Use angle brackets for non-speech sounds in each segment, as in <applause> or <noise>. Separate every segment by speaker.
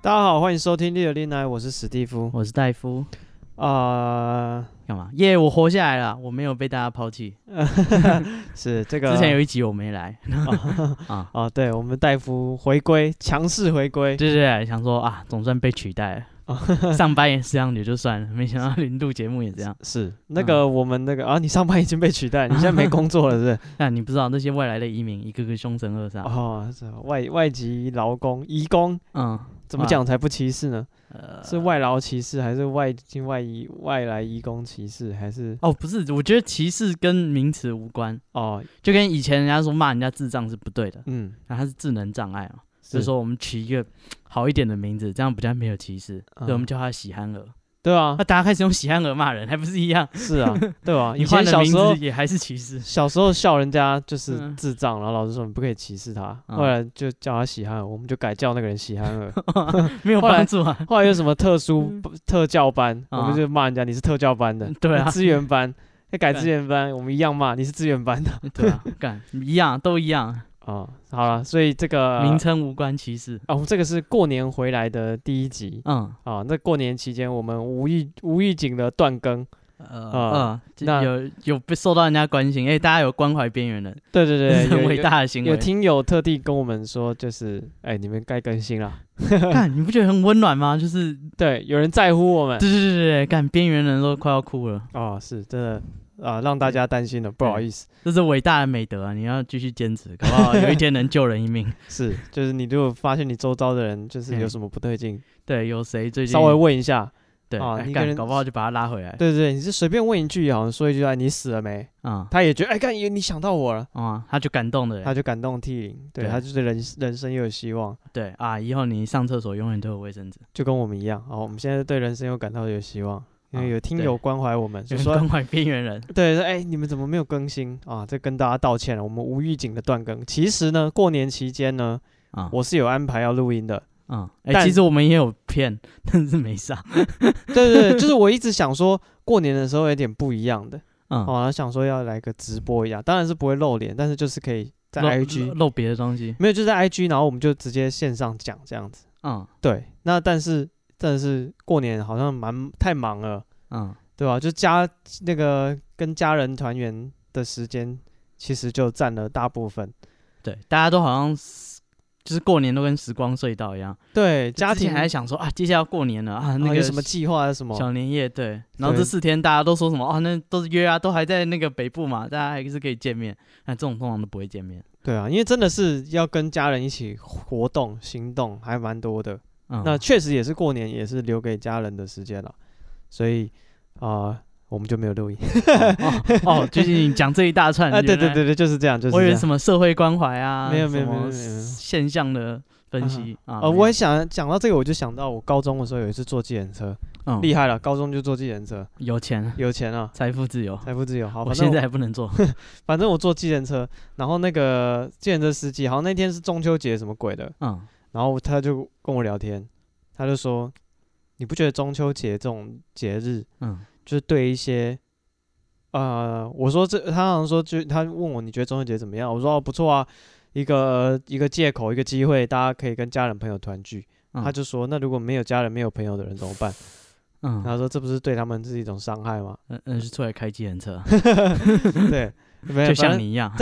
Speaker 1: 大家好，欢迎收听《利尔利奶》，我是史蒂夫。
Speaker 2: 我是戴夫。
Speaker 1: 啊、
Speaker 2: 干嘛？耶、我活下来了，我没有被大家抛弃。
Speaker 1: 是这个
Speaker 2: 之前有一集我
Speaker 1: <laughs>
Speaker 2: 没来啊，
Speaker 1: 哦，对我们戴夫回归，强势回归。
Speaker 2: 对对对，想说啊，总算被取代
Speaker 1: 哦
Speaker 2: 了。上班也是这样也就算了，
Speaker 1: <laughs>
Speaker 2: 没想到连录节目也这样。
Speaker 1: 是那
Speaker 2: 嗯
Speaker 1: 个我们那个啊，你上班已经被取
Speaker 2: <laughs>
Speaker 1: 代，你现在没工作了，是不是？
Speaker 2: 那啊你不知道那些外来的移民一个个凶神恶煞。
Speaker 1: 哦，是外外籍劳工、移工，
Speaker 2: 嗯，
Speaker 1: 怎么
Speaker 2: 啊
Speaker 1: 讲才不歧视呢？
Speaker 2: 呃，
Speaker 1: 哦是外劳歧视，还是外境外移外来移工歧视，还是
Speaker 2: 哦，不是，我觉得歧视跟名词无关，
Speaker 1: 哦，
Speaker 2: 就跟以前人家说骂人家智障是不对的，
Speaker 1: 嗯，
Speaker 2: 那、他是智能障碍嘛，所
Speaker 1: 是
Speaker 2: 以说我们取一个好一点的名字，这样比较没有歧视，所以我
Speaker 1: 嗯
Speaker 2: 们叫他喜憨儿。
Speaker 1: 对啊
Speaker 2: <laughs> 那、，大家开始用喜憨儿骂人，还不是一样？
Speaker 1: 是啊，对啊，以
Speaker 2: 你换
Speaker 1: 前
Speaker 2: 了
Speaker 1: 小
Speaker 2: 名
Speaker 1: 时候
Speaker 2: 字也还是歧视。
Speaker 1: 小时候笑人家就是
Speaker 2: 嗯
Speaker 1: 智障，然后老师说你不可以歧视他，
Speaker 2: 嗯
Speaker 1: 后来就叫他喜憨儿，我们就改叫那个人喜
Speaker 2: <laughs>
Speaker 1: 憨儿。
Speaker 2: 没有
Speaker 1: 后来
Speaker 2: 帮助啊。
Speaker 1: 后来有什么特殊特教班，我
Speaker 2: 啊
Speaker 1: 们就骂人家你是特教班的，
Speaker 2: 嗯 <laughs> 对啊
Speaker 1: 你资源班， <laughs> 要改
Speaker 2: 对
Speaker 1: 资源班，我们一样骂你是资源班的
Speaker 2: <laughs>
Speaker 1: <laughs>
Speaker 2: 对啊，干一样都一样，
Speaker 1: 啊。好了，所以这个
Speaker 2: 名称无关歧视。
Speaker 1: 啊，我们这个是过年回来的第一集
Speaker 2: 嗯，
Speaker 1: 啊。那过年期间我们无意无意景的断更，
Speaker 2: 呃
Speaker 1: 啊
Speaker 2: 呃，就
Speaker 1: 那
Speaker 2: 有有被受到人家关心，哎，大家有关怀边缘人，
Speaker 1: 对对
Speaker 2: 这
Speaker 1: <laughs>
Speaker 2: 是
Speaker 1: 对，
Speaker 2: <laughs> 很
Speaker 1: 有
Speaker 2: 伟。大的行
Speaker 1: 有有
Speaker 2: 为。
Speaker 1: 听友特地跟我们说，就是哎、你们该更新了。
Speaker 2: 干，你不觉得很温暖
Speaker 1: <laughs>
Speaker 2: 吗？就是，
Speaker 1: 对，有人在乎我们。
Speaker 2: 对对对对对，干边缘人都快要哭了，
Speaker 1: 哦，是真的啊、让大家担心了，不好意
Speaker 2: <laughs>
Speaker 1: 思。
Speaker 2: 这是伟大的美德啊！你要继续坚持，搞不
Speaker 1: <laughs>
Speaker 2: 好有一天能救人一命。
Speaker 1: 是，就是你如果发现你周遭的人就是有
Speaker 2: 嗯
Speaker 1: 什么不对劲，
Speaker 2: 对，有谁最近
Speaker 1: 稍微问一下。
Speaker 2: 对，
Speaker 1: 啊
Speaker 2: 哎
Speaker 1: 你可
Speaker 2: 干
Speaker 1: 能
Speaker 2: 搞不好就把他拉回来。
Speaker 1: 对对对，你是随便问一句，好像说一句哎你死了没，
Speaker 2: 啊
Speaker 1: 他也觉得哎干你想到我了，
Speaker 2: 啊，他就感动的
Speaker 1: 他
Speaker 2: 人。
Speaker 1: 就感动涕零，对
Speaker 2: 对
Speaker 1: 他就是人人生也有希望，
Speaker 2: 对啊，以后你上厕所永远都有卫生纸，
Speaker 1: 就跟我们一样。好，我们现在对人生又感到有希望，因为
Speaker 2: 啊
Speaker 1: 有听
Speaker 2: 对
Speaker 1: 友关怀我们，就
Speaker 2: 有人
Speaker 1: 说
Speaker 2: 关怀边缘人。
Speaker 1: 对，说哎、你们怎么没有更新啊？这跟大家道歉了，我们无预警的断更。其实呢，过年期间呢，
Speaker 2: 啊，
Speaker 1: 我是有安排要录音的，
Speaker 2: 嗯，哎、
Speaker 1: 但
Speaker 2: 其实我们也有骗， <laughs> 但是没上。
Speaker 1: <laughs> 对对对，就是我一直想说，过年的时候有点不一样的，
Speaker 2: 嗯，
Speaker 1: 哦，然后想说要来个直播一样，当然是不会露脸，但是就是可以在
Speaker 2: 露
Speaker 1: IG，
Speaker 2: 露别的东西。
Speaker 1: 没有就在 IG，然后我们就直接线上讲这样子。
Speaker 2: 嗯
Speaker 1: 对，那但是真的是过年好像蛮太忙了，
Speaker 2: 嗯，
Speaker 1: 对吧？就家那个跟家人团圆的时间，其实就占了大部分。
Speaker 2: 对，大家都好像是就是过年都跟时光隧道一样，
Speaker 1: 对，
Speaker 2: 就
Speaker 1: 家
Speaker 2: 之前
Speaker 1: 庭
Speaker 2: 还想说啊，接下来要过年了啊，
Speaker 1: 啊
Speaker 2: 那个
Speaker 1: 有什么计划什么，
Speaker 2: 小年夜对，然后
Speaker 1: 对
Speaker 2: 这四天大家都说什么啊，那都是约啊，都还在那个北部嘛，大家还是可以见面。那、这种通常都不会见面。
Speaker 1: 对啊，因为真的是要跟家人一起活动、行动，还蛮多的。
Speaker 2: 嗯，
Speaker 1: 那确实也是过年，也是留给家人的时间了，所以啊、我们就没有录音。
Speaker 2: 哦哦哦，最近你讲这一大串，
Speaker 1: <laughs> 啊，对
Speaker 2: 原
Speaker 1: 对
Speaker 2: 来
Speaker 1: 对对，就是这样，就是
Speaker 2: 我以
Speaker 1: 这
Speaker 2: 为
Speaker 1: 样。
Speaker 2: 什么社会关怀啊，
Speaker 1: 没有没有
Speaker 2: 什么
Speaker 1: 没有没有没有
Speaker 2: 现象的分析啊，
Speaker 1: 呃，我也想讲到这个，我就想到我高中的时候有一次坐计程车，<laughs>
Speaker 2: 嗯
Speaker 1: 厉害了，高中就坐计程车，
Speaker 2: 有钱，
Speaker 1: 有钱啊，
Speaker 2: 财富自由。
Speaker 1: 财富自由。好，
Speaker 2: 我
Speaker 1: 反正
Speaker 2: 现在
Speaker 1: 我
Speaker 2: 还不
Speaker 1: <laughs>
Speaker 2: 能做。
Speaker 1: 反正我坐计程车，然后那个计程车司机，好像那天是中秋节什么鬼的，
Speaker 2: 嗯，
Speaker 1: 然后他就跟我聊天，他就说，你不觉得中秋节这种节日
Speaker 2: 嗯，
Speaker 1: 就是对一些，呃，我说这，他好像说就他问我你觉得中秋节怎么样？我说、哦、不错啊，一个一个借口，一个机会，大家可以跟家人朋友团聚。他就说那如果没有家人没有朋友的人怎么办？
Speaker 2: 嗯
Speaker 1: 他说这不是对他们是一种伤害吗？ <laughs>
Speaker 2: 嗯嗯，是出来开计程车， <laughs>
Speaker 1: 对，没有，
Speaker 2: 就
Speaker 1: 反
Speaker 2: 像
Speaker 1: 正
Speaker 2: 你一样。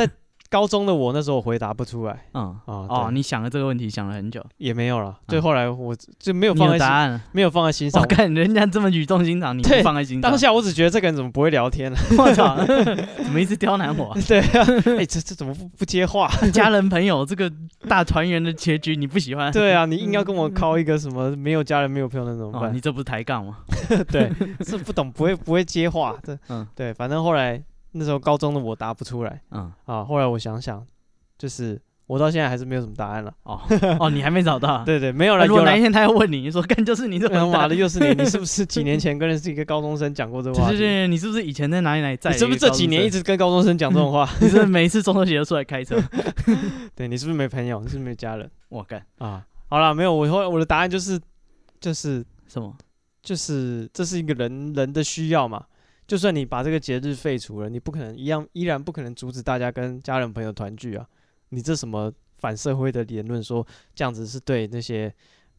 Speaker 1: 高中的我那时候回答不出来，
Speaker 2: 嗯
Speaker 1: 哦
Speaker 2: 哦，
Speaker 1: 对
Speaker 2: 你想了这个问题想了很久，
Speaker 1: 也没有了。
Speaker 2: 嗯
Speaker 1: 就后来我就没有
Speaker 2: 你
Speaker 1: 放
Speaker 2: 有
Speaker 1: 在
Speaker 2: 答
Speaker 1: 心，
Speaker 2: 案了。
Speaker 1: 没有放在心上
Speaker 2: 我。看人家这么语重心长，你不
Speaker 1: 对
Speaker 2: 放在心上
Speaker 1: 当。下我只觉得这个人怎么不会聊
Speaker 2: <laughs>
Speaker 1: 天呢、
Speaker 2: 我操，怎么一直刁难我？
Speaker 1: 对啊，哎、这这怎么不不接话？ <laughs>
Speaker 2: 家人朋友这个大团圆的结局你不喜欢？
Speaker 1: 对啊，你硬要跟
Speaker 2: 嗯
Speaker 1: 我靠一个什么没有家人没有朋友的怎么
Speaker 2: 哦，
Speaker 1: 办？
Speaker 2: 你这不是抬杠吗？
Speaker 1: <laughs> 对，是不懂，不会不会接话，对，
Speaker 2: 嗯
Speaker 1: 对，反正后来那时候高中的我答不出来 <laughs>
Speaker 2: 嗯
Speaker 1: 啊，后来我想想，就是我到现在还是没有什么答案了，
Speaker 2: 哦哦，你还没找到啊。
Speaker 1: <laughs> 对对，没有
Speaker 2: 那
Speaker 1: 了，
Speaker 2: 如
Speaker 1: 有
Speaker 2: 果哪
Speaker 1: 了
Speaker 2: 一，天他要问你，你说干就是你这
Speaker 1: 嗯
Speaker 2: 么
Speaker 1: 妈
Speaker 2: 大
Speaker 1: 的，又是你，你是不
Speaker 2: <laughs>
Speaker 1: 是几年前跟一个高中生讲过这
Speaker 2: 对
Speaker 1: 话
Speaker 2: 对
Speaker 1: 题？
Speaker 2: 对，你是不是以前在哪里哪里在？
Speaker 1: 你是不是这几年一
Speaker 2: 直？
Speaker 1: 直跟 <laughs> 高中生讲这
Speaker 2: <laughs>
Speaker 1: 种话？
Speaker 2: 你是不是每一次中秋节都出来开车？
Speaker 1: <laughs> 对你是不是没朋友？你是不是没家人
Speaker 2: 我干
Speaker 1: 啊？好了，没有，我后我的答案就是就是
Speaker 2: 什么？
Speaker 1: 就是这是一个人人的需要嘛。就算你把这个节日废除了，你不可能一样，依然不可能阻止大家跟家人朋友团聚啊！你这什么反社会的言论说这样子是对那些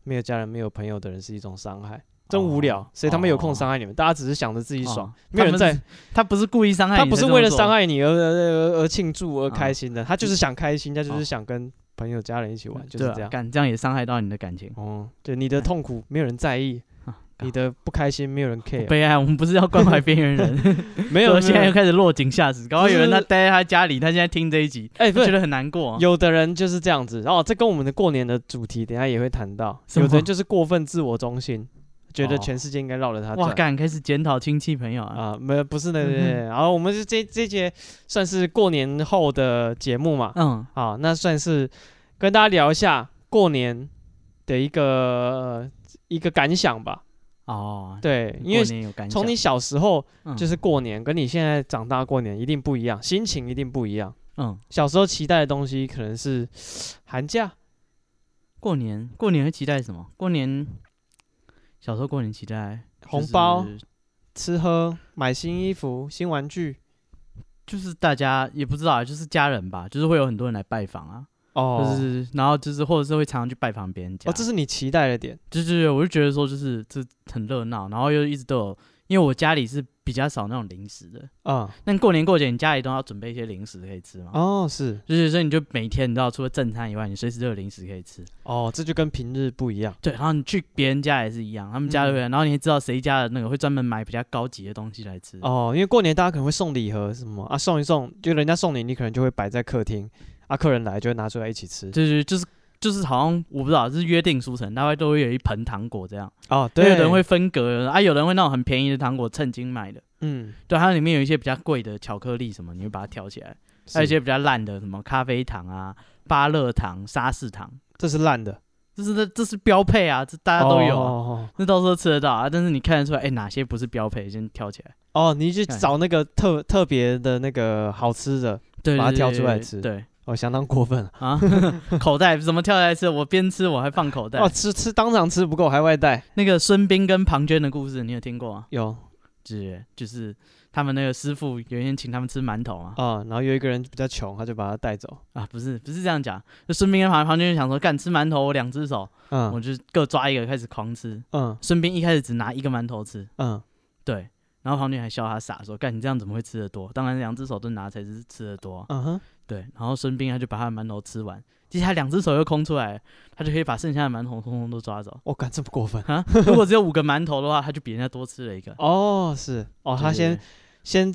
Speaker 1: 没有家人、没有朋友的人是一种伤害，真无聊。谁他妈有空伤害你们？大家只是想着自己爽，
Speaker 2: 哦
Speaker 1: 没有人
Speaker 2: 他
Speaker 1: 在
Speaker 2: 们，他不是故意伤害你，
Speaker 1: 他不是为了伤
Speaker 2: 害
Speaker 1: 害你而而而庆祝而开心的，他就是想开心，他就
Speaker 2: 嗯哦嗯啊
Speaker 1: 是想跟朋友、家人一起玩，就是这样。
Speaker 2: 敢这样也伤害到你的感情。
Speaker 1: 哦，对，你的痛苦没有人在意，
Speaker 2: 啊
Speaker 1: 你的不开心没有人 care，
Speaker 2: 悲哀，我们不是要关怀边缘人，
Speaker 1: <laughs> 没
Speaker 2: 没
Speaker 1: 有
Speaker 2: 现
Speaker 1: 没
Speaker 2: 在
Speaker 1: 有
Speaker 2: 又开始落井下石。搞不好有人
Speaker 1: 不
Speaker 2: 他
Speaker 1: 是
Speaker 2: 待在他家里，他现在听这一集，
Speaker 1: 哎，不
Speaker 2: 就
Speaker 1: 是，
Speaker 2: 觉得很难过。
Speaker 1: 有的人就是这样子。然后这跟我们的过年的主题等一下也会谈到，
Speaker 2: 什
Speaker 1: 有的
Speaker 2: 么
Speaker 1: 人就是过分自我中心，觉得
Speaker 2: 哦
Speaker 1: 全世界应该绕着他
Speaker 2: 哇，
Speaker 1: 转。
Speaker 2: 敢开始检讨亲戚朋友啊，
Speaker 1: 啊，没有不是那
Speaker 2: 嗯哼
Speaker 1: 个，然后我们是这这节算是过年后的节目嘛，
Speaker 2: 嗯，
Speaker 1: 啊，那算是跟大家聊一下过年的一个、呃一个感想吧。
Speaker 2: 哦，
Speaker 1: 对，因
Speaker 2: 过
Speaker 1: 为
Speaker 2: 年有感
Speaker 1: 从
Speaker 2: 想
Speaker 1: 你小时候
Speaker 2: 嗯
Speaker 1: 就是过年，跟你现在长大过年一定不一样，心情一定不一样。
Speaker 2: 嗯，
Speaker 1: 小时候期待的东西可能是寒假，
Speaker 2: 过年过年会期待什么？过年小时候过年期待就是
Speaker 1: 红包吃喝、买新衣服、新玩具。
Speaker 2: 就是大家也不知道啊，就是家人吧，就是会有很多人来拜访啊，
Speaker 1: 哦
Speaker 2: 就是然后就是或者是会常常去拜访别人家，
Speaker 1: 哦，这是你期待的点
Speaker 2: 就是我就觉得说就是这很热闹，然后又一直都有，因为我家里是比较少那种零食的，
Speaker 1: 啊、
Speaker 2: 但过年过节你家里都要准备一些零食可以吃嘛，
Speaker 1: 哦，是
Speaker 2: 就是所以你就每天你知道除了正餐以外，你随时都有零食可以吃，
Speaker 1: 哦，这就跟平日不一样。
Speaker 2: 对，然后你去别人家也是一样，他们家对、
Speaker 1: 嗯
Speaker 2: 然后你也知道谁家的那个会专门买比较高级的东西来吃，
Speaker 1: 哦，因为过年大家可能会送礼盒什么啊，送一送，就人家送你，你可能就会摆在客厅，啊，客人来就会拿出来一起吃。
Speaker 2: 就是就是就是好像我不知道，就是约定俗成，大概都会有一盆糖果这样。
Speaker 1: 哦，
Speaker 2: 对，
Speaker 1: 对，
Speaker 2: 有人会分隔啊，有人会那种很便宜的糖果称斤买的，
Speaker 1: 嗯，
Speaker 2: 对，还有里面有一些比较贵的巧克力什么，你会把它挑起来，还有一
Speaker 1: 而且
Speaker 2: 些比较烂的什么咖啡糖啊、芭乐糖、沙士糖，
Speaker 1: 这是烂的，
Speaker 2: 这是这这是标配啊，这大家都有啊，
Speaker 1: 哦
Speaker 2: 那到时候吃得到啊，但是你看得出来，哎、哪些不是标配，先挑起来，
Speaker 1: 哦哦，你去找那个特特别的那个好吃的，
Speaker 2: 对，
Speaker 1: 把它
Speaker 2: 对
Speaker 1: 挑
Speaker 2: 对
Speaker 1: 出来
Speaker 2: 对
Speaker 1: 吃
Speaker 2: 对
Speaker 1: 哦，相当过分了。
Speaker 2: 啊， <laughs> 口袋怎么挑起来吃？我边吃我还放口袋。
Speaker 1: 哦，吃吃当场吃不够还外带，
Speaker 2: 那个孙膑跟庞涓的故事，你有听过啊？
Speaker 1: 有
Speaker 2: 就是就是他们那个师傅有一天请他们吃馒头嘛，
Speaker 1: 啊、然后有一个人比较穷，他就把他带走。
Speaker 2: 啊不是不是这样讲，就孙膑跟庞庞涓就想说干吃馒头，我两只手，我
Speaker 1: 嗯
Speaker 2: 就各抓一个开始狂吃。
Speaker 1: 嗯
Speaker 2: 孙膑一开始只拿一个馒头吃，
Speaker 1: 嗯，
Speaker 2: 对，然后庞涓还笑他傻说干你这样怎么会吃得多？当然两只手都拿才是吃得多啊，
Speaker 1: 嗯哼，
Speaker 2: 对，然后孙膑他就把他的馒头吃完，接下来两只手又空出来了，他就可以把剩下的馒头通通都抓走。 <laughs>
Speaker 1: 我、哦、敢这么过分？
Speaker 2: 啊，如果只有五个馒头的话，他就比人家多吃了一个。
Speaker 1: 哦，是哦，他
Speaker 2: 对
Speaker 1: 先先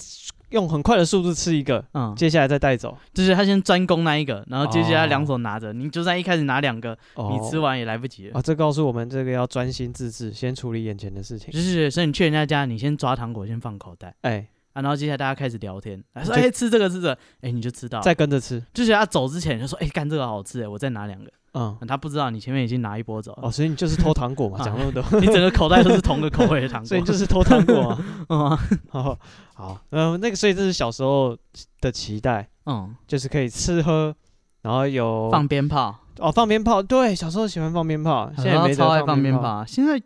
Speaker 1: 用很快的速度吃一个，
Speaker 2: 嗯，
Speaker 1: 接下来再带走。
Speaker 2: 就是他先专攻那一个，然后接下来
Speaker 1: 哦
Speaker 2: 两手拿着，你就算一开始拿两个，
Speaker 1: 哦，
Speaker 2: 你吃完也来不及了。
Speaker 1: 啊，这告诉我们这个要专心致志，先处理眼前的事情
Speaker 2: 就。是，所以你去人家家，你先抓糖果，先放口袋
Speaker 1: 哎，
Speaker 2: 啊，然后接下来大家开始聊天，啊说
Speaker 1: 就
Speaker 2: 哎、吃这个吃这个，哎、你就知道了，
Speaker 1: 再跟着吃。
Speaker 2: 就是他走之前就说哎干、这个好吃哎、我再拿两个、
Speaker 1: 嗯，
Speaker 2: 啊他不知道你前面已经拿一波走了，
Speaker 1: 哦，所以你就是偷糖 <laughs> 果嘛，
Speaker 2: 啊
Speaker 1: 讲那么多，
Speaker 2: <laughs> 你整个口袋都是同个口味的糖
Speaker 1: <laughs>
Speaker 2: 果，
Speaker 1: 所以你就是偷糖果 <laughs> 嘛。
Speaker 2: 嗯啊
Speaker 1: 好，好，嗯，那个，所以这是小时候的期待，
Speaker 2: 嗯
Speaker 1: 就是可以吃喝，然后有
Speaker 2: 放鞭炮，
Speaker 1: 哦放鞭炮，对，小时候喜欢放鞭炮，现在
Speaker 2: 然后
Speaker 1: 没得
Speaker 2: 超爱放
Speaker 1: 鞭
Speaker 2: 鞭炮。啊，现在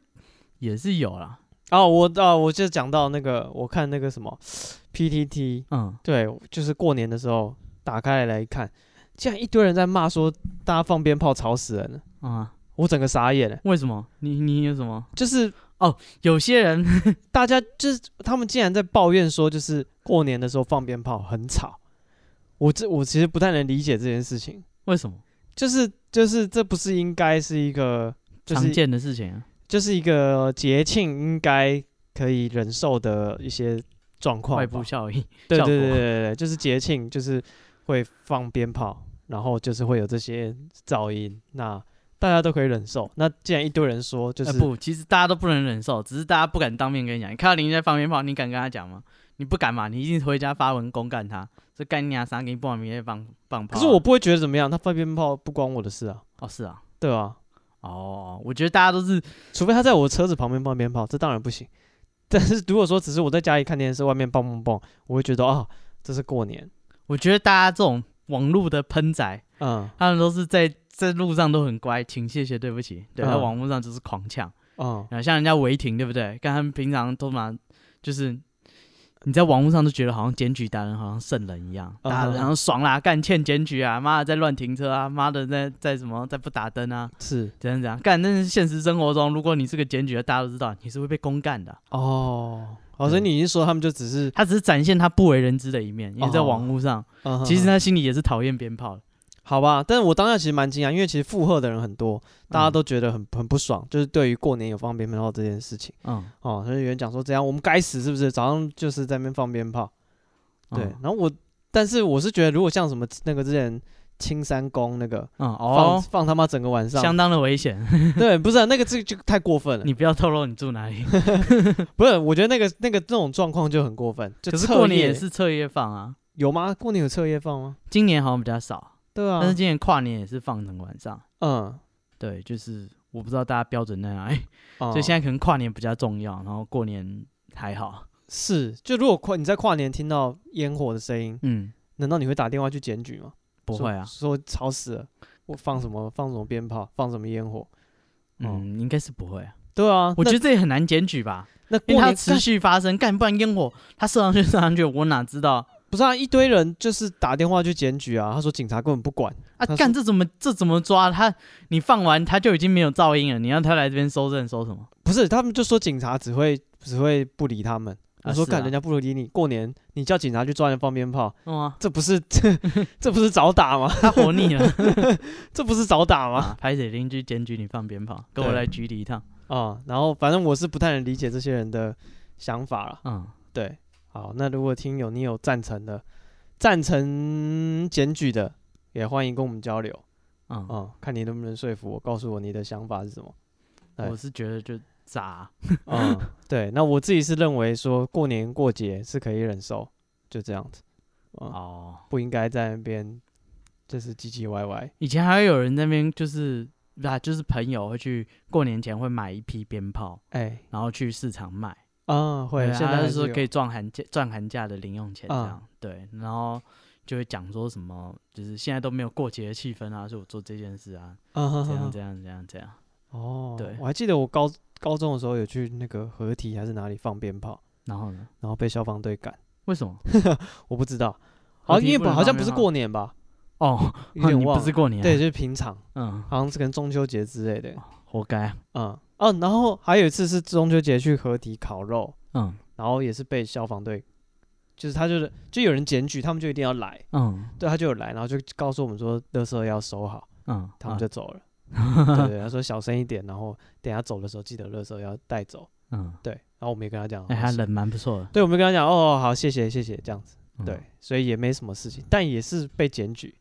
Speaker 2: 也是有啦，
Speaker 1: 哦，我哦，我就讲到那个，我看那个什么 PTT，
Speaker 2: 嗯
Speaker 1: 对，就是过年的时候打开来一看，竟然一堆人在骂说大家放鞭炮吵死人了，
Speaker 2: 嗯啊，
Speaker 1: 我整个傻眼了，
Speaker 2: 为什么？你你有什么？
Speaker 1: 就是
Speaker 2: 有些人 <laughs>
Speaker 1: 大家就是他们竟然在抱怨说，就是过年的时候放鞭炮很吵。我这我其实不太能理解这件事情，
Speaker 2: 为什么？
Speaker 1: 就是就是这不是应该是一个就
Speaker 2: 常
Speaker 1: 是
Speaker 2: 见的事情、啊，
Speaker 1: 就是一个节庆应该可以忍受的一些状况吧
Speaker 2: 外部效应。
Speaker 1: 对
Speaker 2: 效
Speaker 1: 对
Speaker 2: 果
Speaker 1: 对对对，对就是节庆就是会放鞭炮，然后就是会有这些噪音，那大家都可以忍受。那既然一堆人说就
Speaker 2: 哎
Speaker 1: 是、
Speaker 2: 不，其实大家都不能忍受，只是大家不敢当面跟你讲。你看到邻居在放鞭炮，你敢跟他讲吗？你不敢嘛？你一定回家发文公干他，这干你娘啥？给你不完明天放放炮啊。
Speaker 1: 可是我不会觉得怎么样，他放鞭炮不关我的事啊，
Speaker 2: 哦是啊，
Speaker 1: 对吧、啊？
Speaker 2: 哦，我觉得大家都是
Speaker 1: 除非他在我车子旁边放鞭炮，这当然不行。 <laughs> 但是如果说只是我在家里看电视，外面蹦蹦蹦，我会觉得啊，这是过年，
Speaker 2: 我觉得大家这种网络的喷仔，
Speaker 1: 嗯
Speaker 2: 他们都是在在路上都很乖，请谢谢对不起，对，
Speaker 1: 嗯
Speaker 2: 在网络上就是狂呛。
Speaker 1: 嗯
Speaker 2: 啊，像人家违停对不对？跟他们平常都蛮就是你在网络上都觉得好像检举达人好像圣人一样，
Speaker 1: 嗯
Speaker 2: 打
Speaker 1: 嗯
Speaker 2: 然后爽啦，干欠检举啊，妈的在乱停车啊，妈的在在什么在不打灯啊，
Speaker 1: 是
Speaker 2: 怎样怎样干。但是现实生活中，如果你是个检举的，大家都知道你是会被公干的。
Speaker 1: 哦，哦，所以
Speaker 2: 嗯
Speaker 1: 你一说他们就只是，
Speaker 2: 他只是展现他不为人知的一面，因为在网络上，
Speaker 1: 嗯哼
Speaker 2: 其实
Speaker 1: 哼
Speaker 2: 他心里也是讨厌鞭炮的。
Speaker 1: 好吧，但是我当下其实蛮惊讶，因为其实附和的人很多，
Speaker 2: 嗯
Speaker 1: 大家都觉得很很不爽，就是对于过年有放鞭炮这件事情
Speaker 2: 嗯，
Speaker 1: 哦，所以有人讲说这样我们该死是不是？早上就是在那边放鞭炮，
Speaker 2: 嗯
Speaker 1: 对，然后我，但是我是觉得如果像什么那个之前青山宫那个
Speaker 2: 嗯
Speaker 1: 放、
Speaker 2: 哦，
Speaker 1: 放他妈整个晚上
Speaker 2: 相，当的危险，
Speaker 1: 对，不是啊、那个这就太过分了，
Speaker 2: 你不要透露你住哪里。
Speaker 1: 不是？我觉得那个那个那种状况就很过分，就
Speaker 2: 可是
Speaker 1: 彻
Speaker 2: 过年
Speaker 1: 夜
Speaker 2: 也是彻夜放啊，
Speaker 1: 有吗？过年有彻夜放吗？
Speaker 2: 今年好像比较少，
Speaker 1: 对啊，
Speaker 2: 但是今年跨年也是放整个晚上。
Speaker 1: 嗯，
Speaker 2: 对，就是我不知道大家标准在哪里，
Speaker 1: 所
Speaker 2: 所以现在可能跨年比较重要，然后过年还好。
Speaker 1: 是，就如果跨你在跨年听到烟火的声音，
Speaker 2: 嗯，
Speaker 1: 难道你会打电话去检举吗？
Speaker 2: 不
Speaker 1: 说
Speaker 2: 会啊，
Speaker 1: 说吵死了，我放什么放什么鞭炮，放什么烟火？
Speaker 2: 嗯，应该是不会啊。
Speaker 1: 对啊，那
Speaker 2: 我觉得这也很难检举吧，
Speaker 1: 那过
Speaker 2: 因为它
Speaker 1: 年
Speaker 2: 持续发生，干不然烟火它射上去射上去，我哪知道
Speaker 1: 不是啊，一堆人就是打电话去检举啊，他说警察根本不管，
Speaker 2: 啊
Speaker 1: 他？
Speaker 2: 干这怎么这怎么抓？他你放完他就已经没有噪音了，你让他来这边收证收什么？
Speaker 1: 不是他们就说警察只会只会不理他们。我
Speaker 2: 啊
Speaker 1: 说
Speaker 2: 是
Speaker 1: 干、
Speaker 2: 啊
Speaker 1: 人家不理你，过年你叫警察去抓人放鞭炮，
Speaker 2: 嗯啊，
Speaker 1: 这不是
Speaker 2: <laughs>
Speaker 1: 这这不是找打吗？ <laughs>
Speaker 2: 他活腻 <laughs> 了
Speaker 1: 这不是找打吗？
Speaker 2: <laughs> 啊！拍谁邻居检举你放鞭炮，跟我
Speaker 1: 对
Speaker 2: 来局里一趟。
Speaker 1: 啊、然后反正我是不太能理解这些人的想法了。
Speaker 2: 嗯，
Speaker 1: 对，好，那如果听友你有赞成的、赞成检举的，也欢迎跟我们交流
Speaker 2: 嗯
Speaker 1: 啊、，看你能不能说服我，告诉我你的想法是
Speaker 2: <laughs>
Speaker 1: 什么。对
Speaker 2: 我是觉得就炸，
Speaker 1: 嗯，对，那我自己是认为说过年过节是可以忍受，就这样子，嗯，
Speaker 2: 哦。
Speaker 1: 不应该在那边就是唧唧歪歪。
Speaker 2: 以前还会有人那边就是啊，就是朋友会去过年前会买一批鞭炮，
Speaker 1: 哎、
Speaker 2: 然后去市场卖。
Speaker 1: 啊、会，
Speaker 2: 对
Speaker 1: 现
Speaker 2: 他
Speaker 1: 在
Speaker 2: 就说可
Speaker 1: 以，
Speaker 2: 以赚寒假赚寒假的零用钱这
Speaker 1: 嗯
Speaker 2: 样。对，然后就会讲说什么，就是现在都没有过节的气氛啊，所以我做这件事啊，
Speaker 1: 啊哈
Speaker 2: 这
Speaker 1: 哈
Speaker 2: 样
Speaker 1: 哈
Speaker 2: 这样这样这样。
Speaker 1: 哦，
Speaker 2: 对
Speaker 1: 我还记得我高高中的时候有去那个合体还是哪里放鞭炮，
Speaker 2: 然后呢？
Speaker 1: 然后被消防队赶，
Speaker 2: 为什么？
Speaker 1: 我不知道，好哦像因为不好像不是过年吧，
Speaker 2: 哦，
Speaker 1: 有点
Speaker 2: <laughs> 你
Speaker 1: 忘
Speaker 2: 不
Speaker 1: 了，
Speaker 2: 是过年、啊
Speaker 1: 对，，就是平常，
Speaker 2: 嗯，
Speaker 1: 好像是可能中秋节之类的，
Speaker 2: 活该，
Speaker 1: 嗯哦，然后还有一次是中秋节去合体烤肉，
Speaker 2: 嗯
Speaker 1: 然后也是被消防队，就是他就是就有人检举，他们就一定要来，
Speaker 2: 嗯
Speaker 1: 对，他就有来，然后就告诉我们说，垃圾要收好，
Speaker 2: 嗯，
Speaker 1: 他们
Speaker 2: 啊
Speaker 1: 就走了。对对，他说小声一点，然后等下走的时候记得垃圾要带走。
Speaker 2: 嗯，
Speaker 1: 对，然后我们也跟他讲，
Speaker 2: 哎、
Speaker 1: 好
Speaker 2: 还人蛮不错的，
Speaker 1: 对，我们跟他讲哦，好，谢谢，谢谢，这样子，
Speaker 2: 嗯
Speaker 1: 对，，所以也没什么事情，但也是被检举，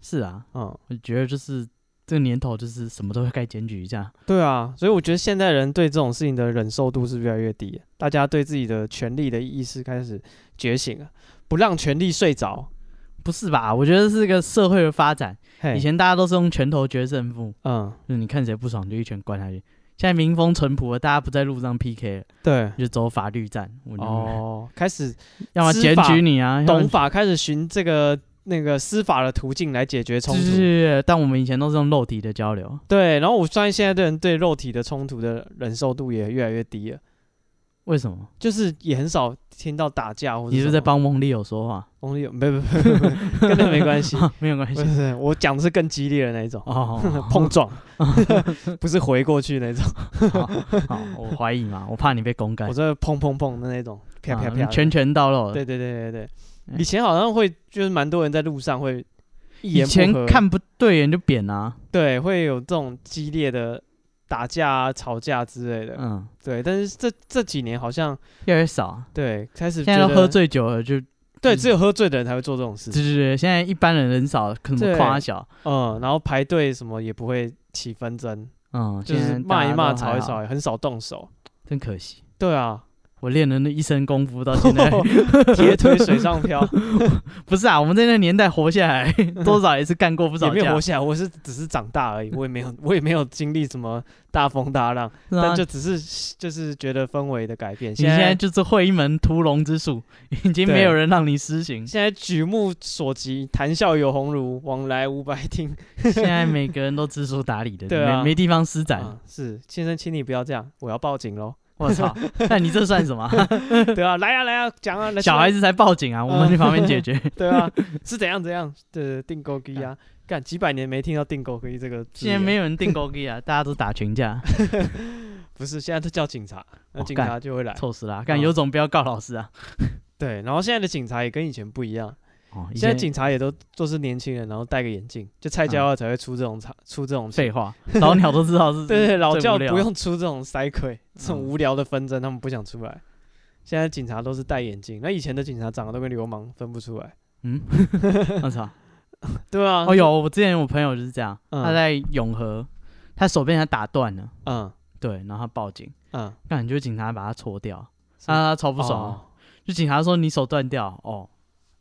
Speaker 2: 是啊，
Speaker 1: 嗯，
Speaker 2: 我觉得就是这个年头，就是什么都会该检举一下，
Speaker 1: 对啊，所以我觉得现代人对这种事情的忍受度是越来越低，大家对自己的权利的意识开始觉醒了，不让权利睡着。
Speaker 2: 不是吧？我觉得是个社会的发展，
Speaker 1: 嘿
Speaker 2: 以，前大家都是用拳头决胜负，
Speaker 1: 嗯，
Speaker 2: 就是你看谁不爽就一拳灌下去。现在民风淳朴了，大家不在路上 PK 了，
Speaker 1: 对，
Speaker 2: 就走法律战。我觉得
Speaker 1: 哦，开始
Speaker 2: 要么
Speaker 1: 知
Speaker 2: 检
Speaker 1: 法
Speaker 2: 举你啊，要么
Speaker 1: 懂法，开始寻这个那个司法的途径来解决冲
Speaker 2: 是是
Speaker 1: 突。
Speaker 2: 是，但我们以前都是用肉体的交流，
Speaker 1: 对，然后我发现现在的人对肉体的冲突的忍受度也越来越低了，
Speaker 2: 为什么？
Speaker 1: 就是也很少听到打架或者
Speaker 2: 你是不
Speaker 1: 什
Speaker 2: 是在
Speaker 1: 么
Speaker 2: 帮翁立友说话？
Speaker 1: 红有，没没没，没跟那没关
Speaker 2: <laughs>
Speaker 1: 系。
Speaker 2: 没有关
Speaker 1: 不
Speaker 2: 系。
Speaker 1: 是，我讲的是更激烈的那一种，
Speaker 2: 哦，
Speaker 1: 碰
Speaker 2: <laughs>
Speaker 1: 撞，不是回过去那种，
Speaker 2: 好，好我怀疑嘛，我怕你被公干
Speaker 1: 我，这砰砰砰的那种，啪啪
Speaker 2: 啊
Speaker 1: 啪的。
Speaker 2: 拳拳到肉。
Speaker 1: 对对对对对，
Speaker 2: 嗯
Speaker 1: 以前好像会就是蛮多人在路上会一
Speaker 2: 以
Speaker 1: 言
Speaker 2: 前
Speaker 1: 不合，
Speaker 2: 看不对眼就扁啊，
Speaker 1: 对，会有这种激烈的打架、啊、吵架之类的。
Speaker 2: 嗯，
Speaker 1: 对，但是这这几年好像
Speaker 2: 越来越少啊。
Speaker 1: 对开始
Speaker 2: 现在
Speaker 1: 觉
Speaker 2: 都
Speaker 1: 得
Speaker 2: 喝，醉酒了，就
Speaker 1: 对，
Speaker 2: 嗯
Speaker 1: 只有喝醉的人才会做这种事
Speaker 2: 对。对对，现在一般人很少，可
Speaker 1: 对
Speaker 2: 能夸小，
Speaker 1: 嗯，然后排队什么也不会起纷争，
Speaker 2: 嗯，
Speaker 1: 就
Speaker 2: 现
Speaker 1: 是
Speaker 2: 在
Speaker 1: 骂一
Speaker 2: 大家
Speaker 1: 骂、
Speaker 2: 都
Speaker 1: 吵
Speaker 2: 还
Speaker 1: 一
Speaker 2: 好
Speaker 1: 吵，，很少动手。
Speaker 2: 真可惜。
Speaker 1: 对啊， <laughs>
Speaker 2: 我练了那一身功夫到现在， <laughs>
Speaker 1: 铁腿水上漂
Speaker 2: 不是啊，我们在那年代活
Speaker 1: <laughs>
Speaker 2: 下来，多少也是干过不
Speaker 1: 也
Speaker 2: 少
Speaker 1: 没有
Speaker 2: 架
Speaker 1: 活，下来，我是只是长大而已，我也没有 <laughs> 我也没有经历什么大风大浪，
Speaker 2: 是啊
Speaker 1: 但就只是就是觉得氛围的改变。
Speaker 2: 你
Speaker 1: 现
Speaker 2: 现在
Speaker 1: 在
Speaker 2: 就是会一门屠龙之术，已经没有人让你施行。
Speaker 1: 现在举目所及，谈笑有鸿儒，往来无白
Speaker 2: <laughs>
Speaker 1: 丁。
Speaker 2: 现在每个人都知书达理
Speaker 1: <laughs>
Speaker 2: 的，
Speaker 1: 对啊嗯
Speaker 2: 没没地方施展。
Speaker 1: 啊，是先生，请你不要这样，我要报警喽。
Speaker 2: 我操，那你这算什么？
Speaker 1: <laughs> 对啊，来啊来啊，讲啊，来
Speaker 2: 小孩子才报警啊，我们去旁边解决。
Speaker 1: 对啊，是怎样怎样对，订购机啊，干几百年没听到订购机这个字
Speaker 2: 现在
Speaker 1: 眼，
Speaker 2: 没有人订勾
Speaker 1: <laughs>
Speaker 2: 机啊，大家都打群架，
Speaker 1: 不是现在都叫警察，那
Speaker 2: 哦
Speaker 1: 警
Speaker 2: 干
Speaker 1: 察就会来。
Speaker 2: 臭死啦！干
Speaker 1: 嗯
Speaker 2: 有种不要告老师啊！
Speaker 1: 对，然后现在的警察也跟以前不一样，
Speaker 2: 哦，以
Speaker 1: 现在
Speaker 2: 前嗯
Speaker 1: 警察也都都是年轻人，然后戴个眼镜，就蔡家耀才会出这种场，出这种
Speaker 2: 废话，老鸟都知道是
Speaker 1: 对对，老
Speaker 2: 最无
Speaker 1: 教
Speaker 2: 聊
Speaker 1: 不用出这种塞鬼，这种
Speaker 2: 嗯
Speaker 1: 无聊的纷争，他们不想出来。现在警察都是戴眼镜，那以前的警察长得都跟流氓分不出来。 <laughs>
Speaker 2: 嗯，我操！
Speaker 1: 对啊，
Speaker 2: 哦，有，我之前我朋友就是这样，
Speaker 1: 嗯
Speaker 2: 他在永和，他手被人家打断了，
Speaker 1: 嗯
Speaker 2: 对，然后他报警，
Speaker 1: 嗯，
Speaker 2: 感觉警察把他戳掉，
Speaker 1: 是
Speaker 2: 啊，他超不爽啊，
Speaker 1: 哦，
Speaker 2: 就警察说你手断掉，哦，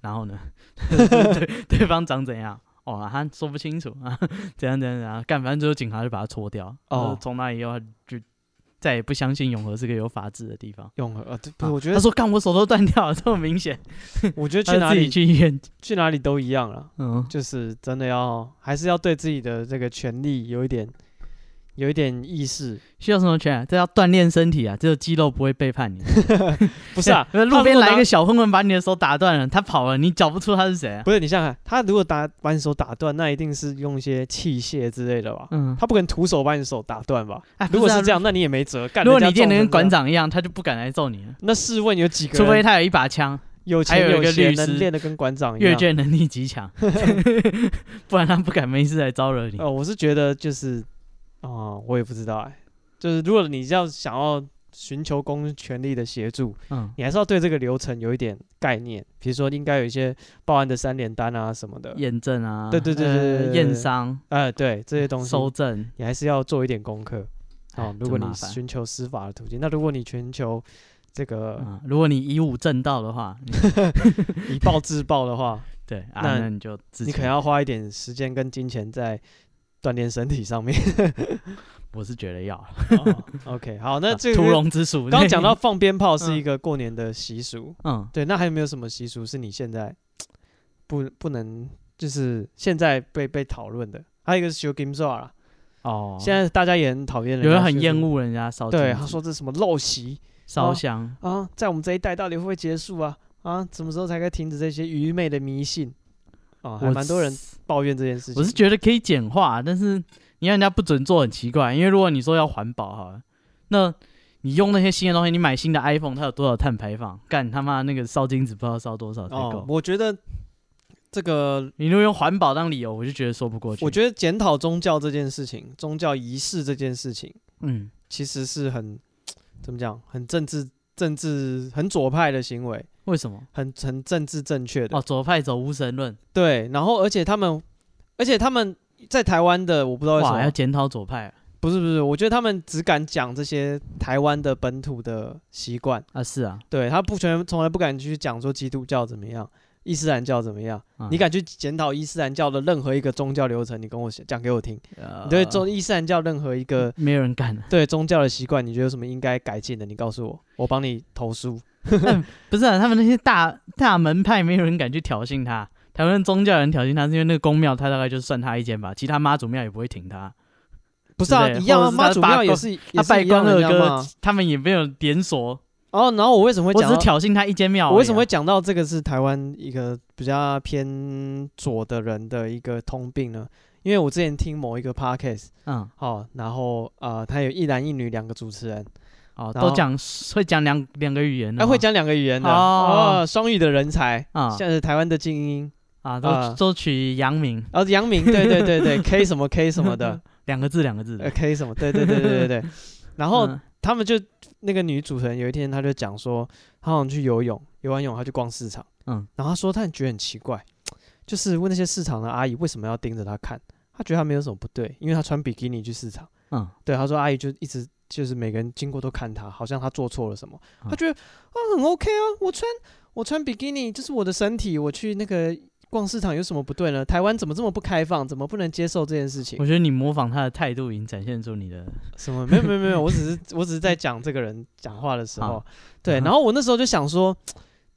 Speaker 2: 然
Speaker 1: <laughs>
Speaker 2: 后呢，对对方长怎样？哦，啊他说不清楚 <laughs> 啊，怎样怎样怎样，干，反正最后警察就把他戳掉。
Speaker 1: 哦
Speaker 2: 哦，从那以后他就再也不相信永和是个有法治的地方。
Speaker 1: 永和，呃，这不
Speaker 2: 啊
Speaker 1: 是，我觉
Speaker 2: 他 <laughs>
Speaker 1: 得，
Speaker 2: 说干，我手都断掉了， <laughs> 这么明显，
Speaker 1: 我觉得去
Speaker 2: 他
Speaker 1: 哪
Speaker 2: 自己
Speaker 1: 里
Speaker 2: 去医院。
Speaker 1: 去哪里都一样了，
Speaker 2: 嗯，
Speaker 1: 就是真的要还是要对自己的这个权利有一点有一点意识。
Speaker 2: 需要什么权？这要锻炼身体啊，只有肌肉不会背叛你。，
Speaker 1: 不是啊
Speaker 2: <laughs> 路边
Speaker 1: 他如果
Speaker 2: 来一
Speaker 1: 拿
Speaker 2: 个小混混把你的手打断了，他跑了，你找不出他是谁啊。
Speaker 1: 不是你想想看，他如果打把你手打断，那一定是用一些器械之类的吧？
Speaker 2: 嗯，
Speaker 1: 他不可能徒手把你手打断吧？
Speaker 2: 啊
Speaker 1: 如果是这，
Speaker 2: 不啊
Speaker 1: 样，那你也没辙。干
Speaker 2: 如果
Speaker 1: 人
Speaker 2: 你
Speaker 1: 家
Speaker 2: 练得
Speaker 1: 撞成这样
Speaker 2: 跟馆长一样，他就不敢来揍你了，
Speaker 1: 那试问有几个
Speaker 2: 除
Speaker 1: 人
Speaker 2: 非他有一把枪。
Speaker 1: 有钱
Speaker 2: 还有一个
Speaker 1: 闲
Speaker 2: 律师
Speaker 1: 能练得跟馆长一
Speaker 2: 阅
Speaker 1: 样？
Speaker 2: 卷能力
Speaker 1: <laughs>
Speaker 2: 极强，不然他不敢没事来招惹你。
Speaker 1: 呃，我是觉得就是，哦、我也不知道哎、就是如果你要想要寻求公权力的协助，
Speaker 2: 嗯，
Speaker 1: 你还是要对这个流程有一点概念，比如说应该有一些报案的三联单啊什么的，
Speaker 2: 验证啊，
Speaker 1: 对对对对对
Speaker 2: 呃
Speaker 1: 对
Speaker 2: 验伤、
Speaker 1: 呃，对这些东西，
Speaker 2: 收证。
Speaker 1: 你还是要做一点功课
Speaker 2: 哎
Speaker 1: 哦。如果
Speaker 2: 真麻
Speaker 1: 你
Speaker 2: 烦
Speaker 1: 寻求司法的途径，那如果你寻求这个
Speaker 2: 嗯，如果你以武正道的话，
Speaker 1: <laughs>
Speaker 2: 你
Speaker 1: 以暴制暴的
Speaker 2: <laughs>
Speaker 1: 话，
Speaker 2: 对啊，
Speaker 1: 那
Speaker 2: 那你就自己
Speaker 1: 你可能要花一点时间跟金钱在锻炼身体上面。
Speaker 2: 我是觉得要
Speaker 1: 哦 <laughs> OK，好，那
Speaker 2: <laughs>
Speaker 1: 这个
Speaker 2: 啊屠龙之术。
Speaker 1: 刚刚讲到，放鞭炮是
Speaker 2: 嗯
Speaker 1: 一个过年的习俗，
Speaker 2: 嗯，
Speaker 1: 对，那还有没有什么习俗是你现在不不能就是现在被被讨论的？还有一个是修金座啦，
Speaker 2: 哦，
Speaker 1: 现在大家也很讨厌人家
Speaker 2: 有人很
Speaker 1: 修
Speaker 2: 厌
Speaker 1: gimzo，
Speaker 2: 恶人家烧金
Speaker 1: 对，
Speaker 2: 纸
Speaker 1: 他说这是什么陋习
Speaker 2: 烧
Speaker 1: 哦
Speaker 2: 香，
Speaker 1: 啊，在我们这一代到底会不会结束啊？啊，什么时候才该停止这些愚昧的迷信？啊，还
Speaker 2: 我
Speaker 1: 蛮多人抱怨这件事情。
Speaker 2: 我是觉得可以简化，但是你让人家不准做很奇怪，因为如果你说要环保好了，那你用那些新的东西，你买新的 iPhone，它有多少碳排放？干他妈那个烧金纸不知道烧多少才够。
Speaker 1: 哦，我觉得这个
Speaker 2: 你如果用环保当理由，我就觉得说不过去。
Speaker 1: 我觉得检讨宗教这件事情，宗教仪式这件事情，
Speaker 2: 嗯，
Speaker 1: 其实是很怎么讲，很政治、政治很左派的行为，
Speaker 2: 为什么？
Speaker 1: 很很政治正确的。
Speaker 2: 哦，左派走无神论，
Speaker 1: 对，然后而且他们，而且他们在台湾的，我不知道为什
Speaker 2: 哇，要
Speaker 1: 么，
Speaker 2: 检讨左派啊
Speaker 1: 不是不是，我觉得他们只敢讲这些台湾的本土的习惯，
Speaker 2: 啊！是啊，
Speaker 1: 对他不全从来不敢去讲说基督教怎么样。伊斯兰教怎么样？
Speaker 2: 嗯
Speaker 1: 你敢去检讨伊斯兰教的任何一个宗教流程？你跟我讲给我听。
Speaker 2: 呃
Speaker 1: 你对宗伊斯兰教任何一个
Speaker 2: 没有人干了。
Speaker 1: 对宗教的习惯，你觉得有什么应该改进的？你告诉我，我帮你投诉。
Speaker 2: 不是啊，他们那些大大门派没有人敢去挑衅他。台湾宗教人挑衅他，是因为那个公庙，他大概就算他一间吧，其他妈祖庙也不会挺他。
Speaker 1: 不是啊，
Speaker 2: 之类的
Speaker 1: 一样
Speaker 2: 或
Speaker 1: 啊，
Speaker 2: 者是他
Speaker 1: 妈祖
Speaker 2: 拜
Speaker 1: 庙也
Speaker 2: 关
Speaker 1: 是
Speaker 2: 他
Speaker 1: 也
Speaker 2: 拜
Speaker 1: 是一样
Speaker 2: 关二
Speaker 1: 的人
Speaker 2: 哥
Speaker 1: 嘛。，
Speaker 2: 他们也没有连锁。
Speaker 1: 哦，然后我为什么会
Speaker 2: 我只
Speaker 1: 讲
Speaker 2: 是
Speaker 1: 到？
Speaker 2: 挑衅他一间庙而已啊。
Speaker 1: 我为什么会讲到这个是台湾一个比较偏左的人的一个通病呢？因为我之前听某一个 podcast，
Speaker 2: 嗯
Speaker 1: 哦，然后呃，他有一男一女两个主持人，
Speaker 2: 哦
Speaker 1: 然后
Speaker 2: 都讲会讲两两个语言的
Speaker 1: 他啊
Speaker 2: 吗，
Speaker 1: 会讲两个语言的，
Speaker 2: 嗯哦
Speaker 1: 哦，双语的人才，
Speaker 2: 啊
Speaker 1: 像是台湾的精英，
Speaker 2: 啊都
Speaker 1: 啊
Speaker 2: 都取阳明
Speaker 1: 然后杨
Speaker 2: <laughs>
Speaker 1: 明，对对对对，K 什么 K 什么的，
Speaker 2: 两个字两个字
Speaker 1: 呃
Speaker 2: 的。
Speaker 1: ，K 什么，对对对对对对，然后
Speaker 2: 嗯
Speaker 1: 他们就那个女主持人有一天，她就讲说，她好像去游泳，游完泳她去逛市场，
Speaker 2: 嗯
Speaker 1: 嗯，然后她说她很觉得很奇怪，就是问那些市场的阿姨为什么要盯着她看，她觉得她没有什么不对，因为她穿比基尼去市场，
Speaker 2: 嗯
Speaker 1: 对，她说阿姨就一直就是每个人经过都看她，好像她做错了什么，
Speaker 2: 嗯
Speaker 1: 她觉得啊很 OK 啊，我穿我穿比基尼就是我的身体，我去那个逛市场有什么不对呢？台湾怎么这么不开放，怎么不能接受这件事情
Speaker 2: 我？觉得你模仿他的态度，已经展现出你的
Speaker 1: 什么？没有没有没有，我只是我只是在讲这个人讲话的时候
Speaker 2: 好，
Speaker 1: 对。
Speaker 2: 嗯哼
Speaker 1: 然后我那时候就想说，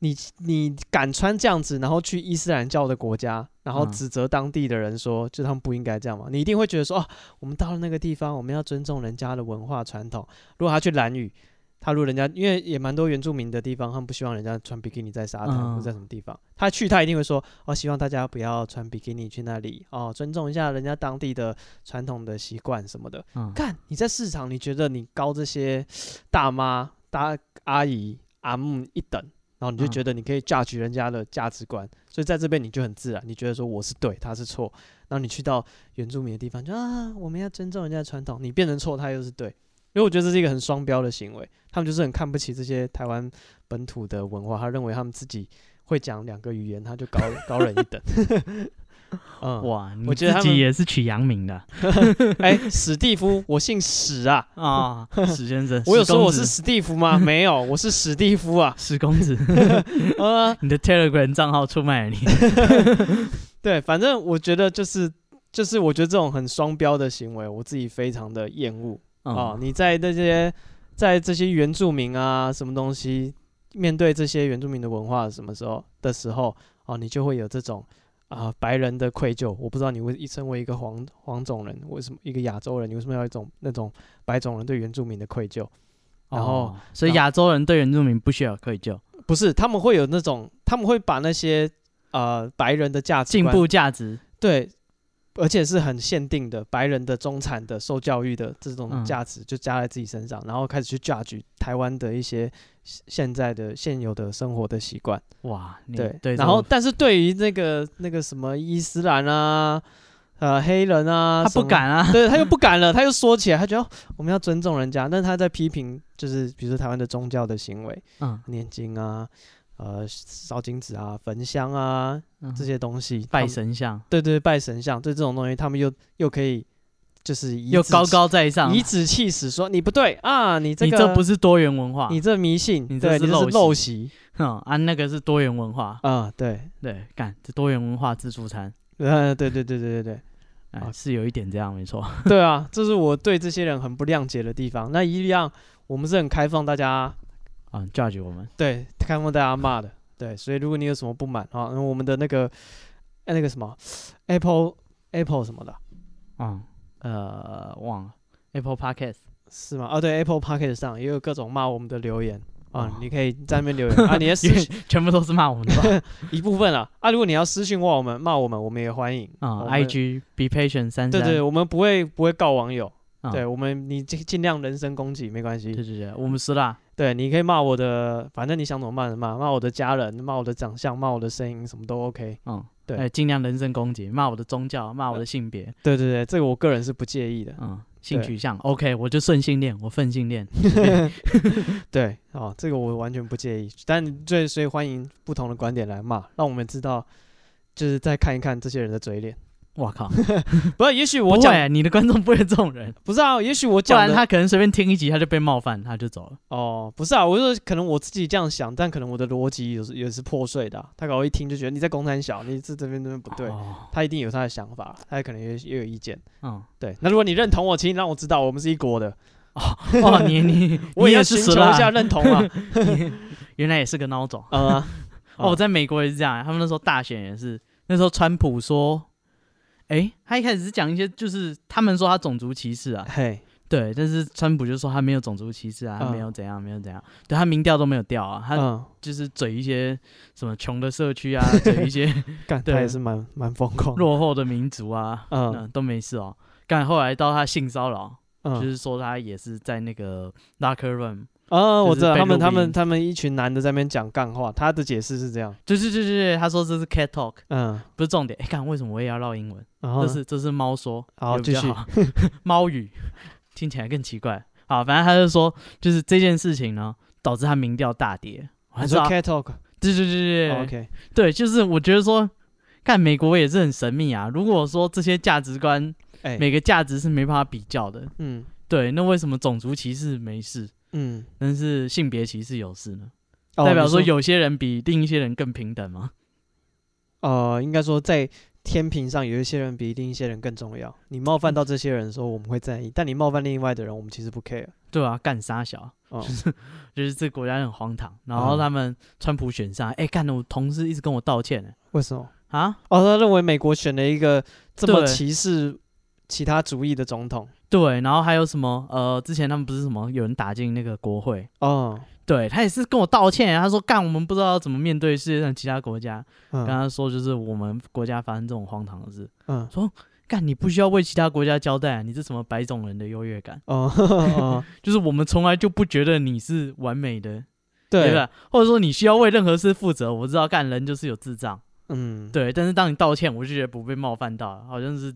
Speaker 1: 你你敢穿这样子，然后去伊斯兰教的国家，然后
Speaker 2: 嗯
Speaker 1: 指责当地的人说，就他们不应该这样嘛？你一定会觉得说，哦，我们到了那个地方，我们要尊重人家的文化传统。如果他去蓝屿，他如果人家因为也蛮多原住民的地方，他们不希望人家穿比基尼在沙滩、
Speaker 2: 嗯
Speaker 1: 或在什么地方，他去他一定会说哦，希望大家不要穿比基尼去那里哦，尊重一下人家当地的传统的习惯什么的。
Speaker 2: 嗯，
Speaker 1: 干，你在市场，你觉得你高这些大妈、大阿姨、阿姆一等，然后你就
Speaker 2: 嗯
Speaker 1: 觉得你可以 judge 人家的价值观，所以在这边你就很自然，你觉得说我是对，他是错，然后你去到原住民的地方，就啊，我们要尊重人家的传统，你变成错，他又是对，因为我觉得这是一个很双标的行为，他们就是很看不起这些台湾本土的文化，他认为他们自己会讲两个语言，他就高 <laughs> 高人一
Speaker 2: <laughs>
Speaker 1: 等。嗯，
Speaker 2: 哇，你
Speaker 1: 我觉得
Speaker 2: 自
Speaker 1: 他们
Speaker 2: 己也是取阳明的啊
Speaker 1: 哎、史蒂夫，我姓史啊，，
Speaker 2: 啊， <laughs> 史先生
Speaker 1: 我有说我
Speaker 2: 史
Speaker 1: 是
Speaker 2: 公子
Speaker 1: 史蒂夫吗？ <laughs> 没有，我是史蒂夫
Speaker 2: <laughs>
Speaker 1: 啊。
Speaker 2: 史公子，
Speaker 1: 呃，
Speaker 2: 你的 Telegram 账号出卖了你。
Speaker 1: 对，反正我觉得就是就是，我觉得这种很双标的行为，我自己非常的厌恶啊、
Speaker 2: 嗯
Speaker 1: 你在那些在这些原住民啊什么东西，面对这些原住民的文化什么时候的时候哦、你就会有这种。啊、白人的愧疚，我不知道你为一身为一个黄黄种人，为什么一个亚洲人，你为什么要有一种那种白种人对原住民的愧疚？然后
Speaker 2: 哦所以亚洲人对原住民不需要愧疚，
Speaker 1: 不是，他们会有那种，他们会把那些呃白人的价值
Speaker 2: 进
Speaker 1: 观
Speaker 2: 步价值，
Speaker 1: 对，而且是很限定的白人的中产的受教育的这种
Speaker 2: 嗯
Speaker 1: 价值，就加在自己身上，然后开始去 judge 台湾的一些现现在的现有的生活的习惯。
Speaker 2: 哇，你
Speaker 1: 对，
Speaker 2: 对这种，
Speaker 1: 然后但是对于那个那个什么伊斯兰啊，呃黑人啊，
Speaker 2: 他
Speaker 1: 什
Speaker 2: 不
Speaker 1: 么。
Speaker 2: 敢啊，
Speaker 1: 对，他又不敢了，他又缩起来，他觉得、哦我们要尊重人家，但是他在批评，就是比如说台湾的宗教的行为，
Speaker 2: 嗯，
Speaker 1: 念经啊，呃，烧金纸啊，焚香啊
Speaker 2: 嗯
Speaker 1: 这些东西，他
Speaker 2: 拜
Speaker 1: 们，
Speaker 2: 神像
Speaker 1: 对对，拜神像，对这种东西，他们又又可以就是颐
Speaker 2: 又
Speaker 1: 指
Speaker 2: 高
Speaker 1: 气
Speaker 2: 高在上，
Speaker 1: 颐指气使说你不对啊，你这
Speaker 2: 你
Speaker 1: 个
Speaker 2: 这不是多元文化，
Speaker 1: 你这迷信，
Speaker 2: 你这
Speaker 1: 对
Speaker 2: 是
Speaker 1: 你这是
Speaker 2: 陋
Speaker 1: 陋习
Speaker 2: 哼啊，那个是多元文化，
Speaker 1: 啊，对，
Speaker 2: 对，干这多元文化自助餐，
Speaker 1: 呃，对对对对对对
Speaker 2: 哎，
Speaker 1: 啊
Speaker 2: 是有一点这样，没错，
Speaker 1: 对啊，这是我对这些人很不谅解的地方。那一样，我们是很开放大家
Speaker 2: 啊，judge 我们，
Speaker 1: 对，看过大家骂的，对，所以如果你有什么不满啊，那我们的那个呃那个什么 Apple Apple 什么的
Speaker 2: 嗯，呃，忘了 Apple Podcast，
Speaker 1: 是吗？啊，对，Apple p o c k e t 上也有各种骂我们的留言啊
Speaker 2: 哦，
Speaker 1: 你可以在那边留言啊，
Speaker 2: <laughs>
Speaker 1: 你的私讯
Speaker 2: 全部都是骂我们的吧
Speaker 1: 一部分啊，啊，如果你要私讯话我们骂我们，我们也欢迎
Speaker 2: 啊
Speaker 1: 我们
Speaker 2: ，IG Be Patient 三
Speaker 1: 对
Speaker 2: 三，
Speaker 1: 对，我们不会不会告网友。
Speaker 2: 嗯
Speaker 1: 对我们，你尽尽量人身攻击没关系。
Speaker 2: 对对对，我们是啦，
Speaker 1: 对，你可以骂我的，反正你想怎么骂就骂，骂我的家人，骂我的长相，骂我的声音，什么都 OK。
Speaker 2: 嗯，
Speaker 1: 对
Speaker 2: 哎，尽量人身攻击，骂我的宗教，骂我的性别，
Speaker 1: 对对对，这个我个人是不介意的。
Speaker 2: 嗯，性
Speaker 1: 对
Speaker 2: 取向，OK，我就顺性恋，我泛性恋，
Speaker 1: 对哦，这个我完全不介意，但最所以欢迎不同的观点来骂，让我们知道，就是再看一看这些人的嘴脸。
Speaker 2: 我靠，
Speaker 1: 不是，也许我
Speaker 2: 不
Speaker 1: 讲
Speaker 2: 会，你的观众不会这种人，
Speaker 1: 不是啊，也许我
Speaker 2: 不
Speaker 1: 讲
Speaker 2: 然
Speaker 1: 的
Speaker 2: 他可能随便听一集他就被冒犯，他就走了，
Speaker 1: 哦，不是啊，我就说可能我自己这样想，但可能我的逻辑有时也是破碎的啊、他搞一听就觉得你在公山小，你这这边这边不对，
Speaker 2: 哦
Speaker 1: 他一定有他的想法，他可能也也有意见。
Speaker 2: 嗯。
Speaker 1: 对，那如果你认同我，请你让我知道我们是一国的，
Speaker 2: 哇，哦你你
Speaker 1: <laughs> 我
Speaker 2: 你
Speaker 1: 要
Speaker 2: 也
Speaker 1: 寻
Speaker 2: 是
Speaker 1: 求
Speaker 2: 死
Speaker 1: 一下
Speaker 2: 啦！
Speaker 1: 认同
Speaker 2: <laughs>
Speaker 1: 啊。
Speaker 2: 原来也是个孬种。
Speaker 1: 嗯
Speaker 2: <laughs>
Speaker 1: 啊，
Speaker 2: 哦，我在美国也是这样，他们那时候大选也是，那时候川普说，哎、他一开始是讲一些就是他们说他种族歧视啊，
Speaker 1: 嘿，
Speaker 2: 对，但是川普就说他没有种族歧视啊，他
Speaker 1: 嗯
Speaker 2: 没有怎样，没有怎样，对他民调都没有掉啊，他
Speaker 1: 嗯，
Speaker 2: 就是嘴一些什么穷的社区啊，嘴
Speaker 1: <laughs>
Speaker 2: 一些
Speaker 1: 干，他
Speaker 2: 对
Speaker 1: 也是蛮蛮疯狂的，
Speaker 2: 落后的民族啊，
Speaker 1: 嗯
Speaker 2: 嗯，都没事哦。但后来到他性骚扰，就
Speaker 1: 嗯
Speaker 2: 是说他也是在那个 locker room
Speaker 1: 啊，我
Speaker 2: 就是
Speaker 1: 知道
Speaker 2: 被
Speaker 1: 他们
Speaker 2: 录
Speaker 1: 他们
Speaker 2: 音
Speaker 1: 他们一群男的在那边讲干话，他的解释是这样，
Speaker 2: 对对对对对，他说这是 cat talk，
Speaker 1: 嗯，
Speaker 2: 不是重点。哎、 <laughs> 看为什么我也要唠英文？
Speaker 1: 然后
Speaker 2: 这
Speaker 1: 呢
Speaker 2: 是这是猫说，
Speaker 1: 嗯好
Speaker 2: 也比较好。 <laughs> 猫语听起来更奇怪。好，反正他就说，就是这件事情呢，导致他民调大跌。我还
Speaker 1: 你
Speaker 2: 知
Speaker 1: 说
Speaker 2: 道，
Speaker 1: cat talk，
Speaker 2: 对对啊对对、
Speaker 1: 哦，OK，
Speaker 2: 对，就是我觉得说，看美国也是很神秘啊。如果说这些价值观，
Speaker 1: 哎，
Speaker 2: 每个价值是没办法比较的，
Speaker 1: 嗯
Speaker 2: 对，那为什么种族歧视没事，
Speaker 1: 嗯，
Speaker 2: 但是性别歧视有事呢？
Speaker 1: 哦
Speaker 2: 代表
Speaker 1: 你
Speaker 2: 说有些人比另一些人更平等吗？
Speaker 1: 呃，应该说在天平上有一些人比另一些人更重要。你冒犯到这些人的时候，我们会在意；但你冒犯另外的人，我们其实不 care。
Speaker 2: 对啊，干啥小？
Speaker 1: 哦，
Speaker 2: 就是这个国家很荒唐。然后他们川普选上，哎、干的我同事一直跟我道歉呢、
Speaker 1: 为什么？
Speaker 2: 啊，
Speaker 1: 哦，他认为美国选了一个这么
Speaker 2: 对
Speaker 1: 歧视其他族裔的总统。
Speaker 2: 对，然后还有什么？呃，之前他们不是什么有人打进那个国会，
Speaker 1: 哦，
Speaker 2: 对他也是跟我道歉，欸他说干我们不知道怎么面对世界上其他国家，
Speaker 1: 嗯
Speaker 2: 跟他说就是我们国家发生这种荒唐的事，
Speaker 1: 嗯
Speaker 2: 干你不需要为其他国家交代、啊，你是什么白种人的优越感？
Speaker 1: 哦 <laughs> 哦，
Speaker 2: 就是我们从来就不觉得你是完美的，对
Speaker 1: 对，
Speaker 2: 吧？或者说你需要为任何事负责，我知道干人就是有智障，
Speaker 1: 嗯，
Speaker 2: 对，但是当你道歉，我就觉得不被冒犯到，好像是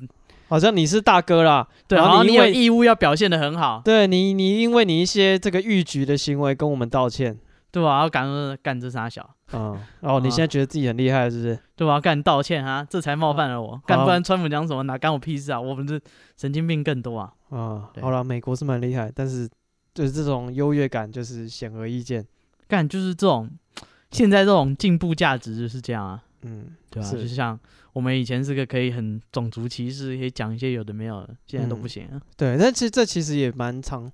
Speaker 1: 好像你是大哥啦，
Speaker 2: 对，
Speaker 1: 然
Speaker 2: 好
Speaker 1: 后
Speaker 2: 像
Speaker 1: 你
Speaker 2: 你
Speaker 1: 因
Speaker 2: 有
Speaker 1: 为
Speaker 2: 义务要表现的很好，
Speaker 1: 对你你因为你一些这个逾矩的行为跟我们道歉，
Speaker 2: 对吧？要感恩干这傻小。
Speaker 1: 嗯，哦，
Speaker 2: 啊
Speaker 1: 你现在觉得自己很厉害是不是？
Speaker 2: 对吧？干道歉啊，这才冒犯了我。干不然川普讲什么哪干我屁事啊？我们这神经病更多啊。
Speaker 1: 啊、
Speaker 2: 对
Speaker 1: 好了，美国是蛮厉害，但是就是这种优越感就是显而易见。
Speaker 2: 干就是这种，现在这种进步价值就是这样啊，
Speaker 1: 嗯，
Speaker 2: 对吧、
Speaker 1: 是
Speaker 2: 就像我们以前是个可以很种族歧视，可以讲一些有的没有的，现在都
Speaker 1: 嗯
Speaker 2: 不行、啊
Speaker 1: 对，但其实这其实也蛮常，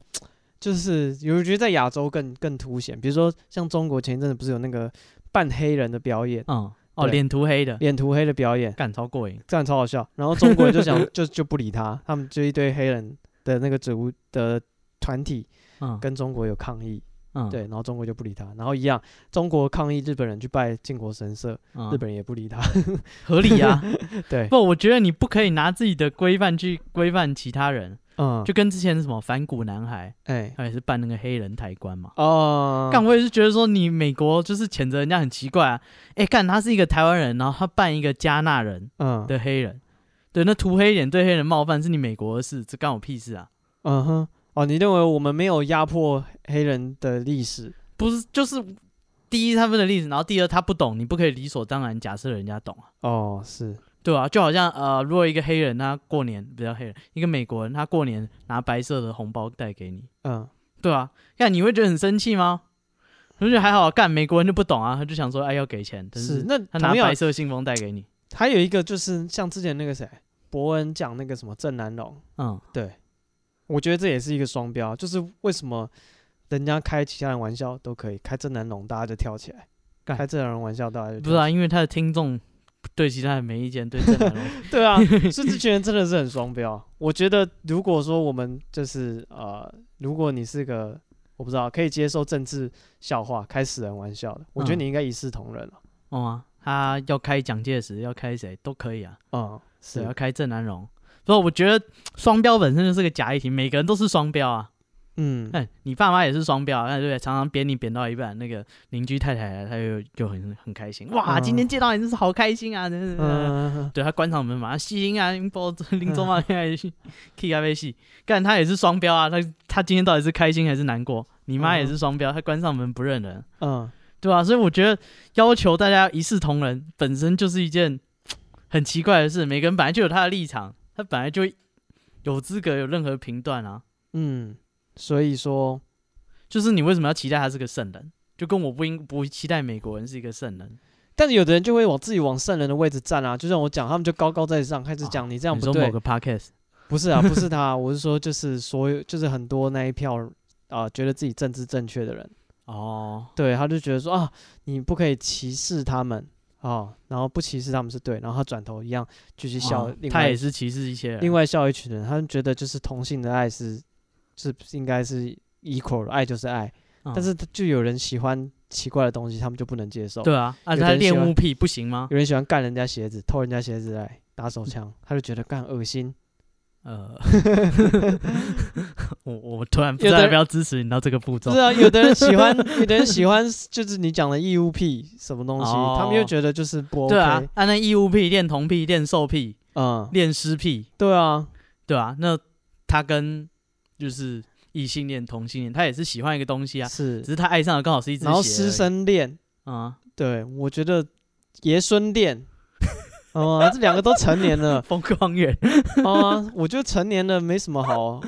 Speaker 1: 就是有觉得在亚洲更更凸显，比如说像中国前一阵子不是有那个扮黑人的表演，
Speaker 2: 嗯。哦，
Speaker 1: 对
Speaker 2: 脸涂黑的，
Speaker 1: 脸涂黑的表演，
Speaker 2: 干超过瘾。
Speaker 1: 这样超好笑。然后中国人就
Speaker 2: <laughs>
Speaker 1: 想就就不理他，他们就一堆黑人的那个族的团体
Speaker 2: 嗯，
Speaker 1: 跟中国有抗议，
Speaker 2: 嗯，
Speaker 1: 对，然后中国就不理他，然后一样，中国抗议日本人去拜靖国神社，
Speaker 2: 嗯，
Speaker 1: 日本人也不理他， <laughs>
Speaker 2: 合理啊。
Speaker 1: 对，
Speaker 2: 不，我觉得你不可以拿自己的规范去规范其他人，
Speaker 1: 嗯，
Speaker 2: 就跟之前什么反骨男孩，
Speaker 1: 哎。
Speaker 2: 他也是扮那个黑人抬棺嘛。
Speaker 1: 哦，
Speaker 2: 干，我也是觉得说你美国就是谴责人家很奇怪啊。哎、干，他是一个台湾人，然后他扮一个加纳人
Speaker 1: 嗯，
Speaker 2: 的黑人，对，那涂黑脸对黑人冒犯是你美国的事，这干我屁事啊！
Speaker 1: 嗯哼，哦，你认为我们没有压迫黑人的历史？
Speaker 2: 不是，就是第一他们的例子，然后第二他不懂，你不可以理所当然假设人家懂啊，
Speaker 1: 哦，是，
Speaker 2: 对啊，就好像呃，如果一个黑人他过年不叫黑人，一个美国人他过年拿白色的红包带给你，
Speaker 1: 嗯，
Speaker 2: 对啊，干你会觉得很生气吗？我就觉得还好，干美国人就不懂啊，他就想说哎要给钱，但
Speaker 1: 是。
Speaker 2: 是
Speaker 1: 那
Speaker 2: 他
Speaker 1: 同
Speaker 2: 拿白
Speaker 1: 样
Speaker 2: 色信封带给你，
Speaker 1: 还有一个就是像之前那个谁，伯恩讲那个什么郑南龙，
Speaker 2: 嗯。
Speaker 1: 对，我觉得这也是一个双标，就是为什么人家开其他人玩笑都可以，开郑南龙大家就跳起来，
Speaker 2: 干
Speaker 1: 开郑南龙玩笑大家就
Speaker 2: 不是啊，
Speaker 1: 跳起
Speaker 2: 因为他的听众对其他人没意见，对郑南 <laughs> 榕
Speaker 1: 来 <laughs> 对啊，所以这群人真的是很双标。我觉得如果说我们就是呃，如果你是个我不知道可以接受政治笑话、开死人玩笑的，我觉得
Speaker 2: 嗯
Speaker 1: 你应该一视同仁了。
Speaker 2: 哦啊，他要开蒋介石，要开谁都可以啊，
Speaker 1: 嗯，是
Speaker 2: 对，要，开郑南榕。所以我觉得双标本身就是个假议题，每个人都是双标啊。 <laughs>
Speaker 1: 嗯，
Speaker 2: 哎，你爸妈也是双标啊，哎对不对？常常扁你扁到一半，那个邻居太太来，她又就很很开心，哇，
Speaker 1: 嗯
Speaker 2: 今天见到你真是好开心啊！真是
Speaker 1: 嗯，
Speaker 2: 对他关上门马上吸音啊， <laughs> 林波
Speaker 1: <laughs>
Speaker 2: 林中嘛，K 咖啡戏，干他也是双标啊，他他今天到底是开心还是难过？你妈也是双标，他关上门不认人，
Speaker 1: 嗯，
Speaker 2: 对啊吧、所以我觉得要求大家一视同仁，本身就是一件很奇怪的事。每个人本来就有他的立场，他本来就有资格有任何评断啊。
Speaker 1: 嗯，所以说，
Speaker 2: 就是你为什么要期待他是个圣人？就跟我不应不期待美国人是一个圣人，
Speaker 1: 但是有的人就会往自己往圣人的位置站啊，就像我讲，他们就高高在上，开始
Speaker 2: 啊
Speaker 1: 讲你这样
Speaker 2: 你
Speaker 1: 不
Speaker 2: 说某
Speaker 1: 对，
Speaker 2: 个 podcast，
Speaker 1: <laughs> 不是
Speaker 2: <laughs>
Speaker 1: 啊，不是他，我是说就是所有就是很多那一票啊、觉得自己政治正确的人，
Speaker 2: 哦，
Speaker 1: 对，他就觉得说啊，你不可以歧视他们啊、然后不歧视他们是对，然后他转头一样继续笑
Speaker 2: 哦
Speaker 1: 另
Speaker 2: 他
Speaker 1: 外
Speaker 2: 也是歧视一些人，
Speaker 1: 另外笑一群人，他们觉得就是同性的爱是是应该是 equal 的爱就是爱。
Speaker 2: 嗯
Speaker 1: 但是他就有人喜欢奇怪的东西，他们就不能接受。
Speaker 2: 对，啊，
Speaker 1: 哦
Speaker 2: 啊，
Speaker 1: 有的
Speaker 2: 他
Speaker 1: 人喜
Speaker 2: 恋
Speaker 1: 欢
Speaker 2: 物癖不行吗？
Speaker 1: 有人喜欢干人家鞋子，偷人家鞋子来打
Speaker 2: 嗯
Speaker 1: 手枪，他就觉得干恶心。
Speaker 2: 呃， <laughs> 我我突然不知
Speaker 1: 有的
Speaker 2: 道要
Speaker 1: 人
Speaker 2: 不要支持你到这个步骤
Speaker 1: 是。啊，有的人喜
Speaker 2: <laughs>
Speaker 1: 欢，有的人喜欢就是你讲的义务癖什么东西，
Speaker 2: 哦
Speaker 1: 他们又觉得就是不 OK。
Speaker 2: 对啊，啊那义务癖、恋童癖、恋兽癖、
Speaker 1: 嗯，
Speaker 2: 恋尸癖，
Speaker 1: 对啊，
Speaker 2: 对啊，那他跟就是异性恋、同性恋，他也是喜欢一个东西啊，
Speaker 1: 是
Speaker 2: 只。是他爱上的刚好是一只
Speaker 1: 然后
Speaker 2: 鞋而已
Speaker 1: 师生恋，
Speaker 2: 啊，
Speaker 1: 对我觉得爷孙恋。哦、这两个都成年了
Speaker 2: 疯狂
Speaker 1: <laughs>
Speaker 2: 人，
Speaker 1: 啊、我觉得成年了没什么好，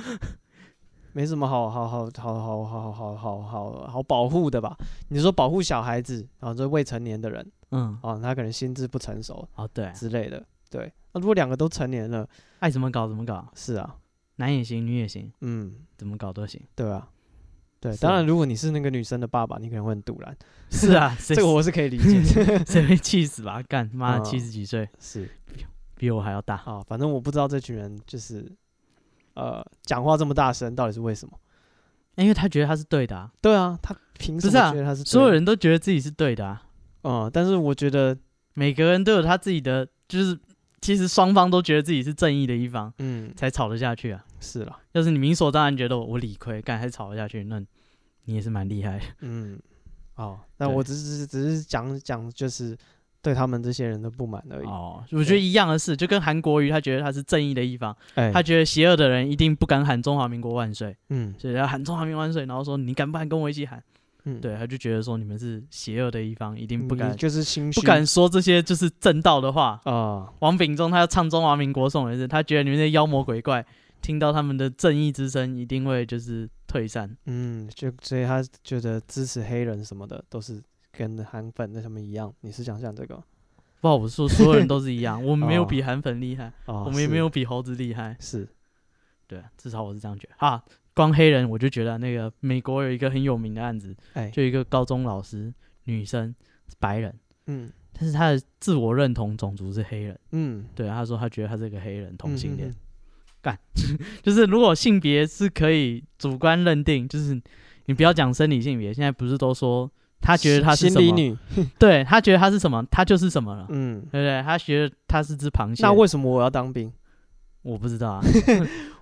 Speaker 1: 没什么好好好好好好好好好好保护的吧？你说保护小孩子，然后这未成年的人，
Speaker 2: 嗯，
Speaker 1: 啊，他可能心智不成熟
Speaker 2: 哦对啊，
Speaker 1: 之类的，对。那如果两个都成年了，
Speaker 2: 爱怎么搞怎么搞，
Speaker 1: 是啊，
Speaker 2: 男也行，女也行，
Speaker 1: 嗯，
Speaker 2: 怎么搞
Speaker 1: <laughs>
Speaker 2: 都行。
Speaker 1: 对啊，对。
Speaker 2: 是
Speaker 1: 当
Speaker 2: 啊
Speaker 1: 然，如果你是那个女生的爸爸，你可能会很堵然，
Speaker 2: 是啊，谁
Speaker 1: 这个我是可以理解
Speaker 2: <laughs>
Speaker 1: 的。
Speaker 2: 谁会气死吧？干妈
Speaker 1: 嗯
Speaker 2: 七十几岁，
Speaker 1: 是
Speaker 2: 比我还要大。
Speaker 1: 啊，反正我不知道这群人就是，呃讲话这么大声，到底是为什么？
Speaker 2: 因为他觉得他是对的、啊，
Speaker 1: 对啊，他凭什
Speaker 2: 不是啊
Speaker 1: 么觉得他是对
Speaker 2: 所有
Speaker 1: 的
Speaker 2: 人都觉得自己是对的、啊，
Speaker 1: 嗯，但是我觉得，
Speaker 2: 每个人都有他自己的，就是其实双方都觉得自己是正义的一方，
Speaker 1: 嗯，
Speaker 2: 才吵得下去啊。
Speaker 1: 是啦，
Speaker 2: 要是你明所当然觉得我我理亏，干还是吵得下去，那你也是蛮厉害的。
Speaker 1: 嗯，哦，那
Speaker 2: 对
Speaker 1: 我只是只是讲讲，就是对他们这些人的不满而已。
Speaker 2: 哦，我觉得一样的事，就跟韩国瑜他觉得他是正义的一方，
Speaker 1: 哎、
Speaker 2: 他觉得邪恶的人一定不敢喊中华民国万岁，
Speaker 1: 嗯
Speaker 2: 所以他喊中华民国万岁，然后说你敢不敢跟我一起喊？
Speaker 1: 嗯，
Speaker 2: 对，他就觉得说你们是邪恶的一方，一定不敢
Speaker 1: 你就是心虚，
Speaker 2: 不敢说这些就是正道的话。
Speaker 1: 啊、
Speaker 2: 王炳忠他要唱中华民国颂也是，他觉得你们这些妖魔鬼怪听到他们的正义之声，一定会就是退散。
Speaker 1: 嗯，就所以他觉得支持黑人什么的都是跟韩粉那他们一样。你是想讲这个吗？
Speaker 2: 不好说，所有人都是
Speaker 1: <laughs>
Speaker 2: 一样，我们没有
Speaker 1: 哦
Speaker 2: 比韩粉厉害，
Speaker 1: 哦，
Speaker 2: 我们也
Speaker 1: 是
Speaker 2: 没有比猴子厉害，
Speaker 1: 是，
Speaker 2: 对，啊至少我是这样觉得。哈，光黑人我就觉得那个美国有一个很有名的案子，
Speaker 1: 哎、
Speaker 2: 就一个高中老师，女生，白人，
Speaker 1: 嗯
Speaker 2: 但是她的自我认同种族是黑人，
Speaker 1: 嗯，
Speaker 2: 对，她说她觉得她是个黑人同性恋。
Speaker 1: 嗯，嗯
Speaker 2: 就是如果性别是可以主观认定，就是你不要讲生理性别，现在不是都说他觉得他是
Speaker 1: 心
Speaker 2: 什
Speaker 1: 理
Speaker 2: 么？
Speaker 1: 女，
Speaker 2: 对他觉得他是什么，他就是什么了，
Speaker 1: 嗯，
Speaker 2: 对不对？他觉得他是只螃蟹，
Speaker 1: 那为什么我要当兵？
Speaker 2: 我不知道啊。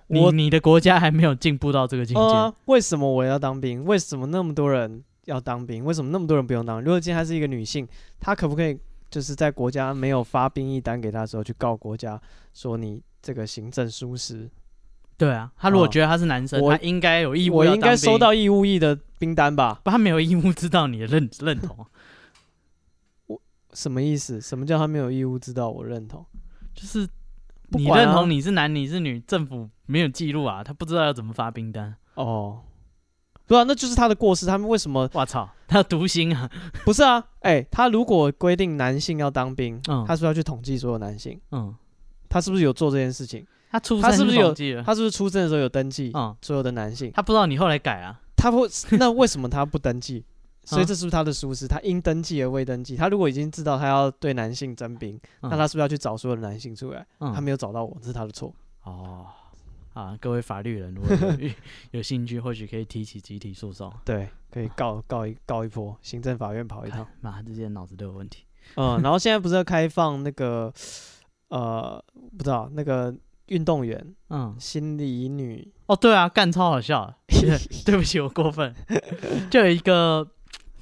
Speaker 2: 你
Speaker 1: <laughs> 我
Speaker 2: 你的国家还没有进步到这个境界，
Speaker 1: 啊，为什么我要当兵？为什么那么多人要当兵？为什么那么多人不用当？如果今天她是一个女性，她可不可以就是在国家没有发兵役单给她的时候去告国家说你这个行政疏失？
Speaker 2: 对啊。他如果
Speaker 1: 哦
Speaker 2: 觉得他是男生，
Speaker 1: 我
Speaker 2: 他应该有义务，
Speaker 1: 我应该收，到义务役的兵单吧？
Speaker 2: 他没有义务知道你的认 <laughs> 认同，啊
Speaker 1: 什么意思？什么叫他没有义务知道我认同？
Speaker 2: 就是
Speaker 1: 不
Speaker 2: 你
Speaker 1: 管啊
Speaker 2: 认同你是男你是女，政府没有记录啊，他不知道要怎么发兵单。
Speaker 1: 哦，对啊，那就是他的过失。他们为什么
Speaker 2: 我操，他有读心啊！
Speaker 1: 不是啊？哎、他如果规定男性要当兵，
Speaker 2: 嗯
Speaker 1: 他是不是要去统计所有男性？
Speaker 2: 嗯，
Speaker 1: 他是不是有做这件事情？
Speaker 2: 他出
Speaker 1: 他
Speaker 2: 生
Speaker 1: 是不是
Speaker 2: 就
Speaker 1: 有
Speaker 2: 统计了？
Speaker 1: 他是不是出生的时候有登记
Speaker 2: 嗯，
Speaker 1: 所有的男性？
Speaker 2: 他不知道你后来改啊。
Speaker 1: 他不， <laughs> 那为什么他不登
Speaker 2: <laughs>
Speaker 1: 记？所以
Speaker 2: 啊
Speaker 1: 这是不是他的疏失？他应登记而未登记。他如果已经知道他要对男性征兵，那
Speaker 2: 嗯
Speaker 1: 他是不是要去找所有的男性出来？
Speaker 2: 嗯
Speaker 1: 他没有找到我，这是他的错。
Speaker 2: 哦，啊，各位法律人，如果有有兴趣，或许可以提起集体诉 <laughs> 讼。
Speaker 1: 对，可以
Speaker 2: 嗯
Speaker 1: 告告一告一波，行政法院跑一趟
Speaker 2: 看。 <laughs> 妈，这些脑子都有问题。
Speaker 1: 嗯，然后现在不是要开放那个呃，不知道那个运动员
Speaker 2: 嗯，
Speaker 1: 心理
Speaker 2: <laughs>
Speaker 1: 女，
Speaker 2: 哦，对啊，干超好 <laughs> 笑的。对对不起，我过 <laughs> 分。就有一个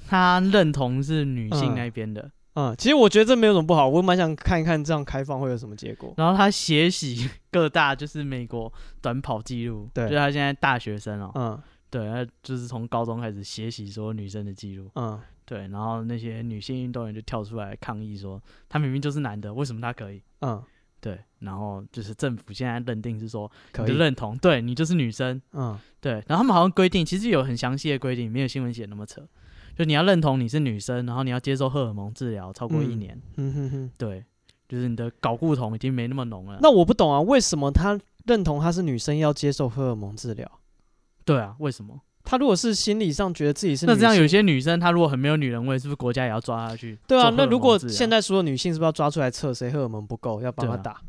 Speaker 2: 他认同是女
Speaker 1: 嗯
Speaker 2: 性那边的，
Speaker 1: 嗯，其实我觉得这没有什么不好，我蛮想看一看这样开放会有什么结果。
Speaker 2: 然后他血洗 <laughs> 各大就是美国短跑记录，
Speaker 1: 对
Speaker 2: 就是他现在大学生哦，
Speaker 1: 嗯
Speaker 2: 对，他就是从高中开始血洗所有女生的记录。
Speaker 1: 嗯，
Speaker 2: 对，然后那些女性运动员就跳出来抗议说，他明明就是男的，为什么他可以？
Speaker 1: 嗯，
Speaker 2: 对，然后就是政府现在认定是说你
Speaker 1: 可
Speaker 2: 的
Speaker 1: 以，
Speaker 2: 认同，对你就是女生，
Speaker 1: 嗯
Speaker 2: 对，然后他们好像规定，其实有很详细的规定，没有新闻写那么扯，就你要认同你是女生，然后你要接受荷尔蒙治疗超过一
Speaker 1: 嗯
Speaker 2: 年，
Speaker 1: 哼哼哼。
Speaker 2: 对，就是你的睾固酮已经没那么浓了。
Speaker 1: 那我不懂啊，为什么他认同她是女生要接受荷尔蒙治疗？
Speaker 2: 对啊，为什么？
Speaker 1: 她如果是心理上觉得自己是
Speaker 2: 那
Speaker 1: 女
Speaker 2: 这样
Speaker 1: 性
Speaker 2: 有些女生她如果很没有女人味，是不是国家也要抓她去？
Speaker 1: 对啊，那如果现在所有女性是不是要抓出来测谁荷尔蒙不够，要帮
Speaker 2: 对
Speaker 1: 她
Speaker 2: 啊
Speaker 1: 打？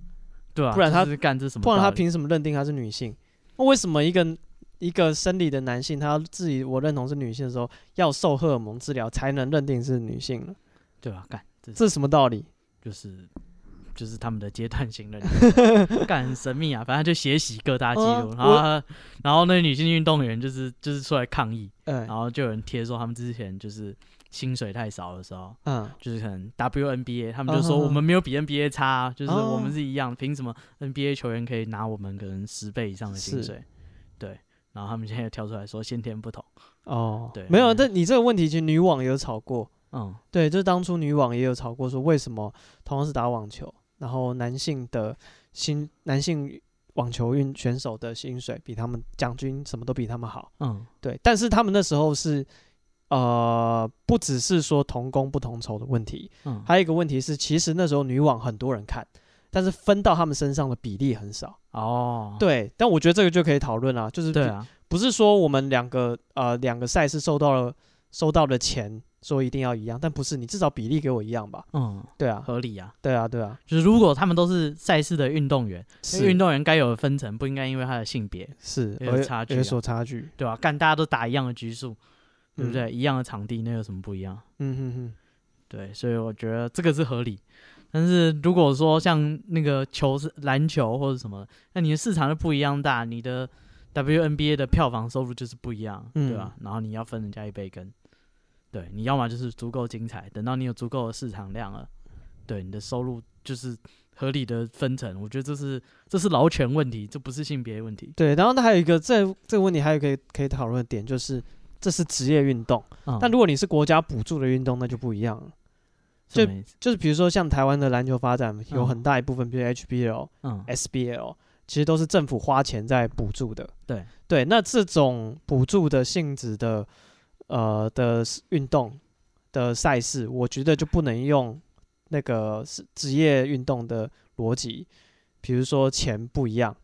Speaker 2: 对啊，
Speaker 1: 不然
Speaker 2: 这
Speaker 1: 她
Speaker 2: 是干这什么道
Speaker 1: 不
Speaker 2: 理？
Speaker 1: 然她凭什么认定她是女性？那为什么一个一个生理的男性，他自己我认同是女性的时候，要受荷尔蒙治疗才能认定是女性呢？
Speaker 2: 对啊，干这
Speaker 1: 这是什么道理？
Speaker 2: 就是就是他们的阶段性
Speaker 1: <laughs>
Speaker 2: 认同，干很神秘啊。反正就血洗各大记录，
Speaker 1: 嗯
Speaker 2: 然后他然后那女性运动员就是就是出来抗议，
Speaker 1: 嗯
Speaker 2: 然后就有人贴说他们之前就是薪水太少的时候，
Speaker 1: 嗯
Speaker 2: 就是可能 WNBA 他们就
Speaker 1: 嗯
Speaker 2: 说
Speaker 1: 哼哼
Speaker 2: 我们没有比 NBA 差啊，就是
Speaker 1: 哦
Speaker 2: 我们是一样，凭什么 NBA 球员可以拿我们可能十倍以上的薪
Speaker 1: 是
Speaker 2: 水？对。然后他们现在又跳出来说先天不同，
Speaker 1: 哦，
Speaker 2: 对
Speaker 1: 没有，
Speaker 2: 嗯
Speaker 1: 但你这个问题其实女网也有吵过，
Speaker 2: 嗯，
Speaker 1: 对，就是当初女网也有吵过，说为什么同样是打网球，然后男性的薪男性网球运选手的薪水比他们奖金什么都比他们好，
Speaker 2: 嗯，
Speaker 1: 对，但是他们那时候是呃，不只是说同工不同酬的问题，
Speaker 2: 嗯，
Speaker 1: 还有一个问题是，其实那时候女网很多人看，但是分到他们身上的比例很少，
Speaker 2: 哦，
Speaker 1: 对，但我觉得这个就可以讨论啦，就是
Speaker 2: 对啊，
Speaker 1: 不是说我们两个呃两个赛事受到了收到的钱说一定要一样，但不是，你至少比例给我一样吧？
Speaker 2: 嗯，
Speaker 1: 对啊，
Speaker 2: 合理啊。
Speaker 1: 对啊，对啊，
Speaker 2: 就是如果他们都是赛事的运动员，因为
Speaker 1: 是
Speaker 2: 运动员该有的分层不应该因为他的性别，
Speaker 1: 是
Speaker 2: 有
Speaker 1: 而
Speaker 2: 差距
Speaker 1: 有
Speaker 2: 啊
Speaker 1: 所差距，
Speaker 2: 对吧、干大家都打一样的局数，对不
Speaker 1: 嗯
Speaker 2: 对？？一样的场地，那有什么不一样？
Speaker 1: 嗯哼哼，
Speaker 2: 对，所以我觉得这个是合理。但是如果说像那个球是篮球或者什么，那你的市场就不一样大，你的 WNBA 的票房收入就是不一样，
Speaker 1: 嗯
Speaker 2: 对吧？然后你要分人家一杯羹，对，你要么就是足够精彩，等到你有足够的市场量了，对，你的收入就是合理的分成。我觉得这是这是劳权问题，这不是性别问题
Speaker 1: 对。然后那还有一个这这个问题，还有一个可以讨论的点就是，这是职业运动，
Speaker 2: 啊。
Speaker 1: 但如果你是国家补助的运动，那就不一样了。
Speaker 2: 什么意思
Speaker 1: 就是比如说像台湾的篮球发展，有
Speaker 2: 嗯
Speaker 1: 很大一部分，比如 HBL、
Speaker 2: 嗯
Speaker 1: SBL，其实都是政府花钱在补助的。
Speaker 2: 对
Speaker 1: 对，那这种补助的性质的呃的运动的赛事，我觉得就不能用那个是职业运动的逻辑，比如说钱不一样，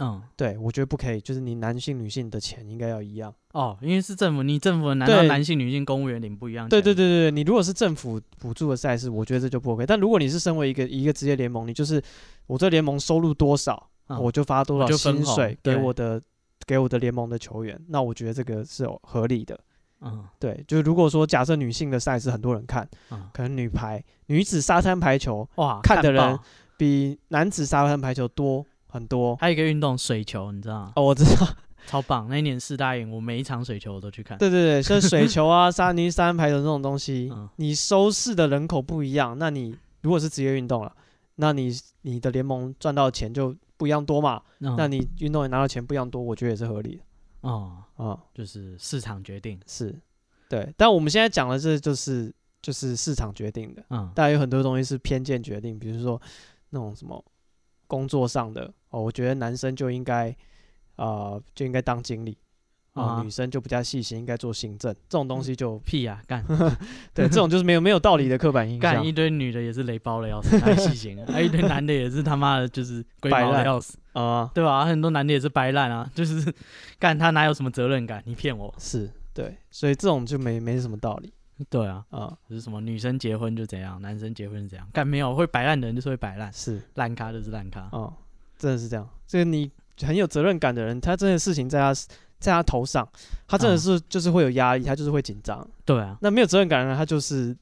Speaker 2: 嗯
Speaker 1: 对我觉得不可以，就是你男性女性的钱应该要一样。
Speaker 2: 哦，因为是政府，你政府难道
Speaker 1: 对
Speaker 2: 男性女性公务员领不一样？
Speaker 1: 对对。对对，对你如果是政府补助的赛事，我觉得这就不 OK。但如果你是身为一个一个职业联盟，你就是我这联盟收入多少，
Speaker 2: 嗯
Speaker 1: 我就发多
Speaker 2: 我
Speaker 1: 少
Speaker 2: 就分
Speaker 1: 薪
Speaker 2: 红
Speaker 1: 水
Speaker 2: 对
Speaker 1: 给我的给我的联盟的球员，那我觉得这个是有合理的。
Speaker 2: 嗯
Speaker 1: 对，就是如果说假设女性的赛事很多人看，
Speaker 2: 嗯，
Speaker 1: 可能女排女子沙滩排球
Speaker 2: 哇，
Speaker 1: 看的
Speaker 2: 爆
Speaker 1: 人比男子沙滩排球多很多。
Speaker 2: 还有一个运动水球，你知道吗？
Speaker 1: 哦，我知道，
Speaker 2: 超棒！那一年四大运，我每一场水球我都去看。
Speaker 1: 对对对，像水球
Speaker 2: <laughs>
Speaker 1: 啊、沙泥沙滩排球这种东西，
Speaker 2: 嗯
Speaker 1: 你收视的人口不一样，那你如果是职业运动了，那你你的联盟赚到的钱就不一样多嘛，
Speaker 2: 嗯，
Speaker 1: 那你运动员拿到钱不一样多，我觉得也是合理的
Speaker 2: 哦，
Speaker 1: 啊、
Speaker 2: 就是市场决定。
Speaker 1: 是，对。但我们现在讲的这就是就是市场决定的，
Speaker 2: 嗯，
Speaker 1: 当然有很多东西是偏见决定，比如说那种什么工作上的哦，我觉得男生就应该呃就应该当经理。啊、
Speaker 2: 啊嗯
Speaker 1: 女生就比较细心，应该做行政这种东西就
Speaker 2: 屁呀、干
Speaker 1: 对，这种就是没有没有道理的刻板印 <laughs>
Speaker 2: 干
Speaker 1: 象
Speaker 2: 一。堆女的也是雷包的要死， <laughs> 太细心了；，啊还有一堆男的也是他妈的，就是龟毛
Speaker 1: 摆
Speaker 2: 的
Speaker 1: 烂
Speaker 2: 要死，
Speaker 1: 啊、
Speaker 2: 对吧？很多男的也是白烂啊，就是干他哪有什么责任感？你骗我？
Speaker 1: 是对，所以这种就没没什么道理
Speaker 2: 对啊，
Speaker 1: 啊、
Speaker 2: 就是什么女生结婚就怎样，男生结婚是怎样，干没有会摆烂的人就是会摆烂，
Speaker 1: 是
Speaker 2: 烂咖就是烂咖
Speaker 1: 啊、。真的是这样。这个你很有责任感的人，他真的事情在他在他头上，他真的
Speaker 2: 嗯
Speaker 1: 是、就是会有压力，他就是会紧张。
Speaker 2: 对啊，
Speaker 1: 那没有责任感的人，他就是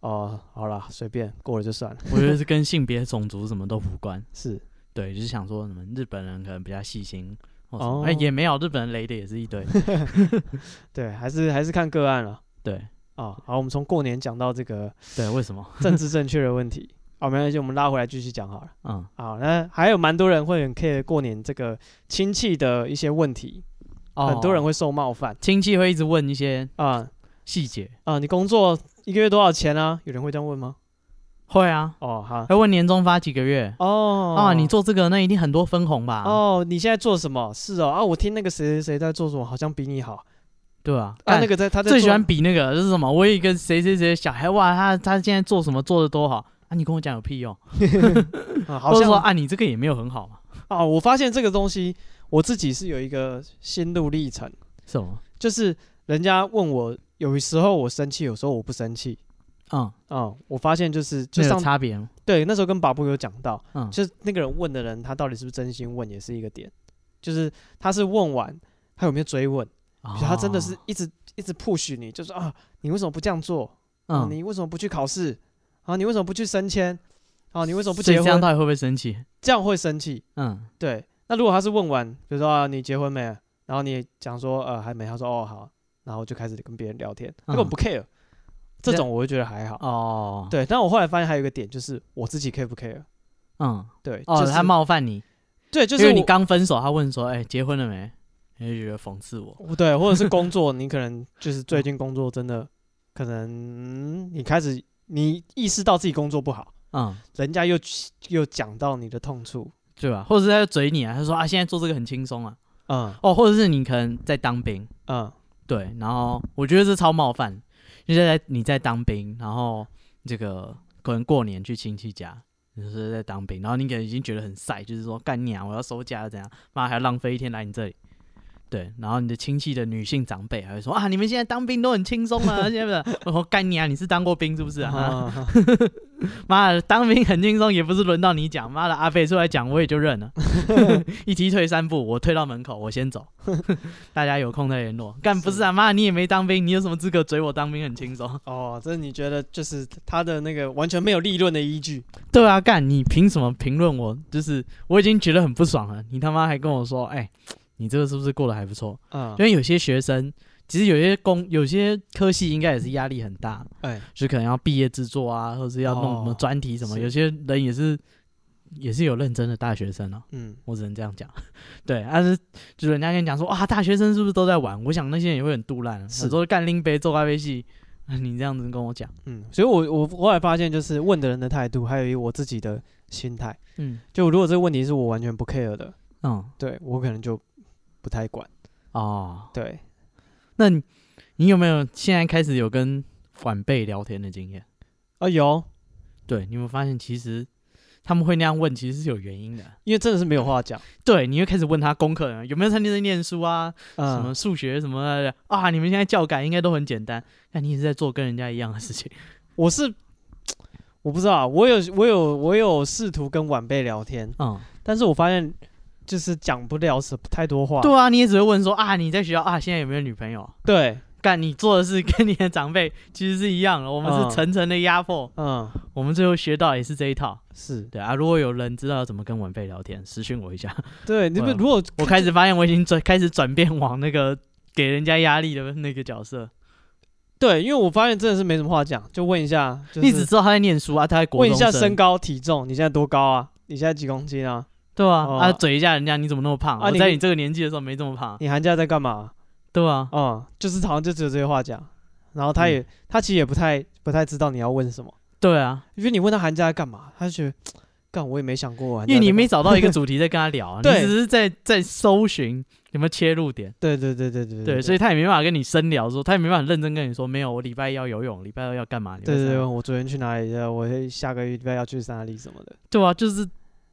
Speaker 1: 哦、好啦，随便过了就算了。
Speaker 2: 我觉得是跟性别、种族什么都无关。
Speaker 1: 是
Speaker 2: 对，就是想说什么日本人可能比较细心，或什么
Speaker 1: 哦
Speaker 2: 哎、也没有，日本人雷的也是一堆。
Speaker 1: <laughs> 对，还是还是看个案了
Speaker 2: 对
Speaker 1: 啊、好，我们从过年讲到这
Speaker 2: <laughs>
Speaker 1: 个
Speaker 2: 对，为什么？
Speaker 1: 政治正确的问题，好、没关系，我们拉回来继续讲好了。
Speaker 2: 嗯
Speaker 1: 好，那还有蛮多人会很 care 过年这个亲戚的一些问题，
Speaker 2: 哦，
Speaker 1: 很多人会受冒犯
Speaker 2: 亲戚会一直问一些
Speaker 1: 啊。
Speaker 2: 细节，
Speaker 1: 啊、你工作一个月多少钱啊？有人会这样问吗？
Speaker 2: 会啊，
Speaker 1: 哦，好，
Speaker 2: <laughs> 还问年终发几个月、
Speaker 1: 哦，
Speaker 2: 啊？你做这个那一定很多分红吧？，
Speaker 1: 哦，你现在做什么？是哦，啊，我听那个谁谁谁在做什么，好像比你好。
Speaker 2: 对啊，
Speaker 1: 啊，
Speaker 2: 干
Speaker 1: 那个在他在
Speaker 2: 最喜
Speaker 1: 做
Speaker 2: 欢比那个就是什么？我有一个谁谁谁的小孩，哇，他他现在做什么做的多好啊？你跟我讲有屁用？
Speaker 1: 啊好
Speaker 2: 或者
Speaker 1: 像
Speaker 2: 说啊，你这个也没有很好嘛？
Speaker 1: 啊，我发现这个东西我自己是有一个心路历程，
Speaker 2: 什么？
Speaker 1: 就是人家问我，有时候我生气，有时候我不生气。
Speaker 2: 嗯，
Speaker 1: 啊、我发现就是就
Speaker 2: 就有
Speaker 1: 上
Speaker 2: 差别吗？
Speaker 1: 对那时候跟巴布有讲到，
Speaker 2: 嗯，
Speaker 1: 就是那个人问的人，他到底是不是真心问，也是一个点。就是他是问完，他有没有追问？比如他真的是
Speaker 2: 哦，
Speaker 1: 一直一直 push 你，就是啊，你为什么不这样做？啊，
Speaker 2: 嗯，
Speaker 1: 你为什么不去考试？啊，你为什么不去升迁？啊，你为什么不
Speaker 2: 所以
Speaker 1: 结
Speaker 2: 这样
Speaker 1: 婚？
Speaker 2: 到底会不会生气？
Speaker 1: 这样会生气。
Speaker 2: 嗯。
Speaker 1: 对，那如果他是问完，比如说啊，你结婚没？然后你讲说呃还没，他说哦好，然后就开始跟别人聊天，他根本
Speaker 2: 嗯
Speaker 1: 不 care。这
Speaker 2: 那
Speaker 1: 种我会觉得还好。
Speaker 2: 哦，，
Speaker 1: 对，但我后来发现还有一个点就是我自己 care 不 care？
Speaker 2: 嗯，
Speaker 1: 对，
Speaker 2: 哦，
Speaker 1: 就是
Speaker 2: 他冒犯你，
Speaker 1: 对，就
Speaker 2: 因
Speaker 1: 是
Speaker 2: 为你
Speaker 1: 我
Speaker 2: 刚分手，他问说，哎、结婚了没？你就觉得讽刺我，
Speaker 1: 哦对，或者是工作，你可能就是最近工作真的，可能嗯你开始你意识到自己工作不好，
Speaker 2: 嗯，
Speaker 1: 人家又又讲到你的痛处，
Speaker 2: 对吧？或者是他就嘴你啊，他说啊，现在做这个很轻松啊，
Speaker 1: 嗯
Speaker 2: 哦，或者是你可能在当兵，
Speaker 1: 嗯
Speaker 2: 对，然后我觉得这超冒犯，就是在你在当兵，然后这个可能过年去亲戚家。你就是在当兵，然后你可能已经觉得很晒，就是说干你啊，我要收假了怎样？妈还要浪费一天来你这里，对，然后你的亲戚的女性长辈还会说啊，你们现在当兵都很轻松啊，现在不是？我 <laughs> 说干你啊，你是当过兵是不是啊？ <laughs>
Speaker 1: 啊
Speaker 2: 妈的，当兵很轻松，也不是轮到你讲。妈的，阿飞出来讲我也就认了， <laughs> 一踢退三步，我退到门口，我先走。 <laughs> 大家有空再联络。干不是啊，妈，你也没当兵，你有什么资格嘴我当兵很轻松？ <laughs>
Speaker 1: 哦，这你觉得就是他的那个完全没有立论的依据，
Speaker 2: 对啊，干你凭什么评论我？就是我已经觉得很不爽了，你他妈还跟我说，哎、你这个是不是过得还不错？
Speaker 1: 嗯
Speaker 2: 因，为有些学生，其实有些工、有些科系应该也是压力很大，
Speaker 1: 哎，
Speaker 2: 就可能要毕业制作啊，或是要弄什么
Speaker 1: 哦
Speaker 2: 专题什么。
Speaker 1: 是
Speaker 2: 有些人也是也是有认真的大学生哦、
Speaker 1: 嗯，
Speaker 2: 我只能这样讲。 <laughs> 对，但是就是人家跟你讲说，哇，大学生是不是都在玩？我想那些人也会很杜烂，
Speaker 1: 是
Speaker 2: 我说干拎杯做咖啡系， <laughs> 你这样子跟我讲，
Speaker 1: 嗯，所以我我后来发现，就是问的人的态度，还有一我自己的心态。
Speaker 2: 嗯
Speaker 1: 就如果这个问题是我完全不 care 的，
Speaker 2: 嗯
Speaker 1: 对我可能就不太管。
Speaker 2: 哦。
Speaker 1: 对，
Speaker 2: 那你你有没有现在开始有跟晚辈聊天的经验？
Speaker 1: 啊有，
Speaker 2: 对，你有没有发现其实他们会那样问，其实是有原因的。
Speaker 1: 因为真的是没有话讲，
Speaker 2: 对，你会开始问他功课有没有在认真念书啊，什么
Speaker 1: 嗯，
Speaker 2: 数学什么的啊？你们现在教改应该都很简单，但你也是在做跟人家一样的事情。
Speaker 1: 我是我不知道啊，我有我有我有试图跟晚辈聊天，
Speaker 2: 嗯，
Speaker 1: 但是我发现就是讲不了什太多话。
Speaker 2: 对啊，你也只会问说啊，你在学校啊，现在有没有女朋友？
Speaker 1: 对，
Speaker 2: 干，你做的事跟你的长辈其实是一样的，我们
Speaker 1: 嗯
Speaker 2: 是层层的压迫，
Speaker 1: 嗯，
Speaker 2: 我们最后学到也是这一套。
Speaker 1: 是
Speaker 2: 对啊，如果有人知道要怎么跟晚辈聊天，私讯我一
Speaker 1: <laughs>
Speaker 2: 下。
Speaker 1: 对，你
Speaker 2: 我
Speaker 1: 们如果
Speaker 2: 啊我开始发现我已经转开始转变往那个给人家压力的那个角色。
Speaker 1: 对，因为我发现真的是没什么话讲，就问一下，就
Speaker 2: 你只
Speaker 1: 是
Speaker 2: 知道他在念书啊，他在国
Speaker 1: 问一
Speaker 2: 中
Speaker 1: 下
Speaker 2: 生，
Speaker 1: 身高体重，你现在多高啊？你现在几公斤啊？
Speaker 2: 对啊，
Speaker 1: 哦
Speaker 2: 啊嘴一下人家你怎么那么胖？
Speaker 1: 啊
Speaker 2: 我
Speaker 1: 你
Speaker 2: 在你这个年纪的时候没这
Speaker 1: <laughs>
Speaker 2: 么胖，
Speaker 1: 你寒假在干嘛？
Speaker 2: 对啊，
Speaker 1: 嗯，就是好像就只有这些话讲，然后
Speaker 2: 嗯
Speaker 1: 他也、他其实也不太不太知道你要问什么，
Speaker 2: 对啊，
Speaker 1: 因为你问他寒假在干嘛，他就觉得干我也没想过我寒假在
Speaker 2: 因
Speaker 1: 干嘛，
Speaker 2: 为你没找到一个主题在跟他聊
Speaker 1: <laughs>
Speaker 2: 啊，你
Speaker 1: 对
Speaker 2: 只是在在搜寻有没有切入点，
Speaker 1: 对对对对对
Speaker 2: 对，所以他也没办法跟你深聊说他也没办法认真跟你说，没有，我礼拜一要游泳，礼拜二要干嘛？礼拜
Speaker 1: 对对
Speaker 2: 三
Speaker 1: 对，
Speaker 2: 要
Speaker 1: 我昨天去哪里？呃我下个礼拜要去哪里什么的。
Speaker 2: 对啊，就是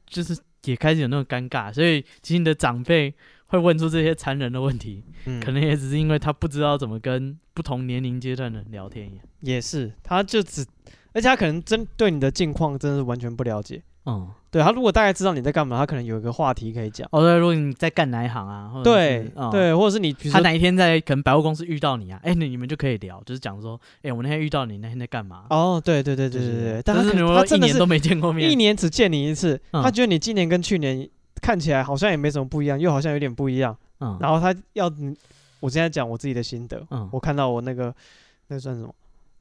Speaker 2: 就是也开始有那种尴尬，所以其实你的长辈会问出这些残忍的问题，
Speaker 1: 嗯，
Speaker 2: 可能也只是因为他不知道怎么跟不同年龄阶段的人聊天一样。
Speaker 1: 也是，他就只，而且他可能真对你的近况真的是完全不了解。
Speaker 2: 嗯，
Speaker 1: 对他如果大概知道你在干嘛，他可能有一个话题可以讲。
Speaker 2: 哦对，如果你在干哪一行啊，或者
Speaker 1: 对
Speaker 2: 是、嗯、
Speaker 1: 对，或者是你比如
Speaker 2: 他
Speaker 1: 说
Speaker 2: 哪一天在可能百货公司遇到你啊，哎、那你们就可以聊，就是讲说，哎、我那天遇到你，那天在干嘛？
Speaker 1: 哦，对对对
Speaker 2: 就
Speaker 1: 对
Speaker 2: 是，
Speaker 1: 对对，但
Speaker 2: 但
Speaker 1: 他
Speaker 2: 是
Speaker 1: 可
Speaker 2: 你
Speaker 1: 能
Speaker 2: 们
Speaker 1: 他真的
Speaker 2: 一年
Speaker 1: 是
Speaker 2: 都没见过面，
Speaker 1: 一年只见你一次，
Speaker 2: 嗯
Speaker 1: 他觉得你今年跟去年看起来好像也没什么不一样，又好像有点不一哦样。
Speaker 2: 嗯
Speaker 1: 然后他要你，我现在讲我自己的心得，
Speaker 2: 嗯
Speaker 1: 我看到我那个那算什么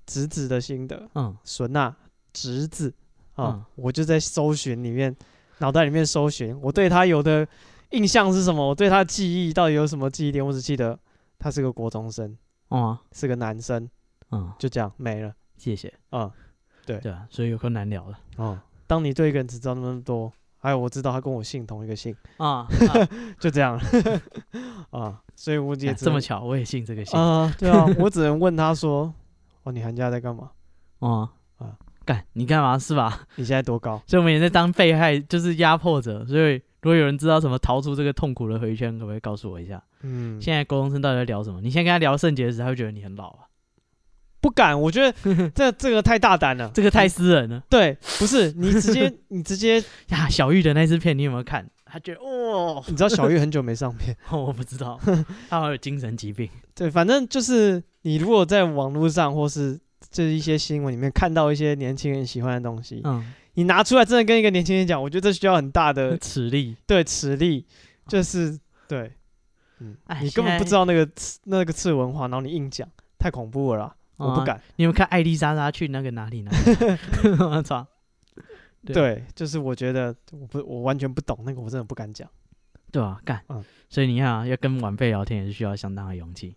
Speaker 1: 侄子的心得，
Speaker 2: 嗯
Speaker 1: 孙娜侄子啊，
Speaker 2: 嗯
Speaker 1: 我就在搜寻里面，脑袋里面搜寻，我对他有的印象是什么？我对他的记忆到底有什么记忆点？我只记得他是个国中生，
Speaker 2: 哦啊
Speaker 1: 是个男生，
Speaker 2: 嗯，
Speaker 1: 就这样没了。
Speaker 2: 谢谢，
Speaker 1: 嗯，
Speaker 2: 对啊，所以有困难聊了
Speaker 1: 哦，当你对一个人只知道那么多，还有我知道他跟我姓同一个
Speaker 2: <laughs>
Speaker 1: 姓，
Speaker 2: 啊，啊
Speaker 1: 就这样 <laughs> 啊，所以我也
Speaker 2: 哎
Speaker 1: 只
Speaker 2: 这
Speaker 1: 能
Speaker 2: 么巧，我也信这个信，啊、
Speaker 1: 啊，对啊，我只能问他说，哦，你寒假在干嘛？
Speaker 2: 嗯、
Speaker 1: 啊
Speaker 2: 干你干嘛是吧？ <laughs>
Speaker 1: 你现在多高？
Speaker 2: 所以我们也在当被害，就是压迫者。所以如果有人知道怎么逃出这个痛苦的回圈，可不可以告诉我一下？
Speaker 1: 嗯，
Speaker 2: 现在高中生到底在聊什么？你现在跟他聊圣洁时，他会觉得你很老啊，
Speaker 1: 不敢，我觉得这这个太大
Speaker 2: <laughs>
Speaker 1: 胆了，
Speaker 2: 这个太私人了
Speaker 1: 对，不是你直接 <laughs> 你直接，
Speaker 2: 呀。小玉的那支片你有没有看？他觉得哦， <laughs>
Speaker 1: 你知道小玉很久没上片， <laughs>
Speaker 2: 我不知道，他好像有精神疾病。
Speaker 1: 对，反正就是你如果在网络上或是就是一些新闻里面看到一些年轻人喜欢的东西，
Speaker 2: 嗯，
Speaker 1: 你拿出来真的跟一个年轻人讲，我觉得这需要很大的
Speaker 2: 齿力。
Speaker 1: 对磁力，
Speaker 2: 哦
Speaker 1: 就是对，嗯
Speaker 2: 哎，
Speaker 1: 你根本
Speaker 2: 现
Speaker 1: 不
Speaker 2: 在
Speaker 1: 知道那个次那个次文化，然后你硬讲，太恐怖了啦，我
Speaker 2: 嗯
Speaker 1: 不。敢。
Speaker 2: 你有没有看艾丽莎莎去那个哪里哪 <laughs> 里？我操！对
Speaker 1: 对，就是我觉得我不我完全不懂那个，我真的不敢讲。
Speaker 2: 对吧？干
Speaker 1: 嗯。
Speaker 2: 所以你看啊，要跟晚辈聊天也是需要相当的勇气。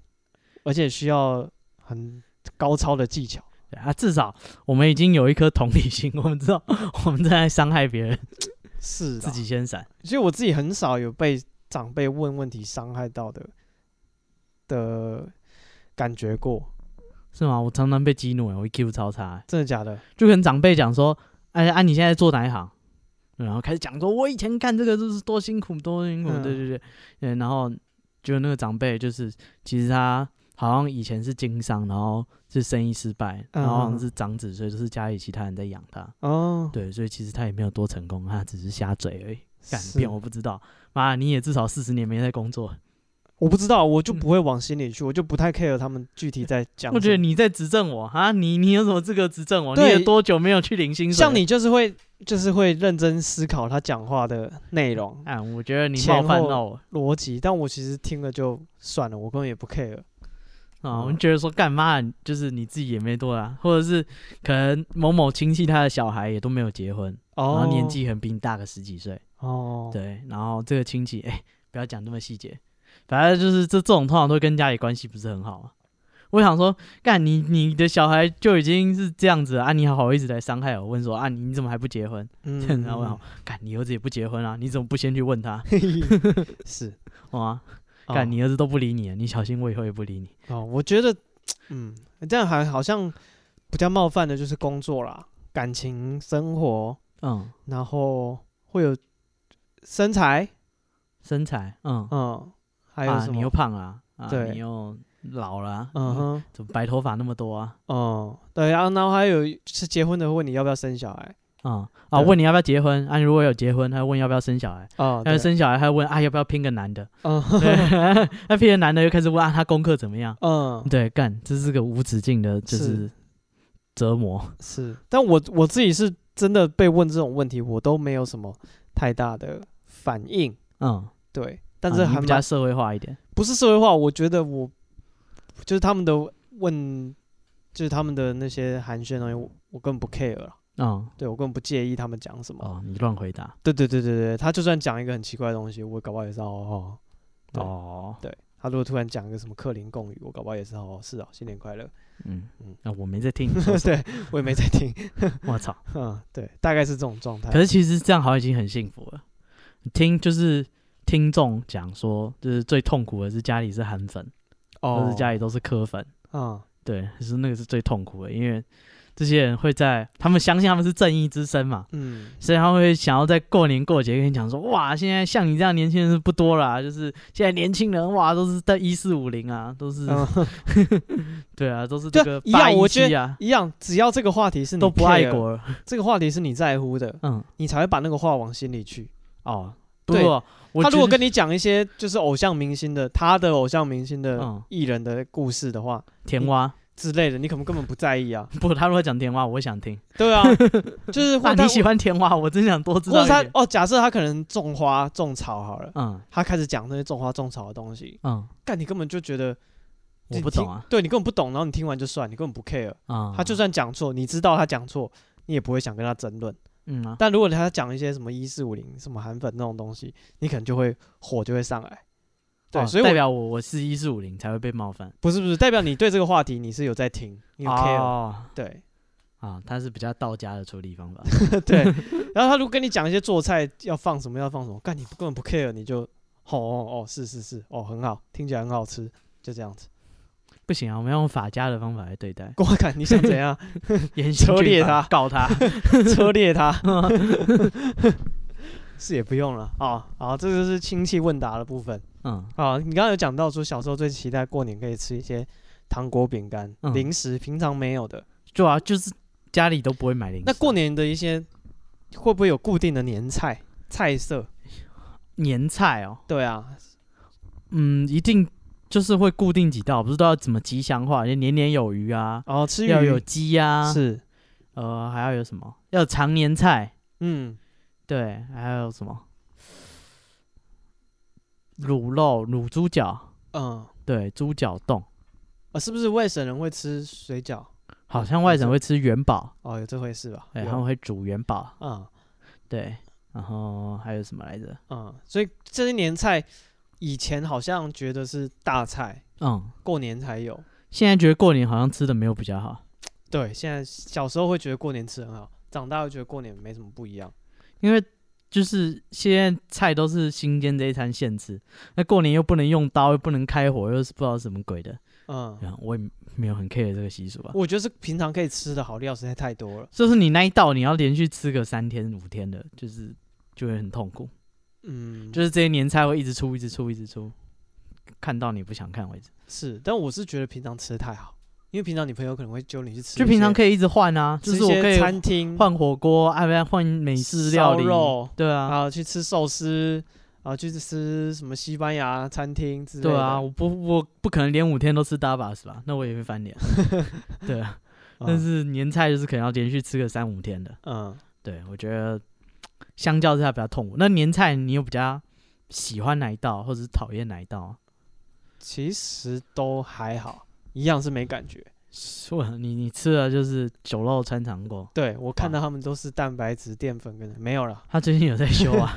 Speaker 1: 而且需要很高超的技巧。
Speaker 2: 对啊，至少我们已经有一颗同理心，我们知道我们正在伤害别人，
Speaker 1: 是啊
Speaker 2: 自
Speaker 1: 自己，
Speaker 2: 己先闪。
Speaker 1: 所以我自己很少有被长辈问问题伤害到的的感觉过，
Speaker 2: 是吗？我常常被激怒欸，我 EQ 超差欸，
Speaker 1: 真的假的？
Speaker 2: 就跟长辈讲说，哎啊，你现在做哪一行？然后开始讲说，我以前干这个就是多辛苦，多辛苦，
Speaker 1: 嗯
Speaker 2: 对对对，嗯，然后就那个长辈就是其实他好像以前是经商，然后是生意失败，然后好
Speaker 1: 嗯
Speaker 2: 像是长子，所以就是家里其他人在养他。
Speaker 1: 哦，
Speaker 2: 对，所以其实他也没有多成功，他只是瞎嘴而已。干
Speaker 1: 是
Speaker 2: 变我不知道，妈，你也至少四十年没在工作。
Speaker 1: 我不知道，我就
Speaker 2: 嗯
Speaker 1: 不会往心里去，我就不太 care 他们具体在讲什么。
Speaker 2: 我觉得你在指正我啊，你你有什么资格指正我？你
Speaker 1: 对
Speaker 2: 有多久没有去领薪水？
Speaker 1: 像，你就是会就是会认真思考他讲话的内容
Speaker 2: 哎，我觉得你
Speaker 1: 前
Speaker 2: 冒犯
Speaker 1: 后
Speaker 2: 到我
Speaker 1: 逻辑，但我其实听了就算了，我根本也不 care。
Speaker 2: 啊，我
Speaker 1: 嗯
Speaker 2: 就觉得说干嘛，就是你自己也没多大，或者是可能某某亲戚他的小孩也都没有结婚，然
Speaker 1: 哦，
Speaker 2: 后年纪可能比你大个十几岁，
Speaker 1: 哦，
Speaker 2: 对，然后这个亲戚，哎，不要讲这么细节，反正就是这这种通常都跟家里关系不是很好啊。我想说，干你你的小孩就已经是这样子了啊，你还好意思来伤害我？问说啊，你你怎么还不结婚？ <laughs>
Speaker 1: 嗯，
Speaker 2: 然后问好，干你儿子也不结婚啊，你怎么不先去
Speaker 1: <laughs>
Speaker 2: 问他？
Speaker 1: 是，
Speaker 2: 哇、
Speaker 1: 哦
Speaker 2: <laughs> 干你儿子都不理你了，你小心我以后也不理你。
Speaker 1: 哦，我觉得，嗯，这样还好像比较冒犯的就是工作啦，感情、生活，
Speaker 2: 嗯，
Speaker 1: 然后会有身材，
Speaker 2: 身材，嗯，
Speaker 1: 嗯，还有
Speaker 2: 啊，
Speaker 1: 什
Speaker 2: 你
Speaker 1: 么
Speaker 2: 又？胖了啊，啊
Speaker 1: 对
Speaker 2: 你又老了啊，
Speaker 1: 嗯哼，
Speaker 2: 怎么白头发那么多啊？
Speaker 1: 哦、对，然后然后还有是结婚的问你要不要生小孩，
Speaker 2: 嗯，啊，
Speaker 1: 对
Speaker 2: 问你要不要结婚啊？你如果有结婚，他问要不要生小孩，
Speaker 1: 哦，
Speaker 2: 但
Speaker 1: 对
Speaker 2: 是，生小孩还问啊要不要拼个男的， <laughs>
Speaker 1: 嗯
Speaker 2: 对，那拼个男的又开始问啊他功课怎么样？
Speaker 1: 嗯，
Speaker 2: 对，干，这是个无止境的，就是是折磨。
Speaker 1: 是，但我我自己是真的被问这种问题，我都没有什么太大的反应，
Speaker 2: 嗯，
Speaker 1: 对，但
Speaker 2: 啊
Speaker 1: 是
Speaker 2: 你
Speaker 1: 还
Speaker 2: 比较
Speaker 1: 蛮
Speaker 2: 社会化一点。
Speaker 1: 不是社会化，我觉得我就是他们的问，就是他们的那些寒暄东西，我我根本不 care 了。
Speaker 2: 嗯，
Speaker 1: 对，我根本不介意他们讲什么。
Speaker 2: 哦，你乱回答。
Speaker 1: 对对对对对，他就算讲一个很奇怪的东西，我搞不好也是哦哦。对
Speaker 2: 哦，
Speaker 1: 对他如果突然讲一个什么克林贡语，我搞不好也是哦是哦，新年快乐。 <laughs>
Speaker 2: 嗯
Speaker 1: 嗯，
Speaker 2: 那我没在听你说什
Speaker 1: 对我也没在听， <laughs>
Speaker 2: 么，我操！
Speaker 1: 嗯，对，大概是这种状态
Speaker 2: 可。是其实这样好像已经很幸福了。听就是听众讲说，就是最痛苦的是家里是韩粉，或
Speaker 1: 哦
Speaker 2: 是家里都是柯粉，
Speaker 1: 嗯
Speaker 2: 对，就是那个是最痛苦的，因为这些人会在他们相信他们是正义之声嘛，
Speaker 1: 嗯
Speaker 2: 所以他会想要在过年过节跟你讲说，哇，现在像你这样年轻人是不多啦，就是现在年轻人哇都是在一四五零啊，都是、
Speaker 1: 嗯，
Speaker 2: <laughs> 对啊，都是
Speaker 1: 对
Speaker 2: 这个
Speaker 1: 一样
Speaker 2: 八一
Speaker 1: 嗯我觉得
Speaker 2: 七啊，
Speaker 1: 一样，只要这个话题是你
Speaker 2: 都不爱
Speaker 1: care，
Speaker 2: 国了，
Speaker 1: 这个话题是你在乎的，
Speaker 2: 嗯，
Speaker 1: 你才会把那个话往心里去。
Speaker 2: 哦，不
Speaker 1: 对
Speaker 2: 过我
Speaker 1: 他如
Speaker 2: 觉
Speaker 1: 果
Speaker 2: 得
Speaker 1: 跟你讲一些就是偶像明星的他的偶像明星的
Speaker 2: 嗯
Speaker 1: 艺人的故事的话
Speaker 2: 甜蛙。
Speaker 1: 之类的，你可能根本不在意啊。
Speaker 2: 不，他如果讲甜蛙，我会想听。
Speaker 1: 对
Speaker 2: <laughs>
Speaker 1: 啊，就是
Speaker 2: 啊，
Speaker 1: 或
Speaker 2: 你喜
Speaker 1: 欢，
Speaker 2: 欢甜蛙，我真想多知
Speaker 1: 或
Speaker 2: 道
Speaker 1: 者
Speaker 2: 一
Speaker 1: 他
Speaker 2: 点。
Speaker 1: 哦，假设他可能种花种草好了，
Speaker 2: 嗯
Speaker 1: 他开始讲那些种花种草的东西，
Speaker 2: 嗯，
Speaker 1: 干你根本就觉得
Speaker 2: 我
Speaker 1: 你
Speaker 2: 不
Speaker 1: 听
Speaker 2: 懂啊。
Speaker 1: 对你根本不懂，然后你听完就算，你根本不 care，
Speaker 2: 啊，
Speaker 1: 他就算讲错，你知道他讲错，你也不会想跟他争论。
Speaker 2: 嗯啊，
Speaker 1: 但如果他讲一些什么一四五零、什么韩粉那种东西，你可能就会火就会上来。对，
Speaker 2: 哦
Speaker 1: 所以我
Speaker 2: 代表我我是一四五零才会被冒犯。
Speaker 1: 不是不是，代表你对这个话题你是有在听，你有 care，、
Speaker 2: 哦 <laughs>
Speaker 1: 对
Speaker 2: 啊，他是比较道家的处理方法。
Speaker 1: 对。然后他如果跟你讲一些做菜要放什么要放什么，干你根本不 care，你就哦哦哦是是是哦很好，听起来很好吃，就这样子。 <laughs>，
Speaker 2: 不行啊，我们要用法家的方法来对待
Speaker 1: 我看你想怎
Speaker 2: <laughs>
Speaker 1: 样
Speaker 2: 严刑
Speaker 1: 狩猎
Speaker 2: 峻法
Speaker 1: 他 <laughs>
Speaker 2: 告他。
Speaker 1: 车裂
Speaker 2: <laughs>
Speaker 1: 他，是也不用了啊。好，这就是亲戚问答的部分
Speaker 2: 嗯
Speaker 1: 啊。你刚刚有讲到说小时候最期待过年可以吃一些糖果、饼干、
Speaker 2: 嗯
Speaker 1: 零食，平常没有的。
Speaker 2: 对啊，就是家里都不会买零食。
Speaker 1: 那过年的一些会不会有固定的年菜菜色？
Speaker 2: 年菜哦，
Speaker 1: 对啊，
Speaker 2: 嗯，一定就是会固定几道，不是都要怎么吉祥话，就年年有余啊，
Speaker 1: 然后哦吃鱼
Speaker 2: 要有鸡啊，
Speaker 1: 是，
Speaker 2: 呃，还要有什么？要有常年菜。
Speaker 1: 嗯，
Speaker 2: 对，还有什么卤肉、卤猪脚，
Speaker 1: 嗯，
Speaker 2: 对，猪脚冻，
Speaker 1: 啊，是不是外省人会吃水饺？
Speaker 2: 好像外省会吃元宝，
Speaker 1: 哦，有这回事吧？
Speaker 2: 对，
Speaker 1: 有
Speaker 2: 哎他们会煮元宝，
Speaker 1: 嗯
Speaker 2: 对，然后还有什么来着？
Speaker 1: 嗯，所以这些年菜以前好像觉得是大菜，
Speaker 2: 嗯，
Speaker 1: 过年才有。
Speaker 2: 现在觉得过年好像吃的没有比较好，
Speaker 1: 对，现在小时候会觉得过年吃很好，长大会觉得过年没什么不一样。
Speaker 2: 因为就是现在菜都是新鲜这一餐现吃，那过年又不能用刀，又不能开火，又是不知道什么鬼的，
Speaker 1: 嗯，
Speaker 2: 然后我也没有很 care 这个习俗啊。
Speaker 1: 我觉得是平常可以吃的好料实在太多了。
Speaker 2: 就是你那一道你要连续吃个三天五天的，就是就会很痛苦。
Speaker 1: 嗯，
Speaker 2: 就是这些年菜会一直出，一直出，一直出。看到你不想看为止。
Speaker 1: 是，但我是觉得平常吃太好，因为平常你朋友可能会揪你去吃一些，
Speaker 2: 就平常可以一直换啊，就
Speaker 1: 吃一
Speaker 2: 是我
Speaker 1: 些
Speaker 2: 可以
Speaker 1: 餐厅
Speaker 2: 换火锅，啊，不然换美式料
Speaker 1: 烧
Speaker 2: 理，
Speaker 1: 肉
Speaker 2: 对啊，
Speaker 1: 啊，去吃寿司啊，去吃什么西班牙餐厅之类的。
Speaker 2: 对啊，我不我不可能连五天都吃 Starbucks 吧？那我也会翻
Speaker 1: <laughs>
Speaker 2: 脸，对啊。
Speaker 1: 嗯，
Speaker 2: 但是年菜就是可能要连续吃个三五天的，
Speaker 1: 嗯，
Speaker 2: 对我觉得相较之下比较痛苦。那年菜你有比较喜欢哪一道，或者是讨厌哪一道啊？
Speaker 1: 其实都还好，一样是没感觉。
Speaker 2: 是啊你你吃的就是酒肉穿肠过，
Speaker 1: 对我看到他们都是蛋白质、淀粉跟没有了，
Speaker 2: 他最近有在修啊，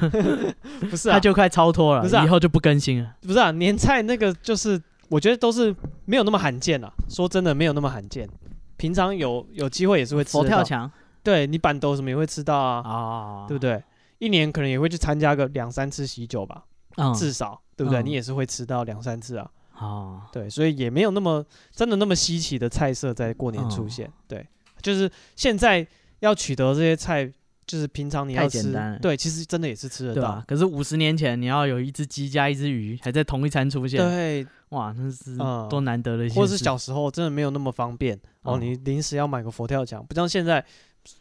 Speaker 1: 不 <laughs> 是啊
Speaker 2: 他，就快超脱了，
Speaker 1: 不是啊
Speaker 2: 以后就不更新了。
Speaker 1: 不是啊，年菜那个就是我觉得都是没有那么罕见啊。说真的，没有那么罕见。平常有有机会也是会吃
Speaker 2: 佛
Speaker 1: 得
Speaker 2: 跳
Speaker 1: 到，
Speaker 2: 墙
Speaker 1: 对你板豆什么也会吃到啊，
Speaker 2: 啊
Speaker 1: 对不？对？一年可能也会去参加个两三次喜酒吧，
Speaker 2: 嗯，
Speaker 1: 至少对不对？
Speaker 2: 嗯
Speaker 1: 你也是会吃到两三次啊，
Speaker 2: 哦，
Speaker 1: 对，所以也没有那么真的那么稀奇的菜色在过年出
Speaker 2: 嗯
Speaker 1: 现。对，就是现在要取得这些菜，就是平常你
Speaker 2: 太
Speaker 1: 要
Speaker 2: 简
Speaker 1: 吃
Speaker 2: 单了，
Speaker 1: 对，其实真的也是吃得
Speaker 2: 对啊
Speaker 1: 到。
Speaker 2: 吧？可是五十年前，你要有一只鸡加一只鱼，还在同一餐出现，
Speaker 1: 对，
Speaker 2: 哇，那是
Speaker 1: 嗯
Speaker 2: 多难得的一件事。
Speaker 1: 或者是小时候真的没有那么方便哦，
Speaker 2: 嗯
Speaker 1: 你临时要买个佛跳墙，不像现在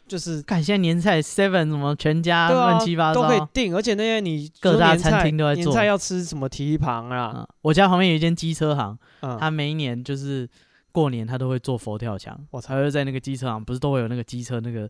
Speaker 1: 就是
Speaker 2: 看现在年菜 Seven 什么全家
Speaker 1: 对啊
Speaker 2: 乱七八
Speaker 1: 都可以
Speaker 2: 糟。
Speaker 1: 订，而且那些你
Speaker 2: 各
Speaker 1: 说
Speaker 2: 大
Speaker 1: 年
Speaker 2: 餐
Speaker 1: 菜
Speaker 2: 厅都在
Speaker 1: 年
Speaker 2: 做
Speaker 1: 菜要吃什么蹄膀啊，
Speaker 2: 嗯，我家旁边有一间机车行，
Speaker 1: 嗯，
Speaker 2: 他每一年就是过年他都会做佛跳墙，
Speaker 1: 我
Speaker 2: 他会在那个机车行，不是都会有那个机车那个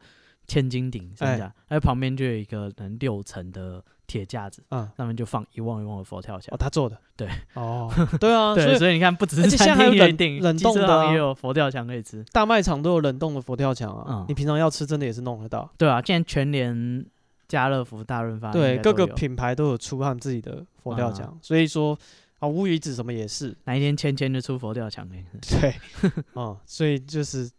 Speaker 2: 千斤顶
Speaker 1: 哎
Speaker 2: 三架，还有旁边就有一个可能六层的铁架子，
Speaker 1: 嗯，
Speaker 2: 上面就放一瓮一瓮的佛跳墙
Speaker 1: 哦，。他做的，
Speaker 2: 对， <laughs>
Speaker 1: 哦，对啊，所
Speaker 2: 对，
Speaker 1: 以
Speaker 2: 所以你看，不只
Speaker 1: 而
Speaker 2: 是
Speaker 1: 且现在
Speaker 2: 餐
Speaker 1: 还有
Speaker 2: 厅可以
Speaker 1: 冷
Speaker 2: 订，
Speaker 1: 冷
Speaker 2: 机
Speaker 1: 冻
Speaker 2: 车
Speaker 1: 的
Speaker 2: 行
Speaker 1: 啊
Speaker 2: 也有佛跳墙可以吃。
Speaker 1: 大卖场都有冷冻的佛跳墙啊
Speaker 2: 嗯，
Speaker 1: 你平常要吃真的也是弄得到，
Speaker 2: 对啊，现在全联、家乐福、大润发应
Speaker 1: 对，
Speaker 2: 该
Speaker 1: 各
Speaker 2: 都
Speaker 1: 个
Speaker 2: 有
Speaker 1: 品牌都有出他们自己的佛跳
Speaker 2: 嗯
Speaker 1: 墙，所以说啊，乌鱼子什么也是，
Speaker 2: 哪一天芊芊就出佛跳墙给你吃，
Speaker 1: 对，
Speaker 2: <laughs>
Speaker 1: 哦，所以就是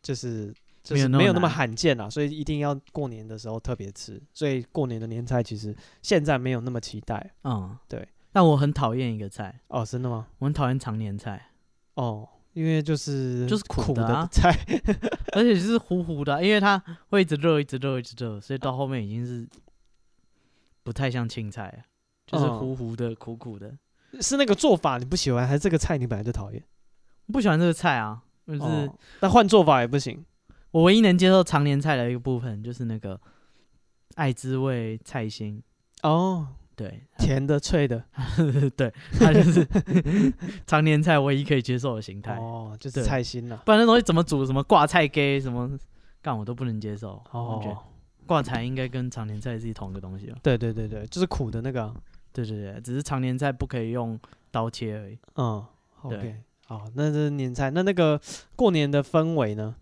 Speaker 1: 就是就
Speaker 2: 没有
Speaker 1: 是
Speaker 2: 那么
Speaker 1: 没有那么
Speaker 2: 难
Speaker 1: 罕见啦，所以一定要过年的时候特别吃。所以过年的年菜其实现在没有那么期待
Speaker 2: 嗯，
Speaker 1: 对。
Speaker 2: 但我很讨厌一个菜，
Speaker 1: 哦，真的吗？
Speaker 2: 我很讨厌常年
Speaker 1: <laughs>
Speaker 2: 菜，
Speaker 1: 哦，因为就是
Speaker 2: 就是苦
Speaker 1: 苦
Speaker 2: 的啊
Speaker 1: 菜， <laughs>
Speaker 2: 而且就是糊糊的啊，因为它会一直热，一直热，一直热，所以到后面已经是不太像青菜了，就是
Speaker 1: 嗯
Speaker 2: 糊糊的、苦苦的。
Speaker 1: 是那个做法你不喜欢，还是这个菜你本来就讨厌？
Speaker 2: 我不喜欢这个菜啊，就是、
Speaker 1: 哦，那换做法也不行。
Speaker 2: 我唯一能接受常年菜的一个部分，就是那个爱滋味菜心，
Speaker 1: 哦，
Speaker 2: 对，
Speaker 1: 甜的、脆的，
Speaker 2: 对，它就是
Speaker 1: <laughs>
Speaker 2: 常年菜唯一可以接受的形态。
Speaker 1: 哦，就是
Speaker 2: <laughs> 对
Speaker 1: 菜心啦。
Speaker 2: 不然那东西怎么煮？什么挂菜给什么，干我都不能接受。我觉得
Speaker 1: 哦，
Speaker 2: 挂菜应该跟常年菜是同一个东西吧？
Speaker 1: 对对对对，就是苦的那个啊、
Speaker 2: 对对对，只是常年菜不可以用刀切而已。
Speaker 1: 嗯
Speaker 2: 对
Speaker 1: ，OK，好，那这是年菜。那那个过年的氛围呢？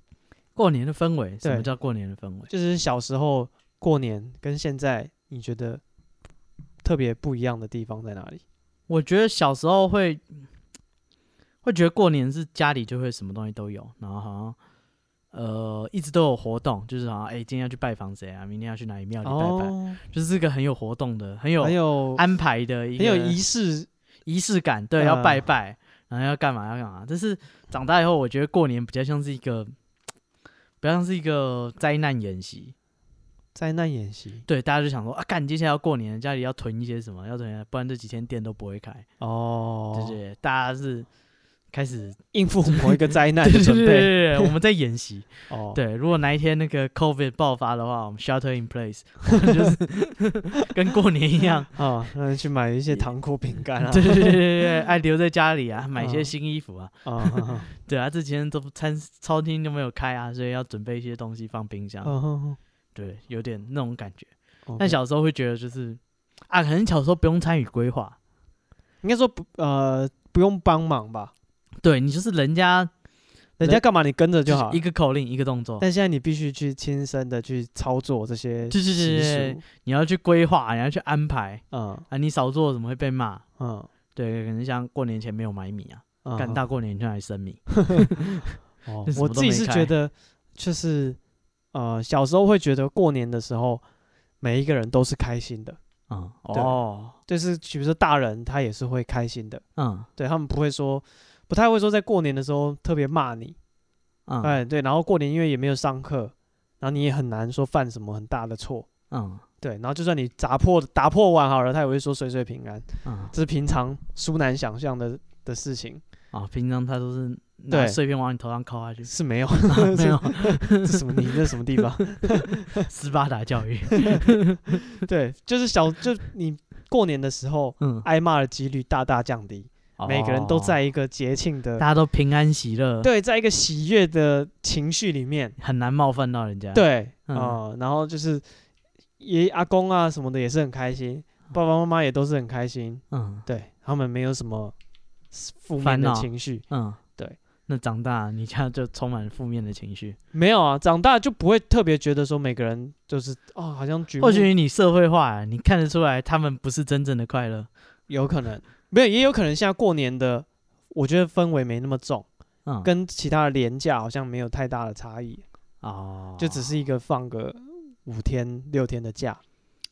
Speaker 2: 过年的氛围，什么
Speaker 1: 对
Speaker 2: 叫过年的氛围？
Speaker 1: 就是小时候过年跟现在，你觉得特别不一样的地方在哪里？
Speaker 2: 我觉得小时候会会觉得过年是家里就会什么东西都有，然后好像。呃，一直都有活动，就是好像哎、今天要去拜访谁啊，明天要去哪里庙里拜拜，，就是这个很有活动的，很有
Speaker 1: 哦很有
Speaker 2: 安排的一
Speaker 1: 很
Speaker 2: 个
Speaker 1: 有仪式，
Speaker 2: 仪式感，
Speaker 1: 嗯
Speaker 2: 对，要拜拜，然后要干嘛要干嘛。但是长大以后，我觉得过年比较像是一个，比较像是一个灾难演习。
Speaker 1: 灾难演习
Speaker 2: 对，大家就想说啊，干，接下来要过年了，家里要囤一些什么，要囤，不然这几天店都不会开。
Speaker 1: 哦
Speaker 2: 对，对对，大家是开始
Speaker 1: 应付某一个灾难的
Speaker 2: 对对
Speaker 1: 准
Speaker 2: 对
Speaker 1: 备
Speaker 2: 对对对我们在演习。
Speaker 1: 哦，
Speaker 2: 对，如果哪一天那个 COVID 爆发的话，我们 shelter in place，我们就是跟过年一样，
Speaker 1: 啊，那去买一些糖果、饼干啊，
Speaker 2: 对对对对对，哎，留在家里啊，买一些
Speaker 1: 嗯
Speaker 2: 新衣服啊。
Speaker 1: 啊啊
Speaker 2: 对啊，这几天都不餐餐厅都没有开啊，所以要准备一些东西放冰箱。
Speaker 1: 啊啊，
Speaker 2: 对，有点那种感觉。
Speaker 1: 哦
Speaker 2: 但小时候会觉得就是啊，可能小时候不用参与规划，
Speaker 1: 应该说不呃不用帮忙吧，
Speaker 2: 对你就是人家
Speaker 1: 人家干嘛你跟着
Speaker 2: 就
Speaker 1: 就是好
Speaker 2: 一。个口令一个动作，
Speaker 1: 但现在你必须去亲身的去操作这些
Speaker 2: 对对对
Speaker 1: 习
Speaker 2: 对
Speaker 1: 俗，
Speaker 2: 你要去规划，你要去安排
Speaker 1: 嗯
Speaker 2: 啊，你少做怎么会被骂？
Speaker 1: 嗯
Speaker 2: 对，可能像过年前没有买米啊，
Speaker 1: 嗯，
Speaker 2: 干大过年去哪里生米？
Speaker 1: 哦
Speaker 2: 就，什
Speaker 1: 我
Speaker 2: 么都
Speaker 1: 自己
Speaker 2: 没
Speaker 1: 是
Speaker 2: 开
Speaker 1: 觉得，就是呃，小时候会觉得过年的时候，每一个人都是开心的，
Speaker 2: 嗯，
Speaker 1: 对
Speaker 2: 哦，
Speaker 1: 就是比如说大人他也是会开心的，
Speaker 2: 嗯
Speaker 1: 对他们不会说，不太会说在过年的时候特别骂你，
Speaker 2: 嗯，
Speaker 1: 哎对，然后过年因为也没有上课，然后你也很难说犯什么很大的错，
Speaker 2: 嗯
Speaker 1: 对，然后就算你砸破打破碗好了，他也会说岁岁平安，
Speaker 2: 嗯
Speaker 1: 这是平常苏南想象的的事情，
Speaker 2: 啊，平常他都是拿
Speaker 1: 对
Speaker 2: 碎片往你头上敲下去，
Speaker 1: 是没有，
Speaker 2: <laughs> 没有
Speaker 1: 这什么你这什么地方？
Speaker 2: 斯巴达教育，
Speaker 1: <laughs> 对，就是小就你过年的时候
Speaker 2: 嗯，
Speaker 1: 挨骂的几率大大降低， <laughs> 每个人都
Speaker 2: 哦，
Speaker 1: 在一个节庆的
Speaker 2: 大家都平安喜
Speaker 1: <laughs>
Speaker 2: 乐，，
Speaker 1: 对，在一个喜悦的情绪里面，
Speaker 2: 很难冒犯到人家，，
Speaker 1: 对，
Speaker 2: 嗯
Speaker 1: 哦、然后就是爷阿公啊什么的也是很开心，爸爸妈妈也都是很开心，
Speaker 2: 嗯
Speaker 1: 对他们没有什么 s- 负面
Speaker 2: 烦
Speaker 1: 的
Speaker 2: 恼
Speaker 1: 情绪，
Speaker 2: 嗯，
Speaker 1: 对。
Speaker 2: 那长大你家就充满负面的情绪，
Speaker 1: 没有啊，长大就不会特别觉得说每个人就是哦，好像局
Speaker 2: 或
Speaker 1: 部
Speaker 2: 许你社会化，你看得出来他们不是真正的快乐，
Speaker 1: 有可能没有，也有可能现在过年的，我觉得氛围没那么重，
Speaker 2: 嗯，
Speaker 1: 跟其他的廉价好像没有太大的差异，
Speaker 2: 哦，
Speaker 1: 就只是一个放个五天六天的假，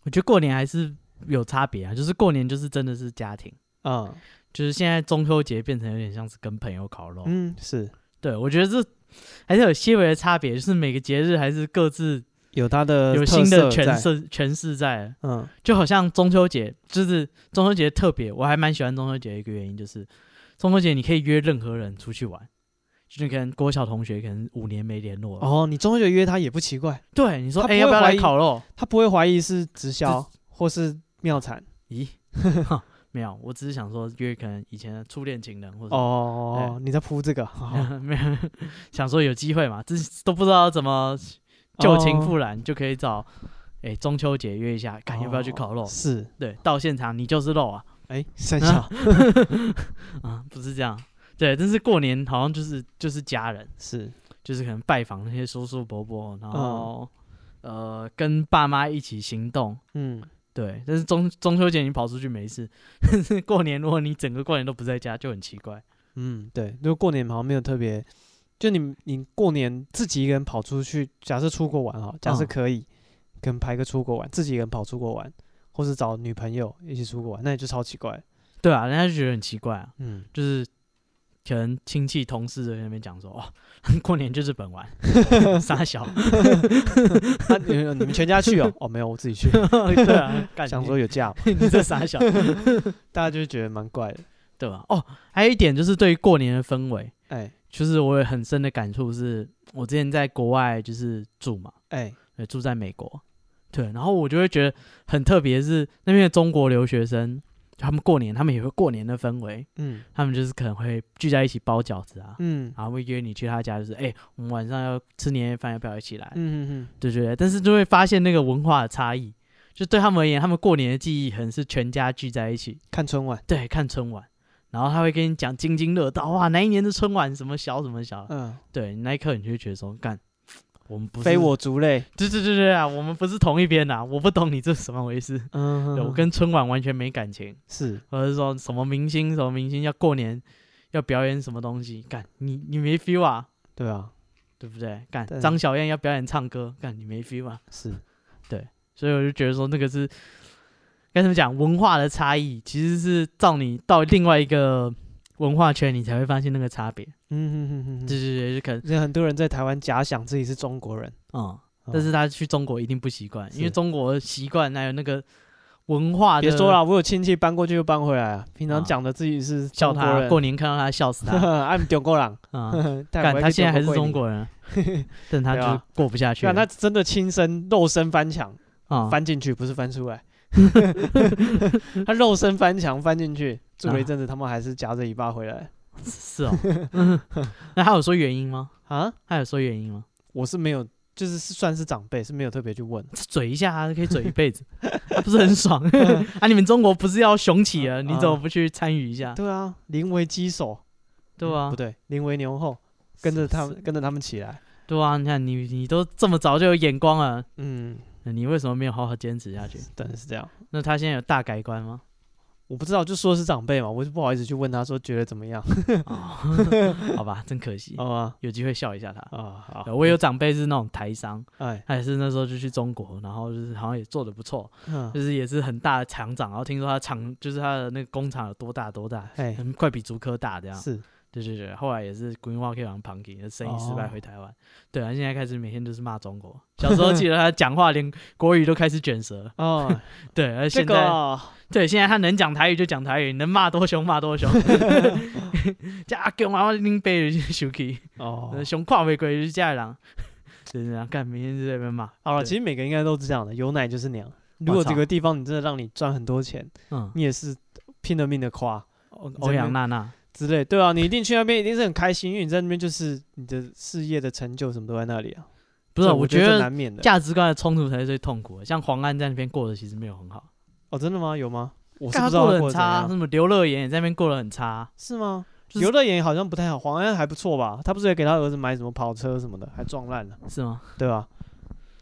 Speaker 2: 我觉得过年还是有差别啊，就是过年就是真的是家庭，哦
Speaker 1: 嗯
Speaker 2: 就是现在中秋节变成有点像是跟朋友烤肉，
Speaker 1: 嗯是。
Speaker 2: 对我觉得这还是有些微的差别，就是每个节日还是各自
Speaker 1: 有它的
Speaker 2: 有
Speaker 1: 呃特
Speaker 2: 新的
Speaker 1: 色在
Speaker 2: 诠释诠释在，
Speaker 1: 嗯
Speaker 2: 就好像中秋节，就是中秋节特别，我还蛮喜欢中秋节的一个原因就是，中秋节你可以约任何人出去玩。就是跟国小同学可能五年没联络了，
Speaker 1: 哦，你中秋节约他也不奇怪，
Speaker 2: 对你说
Speaker 1: 他
Speaker 2: 哎、
Speaker 1: 不
Speaker 2: 要
Speaker 1: 会
Speaker 2: 不要
Speaker 1: 怀
Speaker 2: 来
Speaker 1: 疑
Speaker 2: 烤肉？
Speaker 1: 他不会怀疑是直销或是妙产
Speaker 2: 咦， <laughs> 没有，我只是想说约可能以前的初恋情人 <laughs> 或者哎
Speaker 1: 哦。你在铺这个，哦
Speaker 2: 没有，想说有机会嘛，这都不知道怎么旧
Speaker 1: 哦
Speaker 2: 情复燃，就可以找哎、中秋节约一下，看要不要去烤肉。
Speaker 1: 哦是，
Speaker 2: 对，到现场你就是肉啊
Speaker 1: 哎，三
Speaker 2: <laughs>
Speaker 1: 小
Speaker 2: 啊，不是这样。对，但是过年好像就是就是家人，
Speaker 1: 是
Speaker 2: 就是可能拜访那些叔叔伯伯，然
Speaker 1: 哦
Speaker 2: 后、呃跟爸妈一起行动。
Speaker 1: 嗯，
Speaker 2: 对，但是中中秋节你跑出去没事，但是过年如果你整个过年都不在家，就很奇怪。
Speaker 1: 嗯，对，因为过年好像没有特别，就你你过年自己一个人跑出去，假设出国玩哈，假设
Speaker 2: 嗯
Speaker 1: 可以，跟排个出国玩，自己一个人跑出国玩，或是找女朋友一起出国玩，那也就超奇怪。
Speaker 2: 对啊，人家就觉得很奇怪啊。
Speaker 1: 嗯，
Speaker 2: 就是可能亲戚同事在那边讲说，哦， <laughs> 过年去日本玩， <laughs>
Speaker 1: <laughs>
Speaker 2: 傻小，
Speaker 1: 那啊你们你们全家去哦？哦，没有，我自己 <laughs> 去，
Speaker 2: 对啊，干
Speaker 1: 想
Speaker 2: 你
Speaker 1: 说有假嘛，
Speaker 2: <laughs> 你这傻小，
Speaker 1: 大家就觉得蛮怪的。
Speaker 2: 对吧？哦，还有一点就是对于过年的氛围，
Speaker 1: 哎
Speaker 2: 就是我有很深的感触是，我之前在国外就是住嘛，
Speaker 1: 哎，
Speaker 2: 对住在美国，对，然后我就会觉得很特别是，那边的中国留学生，他们过年，他们也会过年的氛围，
Speaker 1: 嗯
Speaker 2: 他们就是可能会聚在一起包饺子啊。
Speaker 1: 嗯
Speaker 2: 然后会约你去他家，就是哎、我们晚上要吃年夜饭，要不要一起来？
Speaker 1: 嗯嗯
Speaker 2: 对对对，但是就会发现那个文化的差异，就对他们而言，他们过年的记忆可能是全家聚在一起，
Speaker 1: 看春晚，
Speaker 2: 对，看春晚，然后他会跟你讲津津乐道，哇，哪一年的春晚什么小什么小，
Speaker 1: 嗯，
Speaker 2: 对，那一刻你就会觉得说，干，我们不是
Speaker 1: 非，我族类，
Speaker 2: 对对对对啊，我们不是同一边的、啊，我不懂你这是什么回事，
Speaker 1: 嗯，
Speaker 2: 对我跟春晚完全没感情，
Speaker 1: 是
Speaker 2: 或者说什么明星什么明星要过年要表演什么东西，干，你你没 feel 啊，
Speaker 1: 对啊，
Speaker 2: 对不对？干
Speaker 1: 对，
Speaker 2: 张小燕要表演唱歌，干，你没 feel 啊。
Speaker 1: 是，
Speaker 2: 所以我就觉得说那个是该怎么讲，文化的差异其实是照你到另外一个文化圈，你才会发现那个差别。
Speaker 1: 嗯嗯嗯
Speaker 2: 对
Speaker 1: 嗯，
Speaker 2: 对对，就可能
Speaker 1: 这很多人在台湾假想自己是中国人，
Speaker 2: 嗯，
Speaker 1: 嗯
Speaker 2: 但是他去中国一定不习惯，因为
Speaker 1: 是
Speaker 2: 中国习惯还有那个文化的。
Speaker 1: 别说，了，我有亲戚搬过去又搬回来啊，平
Speaker 2: 啊
Speaker 1: 常讲的自己是
Speaker 2: 笑
Speaker 1: 中国
Speaker 2: 他
Speaker 1: 人
Speaker 2: 过年看到他笑死
Speaker 1: <laughs>
Speaker 2: 他。
Speaker 1: ，I'm 中国人，<laughs>
Speaker 2: 嗯，
Speaker 1: 但
Speaker 2: <laughs> 干
Speaker 1: 我
Speaker 2: 他
Speaker 1: 去
Speaker 2: 现在还是
Speaker 1: 跪
Speaker 2: 中
Speaker 1: 你，
Speaker 2: 国人
Speaker 1: <laughs>
Speaker 2: 啊，但他
Speaker 1: 啊
Speaker 2: 就是过不下去了。
Speaker 1: 看他真的亲身肉身翻墙
Speaker 2: 啊，
Speaker 1: 翻进去，不是翻出
Speaker 2: <laughs>
Speaker 1: 来，他肉身翻墙翻进去，住了一
Speaker 2: 啊
Speaker 1: 阵子，他们还是夹着尾巴回来 <laughs>
Speaker 2: 是哦。 <laughs> 嗯那他有说原因吗？
Speaker 1: 啊，
Speaker 2: 他有说原因吗？
Speaker 1: 我是没有，就是是算是长辈，是没有特别去问。
Speaker 2: 嘴一下啊、可以嘴一辈
Speaker 1: <laughs>
Speaker 2: 子，啊、不是很爽啊？你们中国不是要雄起
Speaker 1: 嗯
Speaker 2: 了，你怎么不去参与一下？
Speaker 1: 对啊，临危鸡首，嗯
Speaker 2: 对啊
Speaker 1: 不，对，临危牛后，跟着他
Speaker 2: 是
Speaker 1: 们，跟着他们起来。
Speaker 2: 对啊，你看你你都这么早就有眼光了，
Speaker 1: 嗯，
Speaker 2: 那你为什么没有好好坚持下去？
Speaker 1: 当嗯然是这样。
Speaker 2: 那他现在有大改观吗？
Speaker 1: 我不知道，就说是长辈嘛，我就不好意思去问他说觉得怎
Speaker 2: <laughs>
Speaker 1: 么样，
Speaker 2: 好吧，真可惜，
Speaker 1: 好吗？
Speaker 2: 有机会笑一下他。
Speaker 1: 啊，好，
Speaker 2: 对呃我有长辈是那种台商，
Speaker 1: 哎，
Speaker 2: 他也是那时候就去中国，然后就是好像也做的不错，
Speaker 1: 嗯，
Speaker 2: <laughs> 就是也是很大的厂长，然后听说他厂就是他的那个工厂有多大多大，
Speaker 1: 哎，
Speaker 2: <laughs> 嗯快比竹科大这样。
Speaker 1: 是，
Speaker 2: 对对对，后来也是 Greenwalk 往旁给生意失败
Speaker 1: 哦
Speaker 2: 回台湾。对啊，现在开始每天就是骂中国。小时候记得他讲话连国语都开始卷舌，
Speaker 1: 哦，
Speaker 2: 对，而
Speaker 1: 这
Speaker 2: 现
Speaker 1: 个
Speaker 2: 在、
Speaker 1: 哦
Speaker 2: 对现在他能讲台语就讲台语，能骂多凶
Speaker 1: <laughs>
Speaker 2: 骂多凶。 <laughs> 这阿公啊，我拎杯就生气，
Speaker 1: 哦，
Speaker 2: 熊跨玫瑰就是这样人， <laughs> 就是这样干，每天就在那边骂。
Speaker 1: 好了，
Speaker 2: 对
Speaker 1: 其实每个应该都是这样的，有奶就是娘。如果
Speaker 2: 操
Speaker 1: 这个地方你真的让你赚很多钱，
Speaker 2: 嗯，
Speaker 1: 你也是拼了命的夸
Speaker 2: 欧
Speaker 1: 边
Speaker 2: 哦欧阳娜娜，
Speaker 1: 之类，对啊，你一定去那边一定是很开心，因为你在那边就是你的事业的成就什么都在那里啊。
Speaker 2: 不是，
Speaker 1: 这
Speaker 2: 我
Speaker 1: 觉
Speaker 2: 觉
Speaker 1: 这
Speaker 2: 得
Speaker 1: 难免的。
Speaker 2: 价值观的冲突才是最痛苦的。像黄安在那边过得其实没有很好，
Speaker 1: 哦，真的吗？有吗？我是
Speaker 2: 干
Speaker 1: 不
Speaker 2: 他
Speaker 1: 知道
Speaker 2: 得
Speaker 1: 过
Speaker 2: 很
Speaker 1: 得
Speaker 2: 差
Speaker 1: 怎
Speaker 2: 啊，
Speaker 1: 样，
Speaker 2: 什么刘乐言也在那边过得很差啊。
Speaker 1: 是吗？
Speaker 2: 就是
Speaker 1: 刘乐言好像不太好，黄安还不错吧？他不是也给他儿子买什么跑车什么的，还撞烂了，
Speaker 2: 是吗？
Speaker 1: 对吧？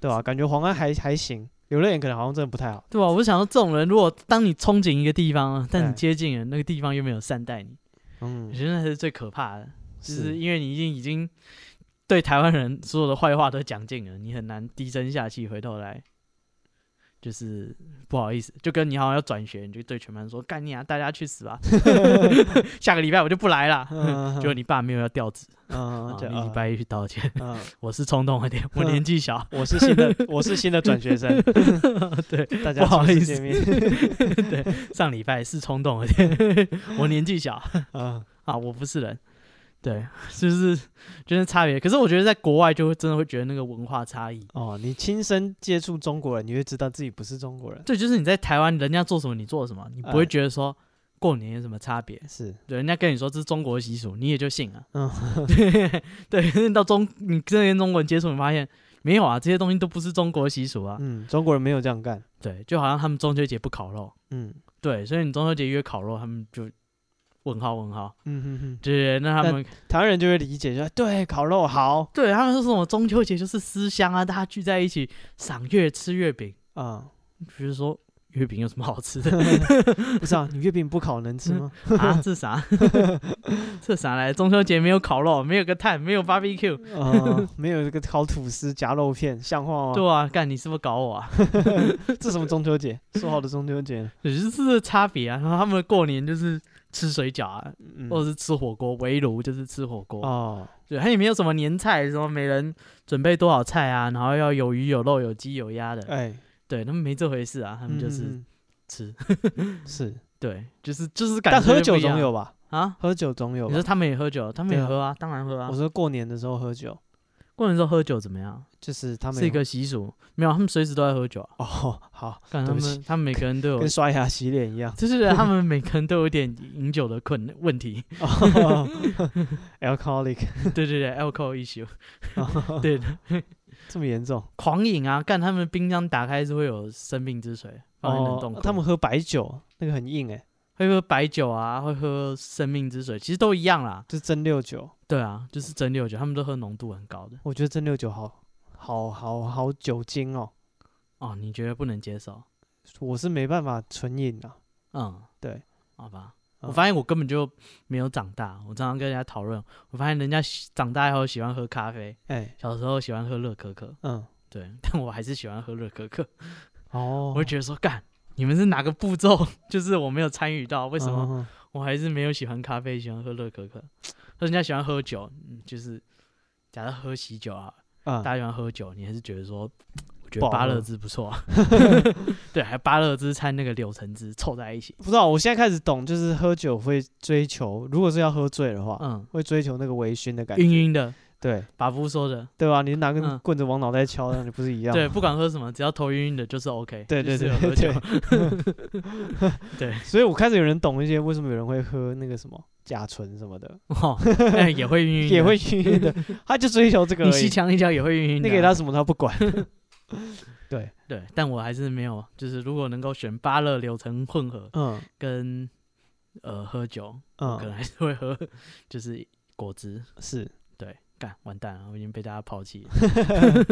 Speaker 1: 对吧？感觉黄安还还行，刘乐言可能好像真的不太好。
Speaker 2: 对啊吧？我就想说，这种人如果当你憧憬一个地方，但
Speaker 1: 哎
Speaker 2: 你接近了那个地方又没有善待你，我
Speaker 1: 嗯，
Speaker 2: 觉得那才是最可怕的，就是
Speaker 1: 是
Speaker 2: 因为你已经已经对台湾人所有的坏话都讲尽了，你很难低声下气回头来。就是不好意思，就跟你好像要转学，你就对全班说：“干你啊，大家去死 <laughs> 吧！下个礼拜我就不来了。
Speaker 1: <laughs> 嗯
Speaker 2: 结果你爸没有要调职，
Speaker 1: 嗯
Speaker 2: 啊，
Speaker 1: 这
Speaker 2: 你礼拜一去道歉。
Speaker 1: 嗯，
Speaker 2: 我是冲动了 <laughs> 点，我年纪小，
Speaker 1: 我是新的，我是新的转学生，
Speaker 2: 对， <laughs>
Speaker 1: 大家
Speaker 2: 不好
Speaker 1: 初次
Speaker 2: 意思
Speaker 1: 见
Speaker 2: <laughs>
Speaker 1: 面
Speaker 2: 上礼拜是冲动了点， <laughs> 我年纪小
Speaker 1: 啊，
Speaker 2: 啊，我不是人，对，就是就是差别。可是我觉得在国外就会真的会觉得那个文化差异，
Speaker 1: 哦，你亲身接触中国人，你会知道自己不是中国人，
Speaker 2: 对，就是你在台湾人家做什么你做什么，你不会
Speaker 1: 哎
Speaker 2: 觉得说过年有什么差别，
Speaker 1: 是，
Speaker 2: 对，人家跟你说这是中国习俗，你也就信了，
Speaker 1: 嗯
Speaker 2: 对 <laughs> 对。可是你到中你真的跟中国人接触，你发现没有啊，这些东西都不是中国习俗啊，
Speaker 1: 嗯，中国人没有这样干，
Speaker 2: 对，就好像他们中秋节不烤肉，
Speaker 1: 嗯
Speaker 2: 对，所以你中秋节约烤肉，他们就问号问号，
Speaker 1: 嗯哼哼，
Speaker 2: 对，那他
Speaker 1: 那
Speaker 2: 们
Speaker 1: 台湾人就会理解，就对，烤肉好
Speaker 2: 对他们说什么中秋节就是思乡啊，大家聚在一起赏月吃月饼，
Speaker 1: 啊，
Speaker 2: 比如说月饼有什么好吃的
Speaker 1: 不是啊，你月饼不烤能吃吗？ <laughs>
Speaker 2: 啊？这 <laughs> 啥？这啥来？中秋节没有烤肉，没有个炭，没有 barbecue， <laughs>
Speaker 1: 啊，没有这个烤吐司夹肉片，像话吗？
Speaker 2: 对啊，干你是不是搞我啊？
Speaker 1: 这什么中秋节？说好的中秋节呢，
Speaker 2: 只是这个差别啊。然后他们过年就是吃水饺啊，
Speaker 1: 嗯
Speaker 2: 或者是吃火锅，围炉就是吃火锅，
Speaker 1: 哦，
Speaker 2: 对，他也没有什么年菜，什么每人准备多少菜啊，然后要有鱼有肉有鸡有鸭的，
Speaker 1: 哎，
Speaker 2: 对他们没这回事啊，他们就是
Speaker 1: 嗯
Speaker 2: 吃，
Speaker 1: 嗯是，
Speaker 2: 对，就是就是感觉
Speaker 1: 但喝
Speaker 2: 就
Speaker 1: 酒
Speaker 2: 不一样
Speaker 1: 总有吧，
Speaker 2: 啊。
Speaker 1: 喝酒总有
Speaker 2: 你
Speaker 1: 吧
Speaker 2: 说。他们也喝酒，他们也
Speaker 1: 对啊
Speaker 2: 喝啊，当然喝啊
Speaker 1: 我。说过年的时候喝酒，
Speaker 2: 过年时候喝酒怎么样？
Speaker 1: 就是他们
Speaker 2: 是一
Speaker 1: 也
Speaker 2: 个习俗，没有，他们随时都在喝酒啊。
Speaker 1: 哦，好，
Speaker 2: 看他
Speaker 1: 对不
Speaker 2: 们，他们每个人都有
Speaker 1: 跟，刷牙洗脸一
Speaker 2: <laughs>
Speaker 1: 样。
Speaker 2: 就是他们每个人都
Speaker 1: <laughs>
Speaker 2: 有点饮酒的困问题。
Speaker 1: 哦 Alcoholic，
Speaker 2: 对对对，alcohol issue，对，
Speaker 1: 这么严重？
Speaker 2: 狂饮啊，干他们冰箱打开是会有生命之水放在冷冻
Speaker 1: 哦
Speaker 2: 库，，
Speaker 1: 他们喝白酒，那个很硬哎，
Speaker 2: 会喝白酒啊，会喝生命之水，其实都一样啦。
Speaker 1: 就是蒸馏酒。
Speaker 2: 对啊，就是蒸馏酒，他们都喝浓度很高的。
Speaker 1: 我觉得蒸馏酒好，好，好，好酒精哦，
Speaker 2: 哦，你觉得不能接受？
Speaker 1: 我是没办法纯饮啊。
Speaker 2: 嗯，
Speaker 1: 对，
Speaker 2: 好吧。
Speaker 1: 嗯
Speaker 2: 我发现我根本就没有长大，我常常跟人家讨论，我发现人家喜长大以后喜欢喝咖啡，
Speaker 1: 哎，
Speaker 2: 小时候喜欢喝热可可，
Speaker 1: 嗯，
Speaker 2: 对，但我还是喜欢喝热可可。
Speaker 1: 哦，
Speaker 2: 我会觉得说，干，你们是哪个步骤？ <laughs> 就是我没有参与到，为
Speaker 1: 为
Speaker 2: 什么我还是没有喜欢咖啡，喜欢喝热可可？ <laughs> 人家喜欢喝酒，嗯，就是假如喝喜酒啊，
Speaker 1: 啊？
Speaker 2: 大家喜欢喝酒，你还是觉得说，我觉
Speaker 1: 不
Speaker 2: 得
Speaker 1: 好
Speaker 2: 芭乐
Speaker 1: 喝
Speaker 2: 汁不错、
Speaker 1: <laughs>
Speaker 2: 啊，对，还芭乐汁掺那个柳橙汁凑在一起，
Speaker 1: 不知道，我现在开始懂，就是喝酒会追求，如果是要喝醉的话，
Speaker 2: 嗯，
Speaker 1: 会追求那个微醺的感
Speaker 2: 晕
Speaker 1: 觉。
Speaker 2: 晕的，
Speaker 1: 对，
Speaker 2: 把夫说的，
Speaker 1: 对吧？你拿
Speaker 2: 嗯
Speaker 1: 根棍子往脑袋敲，那你不是一样？
Speaker 2: 对，不管喝什么，只要头晕晕的，就是 OK，
Speaker 1: 对对
Speaker 2: 就
Speaker 1: 对
Speaker 2: 是有喝酒，
Speaker 1: 对
Speaker 2: <laughs>
Speaker 1: 所以我开始有人懂一些为什么有人会喝那个什么甲醇什么的，
Speaker 2: 哦，哎也会晕晕，
Speaker 1: <laughs> 也会，晕晕
Speaker 2: <laughs>
Speaker 1: 的，他就追求这个而
Speaker 2: 你吸
Speaker 1: 已。
Speaker 2: 强一脚也会晕晕的
Speaker 1: 那
Speaker 2: 啊，
Speaker 1: 给他什么他不管，
Speaker 2: 对，但我还是没有，就是如果能够选芭乐柳橙混合
Speaker 1: 嗯
Speaker 2: 跟呃喝酒，可能
Speaker 1: 嗯，
Speaker 2: 还是会喝，就是果汁，
Speaker 1: 是， <laughs>
Speaker 2: 对，干完蛋了，我已经被大家抛弃了。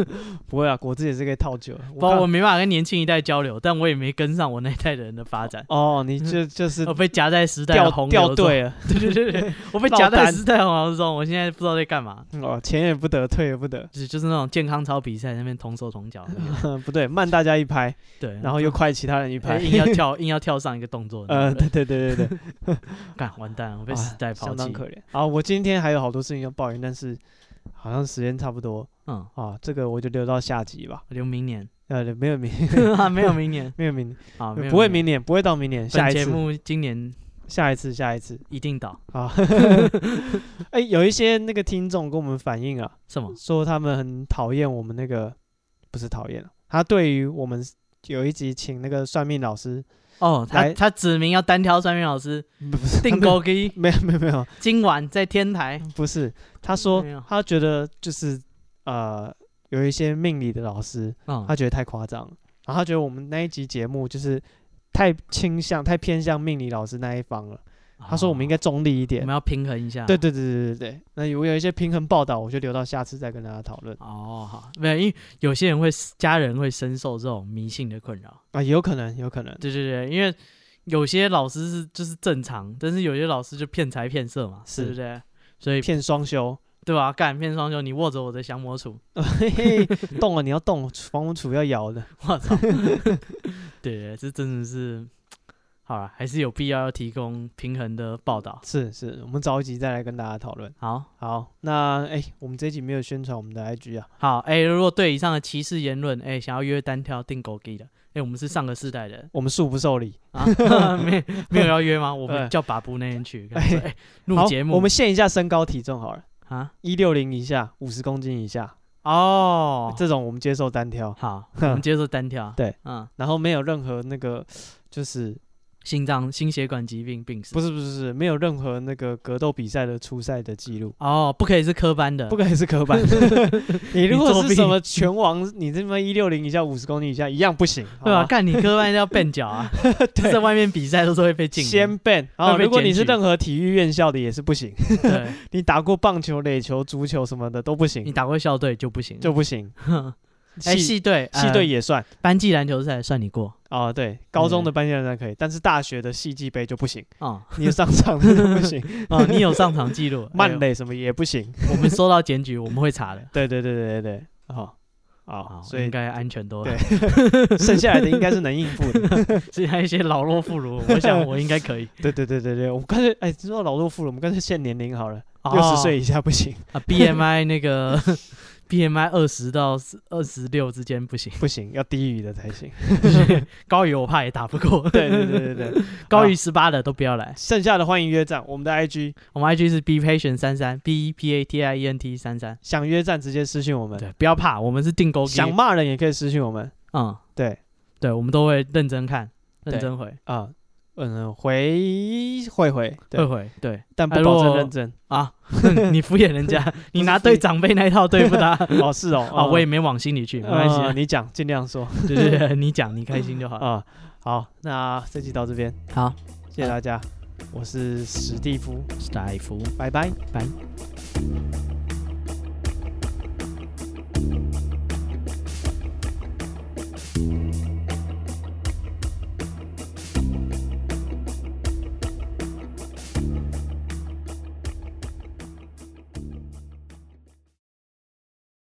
Speaker 1: 不会啊，果汁也是可以套
Speaker 2: <laughs>
Speaker 1: 酒。
Speaker 2: 不然我
Speaker 1: 看
Speaker 2: 没办法跟年轻一代交流，但我也没跟上我那一代的人的发展，
Speaker 1: 哦，你
Speaker 2: <laughs>
Speaker 1: 就 <laughs> 就是
Speaker 2: 我被夹在时代的
Speaker 1: 掉
Speaker 2: 洪
Speaker 1: 掉
Speaker 2: 流中。 <laughs>
Speaker 1: 队了，
Speaker 2: 对对对对，
Speaker 1: <laughs>
Speaker 2: 我被夹在时代的洪流中，我现在不知道在干嘛。
Speaker 1: 哦，前也不得，退也不得， <laughs>
Speaker 2: 就是就是那种健康操比赛，那边同手同脚那边，
Speaker 1: 不对，慢大家一拍，<laughs>
Speaker 2: 对，
Speaker 1: 然后又快其他人一
Speaker 2: 嗯哎
Speaker 1: 拍，
Speaker 2: 硬
Speaker 1: <laughs>
Speaker 2: 要跳，硬要跳上一个动作，
Speaker 1: 呃，
Speaker 2: 呃，
Speaker 1: 对对对对对，
Speaker 2: 干完蛋了，我被
Speaker 1: 啊
Speaker 2: 时代抛
Speaker 1: 相当
Speaker 2: 弃。
Speaker 1: 可怜啊！我今天还有好多事情要抱怨，但是好像时间差不多
Speaker 2: 嗯，
Speaker 1: 啊，这个我就留到下集吧。
Speaker 2: 留明年，
Speaker 1: 呃，没有明， <laughs>
Speaker 2: <laughs> 啊没有明年
Speaker 1: 没有明，
Speaker 2: 啊，没有
Speaker 1: 不会
Speaker 2: 明
Speaker 1: 明年，不会到明年，
Speaker 2: 年。
Speaker 1: 下
Speaker 2: 本
Speaker 1: 一
Speaker 2: 节
Speaker 1: 次，
Speaker 2: 目今年
Speaker 1: 下一次，下一次
Speaker 2: 一定倒， <laughs>
Speaker 1: 啊！哎，有一些那个听众跟我们反映啊，
Speaker 2: 什么？
Speaker 1: 说他们很讨厌我们那个，不是讨厌啊，他对于我们有一集请那个算命老师，
Speaker 2: 哦，他
Speaker 1: 来
Speaker 2: 他指名要单挑算命
Speaker 1: <laughs>
Speaker 2: 老师，
Speaker 1: 不不是
Speaker 2: 嗯定
Speaker 1: 他没有
Speaker 2: 勾机，
Speaker 1: 没有没有没有，
Speaker 2: 今晚在天台。
Speaker 1: 不是，他说
Speaker 2: 没有
Speaker 1: 他觉得就是呃，有一些命理的老师，
Speaker 2: 嗯
Speaker 1: <laughs> 他觉得太夸张了，然后他觉得我们那一集节目就是太倾向、太偏向命理老师那一方了。他说我们应该中立一
Speaker 2: 哦我
Speaker 1: 点。
Speaker 2: 们要平衡一下。
Speaker 1: 对对对对对对，那有有一些平衡报道，我就留到下次再跟大家讨论
Speaker 2: 哦，好，没有，因为有些人会家人会深受这种迷信的困扰。
Speaker 1: 啊，有可能，有可能，
Speaker 2: 对对对，因为有些老师是就是正常，但是有些老师就骗财骗色嘛，
Speaker 1: 是
Speaker 2: 对不对？所以
Speaker 1: 骗双休，
Speaker 2: 对吧？干骗双休，你握着我的降魔杵，
Speaker 1: 嘿嘿，动了你要动，防蚊杵要摇的。
Speaker 2: <laughs> 我操！对对，这真的是好了，还是有必要要提供平衡的报道。
Speaker 1: 是是，我们着急再来跟大家讨论。
Speaker 2: 好
Speaker 1: 好，那哎、我们这一集没有宣传我们的 IG 啊，
Speaker 2: 好，哎、如果对以上的歧视言论，哎、想要约单挑定狗 gay 的，哎、我们是上个世代的人
Speaker 1: 我们恕不受理。
Speaker 2: 啊， <laughs> 没没有要约吗？我
Speaker 1: 哎
Speaker 2: 们叫把布那天去，
Speaker 1: 哎
Speaker 2: 哎、哎录、
Speaker 1: 好
Speaker 2: 节目
Speaker 1: 我们限一下身高体重好了，
Speaker 2: 啊，
Speaker 1: 一六零以下，五十公斤以下，
Speaker 2: 哦，
Speaker 1: 这种我们接受单挑， <laughs>
Speaker 2: 好，我们接受单挑，
Speaker 1: 对，
Speaker 2: 嗯，
Speaker 1: 然后没有任何那个，就是
Speaker 2: 心脏心血管疾病病史，
Speaker 1: 不是不是不是没有任何那个格斗比赛的初赛的记录，
Speaker 2: 哦，不可以是科班的，
Speaker 1: 不可以是
Speaker 2: <laughs>
Speaker 1: 刻板。你如
Speaker 2: 你
Speaker 1: 果
Speaker 2: 作
Speaker 1: 是
Speaker 2: 弊
Speaker 1: 什么拳王，你这么一六零以下，五十公斤以下一样不行，
Speaker 2: 对吧、
Speaker 1: 好吗
Speaker 2: 干你科班要绊脚
Speaker 1: <laughs>
Speaker 2: 啊，在外面比赛都是会被禁的，
Speaker 1: 先 ban，然后
Speaker 2: 会被
Speaker 1: 如果你是
Speaker 2: 检举
Speaker 1: 任何体育院校的也是不行，
Speaker 2: 对，
Speaker 1: 你打过棒球、垒球、足球什么的都不
Speaker 2: 你
Speaker 1: 行，
Speaker 2: 打过校队就不行，
Speaker 1: 就不行。
Speaker 2: 哎
Speaker 1: 系
Speaker 2: 系呃队
Speaker 1: 系
Speaker 2: 呃
Speaker 1: 队也算
Speaker 2: 班级篮球赛算你过
Speaker 1: 哦，对，高中
Speaker 2: 嗯
Speaker 1: 的班级篮球可以，但是大学的系际杯就不行，
Speaker 2: 哦
Speaker 1: 你上场的都
Speaker 2: <laughs>
Speaker 1: 不行，
Speaker 2: 哦，你有上场记录，
Speaker 1: <laughs> 慢
Speaker 2: 的，
Speaker 1: 垒什么也不行。
Speaker 2: 我们收到检举我们会查的，
Speaker 1: 对对对对对对，好，
Speaker 2: 好
Speaker 1: 好，，所
Speaker 2: 所以应
Speaker 1: 以
Speaker 2: 该安全多了，
Speaker 1: <laughs> 剩下来的应该是能应付的。 <laughs>
Speaker 2: 所以还有一些老弱妇孺，我想我应该可以，
Speaker 1: 对对对对对，我们干脆哎，知道老弱妇了，我们干脆限年龄好了，
Speaker 2: 哦
Speaker 1: <laughs> 六十岁以下不行，
Speaker 2: 啊，BMI 那个 BMI 二十到二十六之间不行， <laughs>
Speaker 1: 不行，要低于的才行。 <laughs>
Speaker 2: 高于我怕也打不过，
Speaker 1: 对对对对对，
Speaker 2: 高于十八的都不要来，
Speaker 1: 剩下的欢迎约战，我们的 IG
Speaker 2: 我们 IG 是 B patient 三三 B E P A T I E N T 三三，
Speaker 1: 想约战直接私信我们，
Speaker 2: 对，不要怕，我们是定勾机，
Speaker 1: 想骂人也可以私信我们。
Speaker 2: 嗯，
Speaker 1: 对
Speaker 2: 对，我们都会认真看，
Speaker 1: 对
Speaker 2: 认真回，
Speaker 1: 啊，嗯，回会会
Speaker 2: 会
Speaker 1: 对，
Speaker 2: 回，
Speaker 1: <laughs>
Speaker 2: 对。
Speaker 1: 但不
Speaker 2: 哎
Speaker 1: 保
Speaker 2: 如
Speaker 1: 证
Speaker 2: 果
Speaker 1: 认真。
Speaker 2: 啊，你敷衍人家，你拿对长辈那一套对
Speaker 1: <laughs>
Speaker 2: 付他
Speaker 1: 哦，是哦，
Speaker 2: 啊，
Speaker 1: 嗯
Speaker 2: 我也没往心里去，没关
Speaker 1: 呃
Speaker 2: 系，
Speaker 1: 你讲，尽量说
Speaker 2: 对对对， <laughs> 你讲你开心就好。
Speaker 1: 啊。好，那这期到这边，
Speaker 2: 好，
Speaker 1: 谢谢大家，我是史蒂夫，
Speaker 2: 史大夫。
Speaker 1: 拜拜。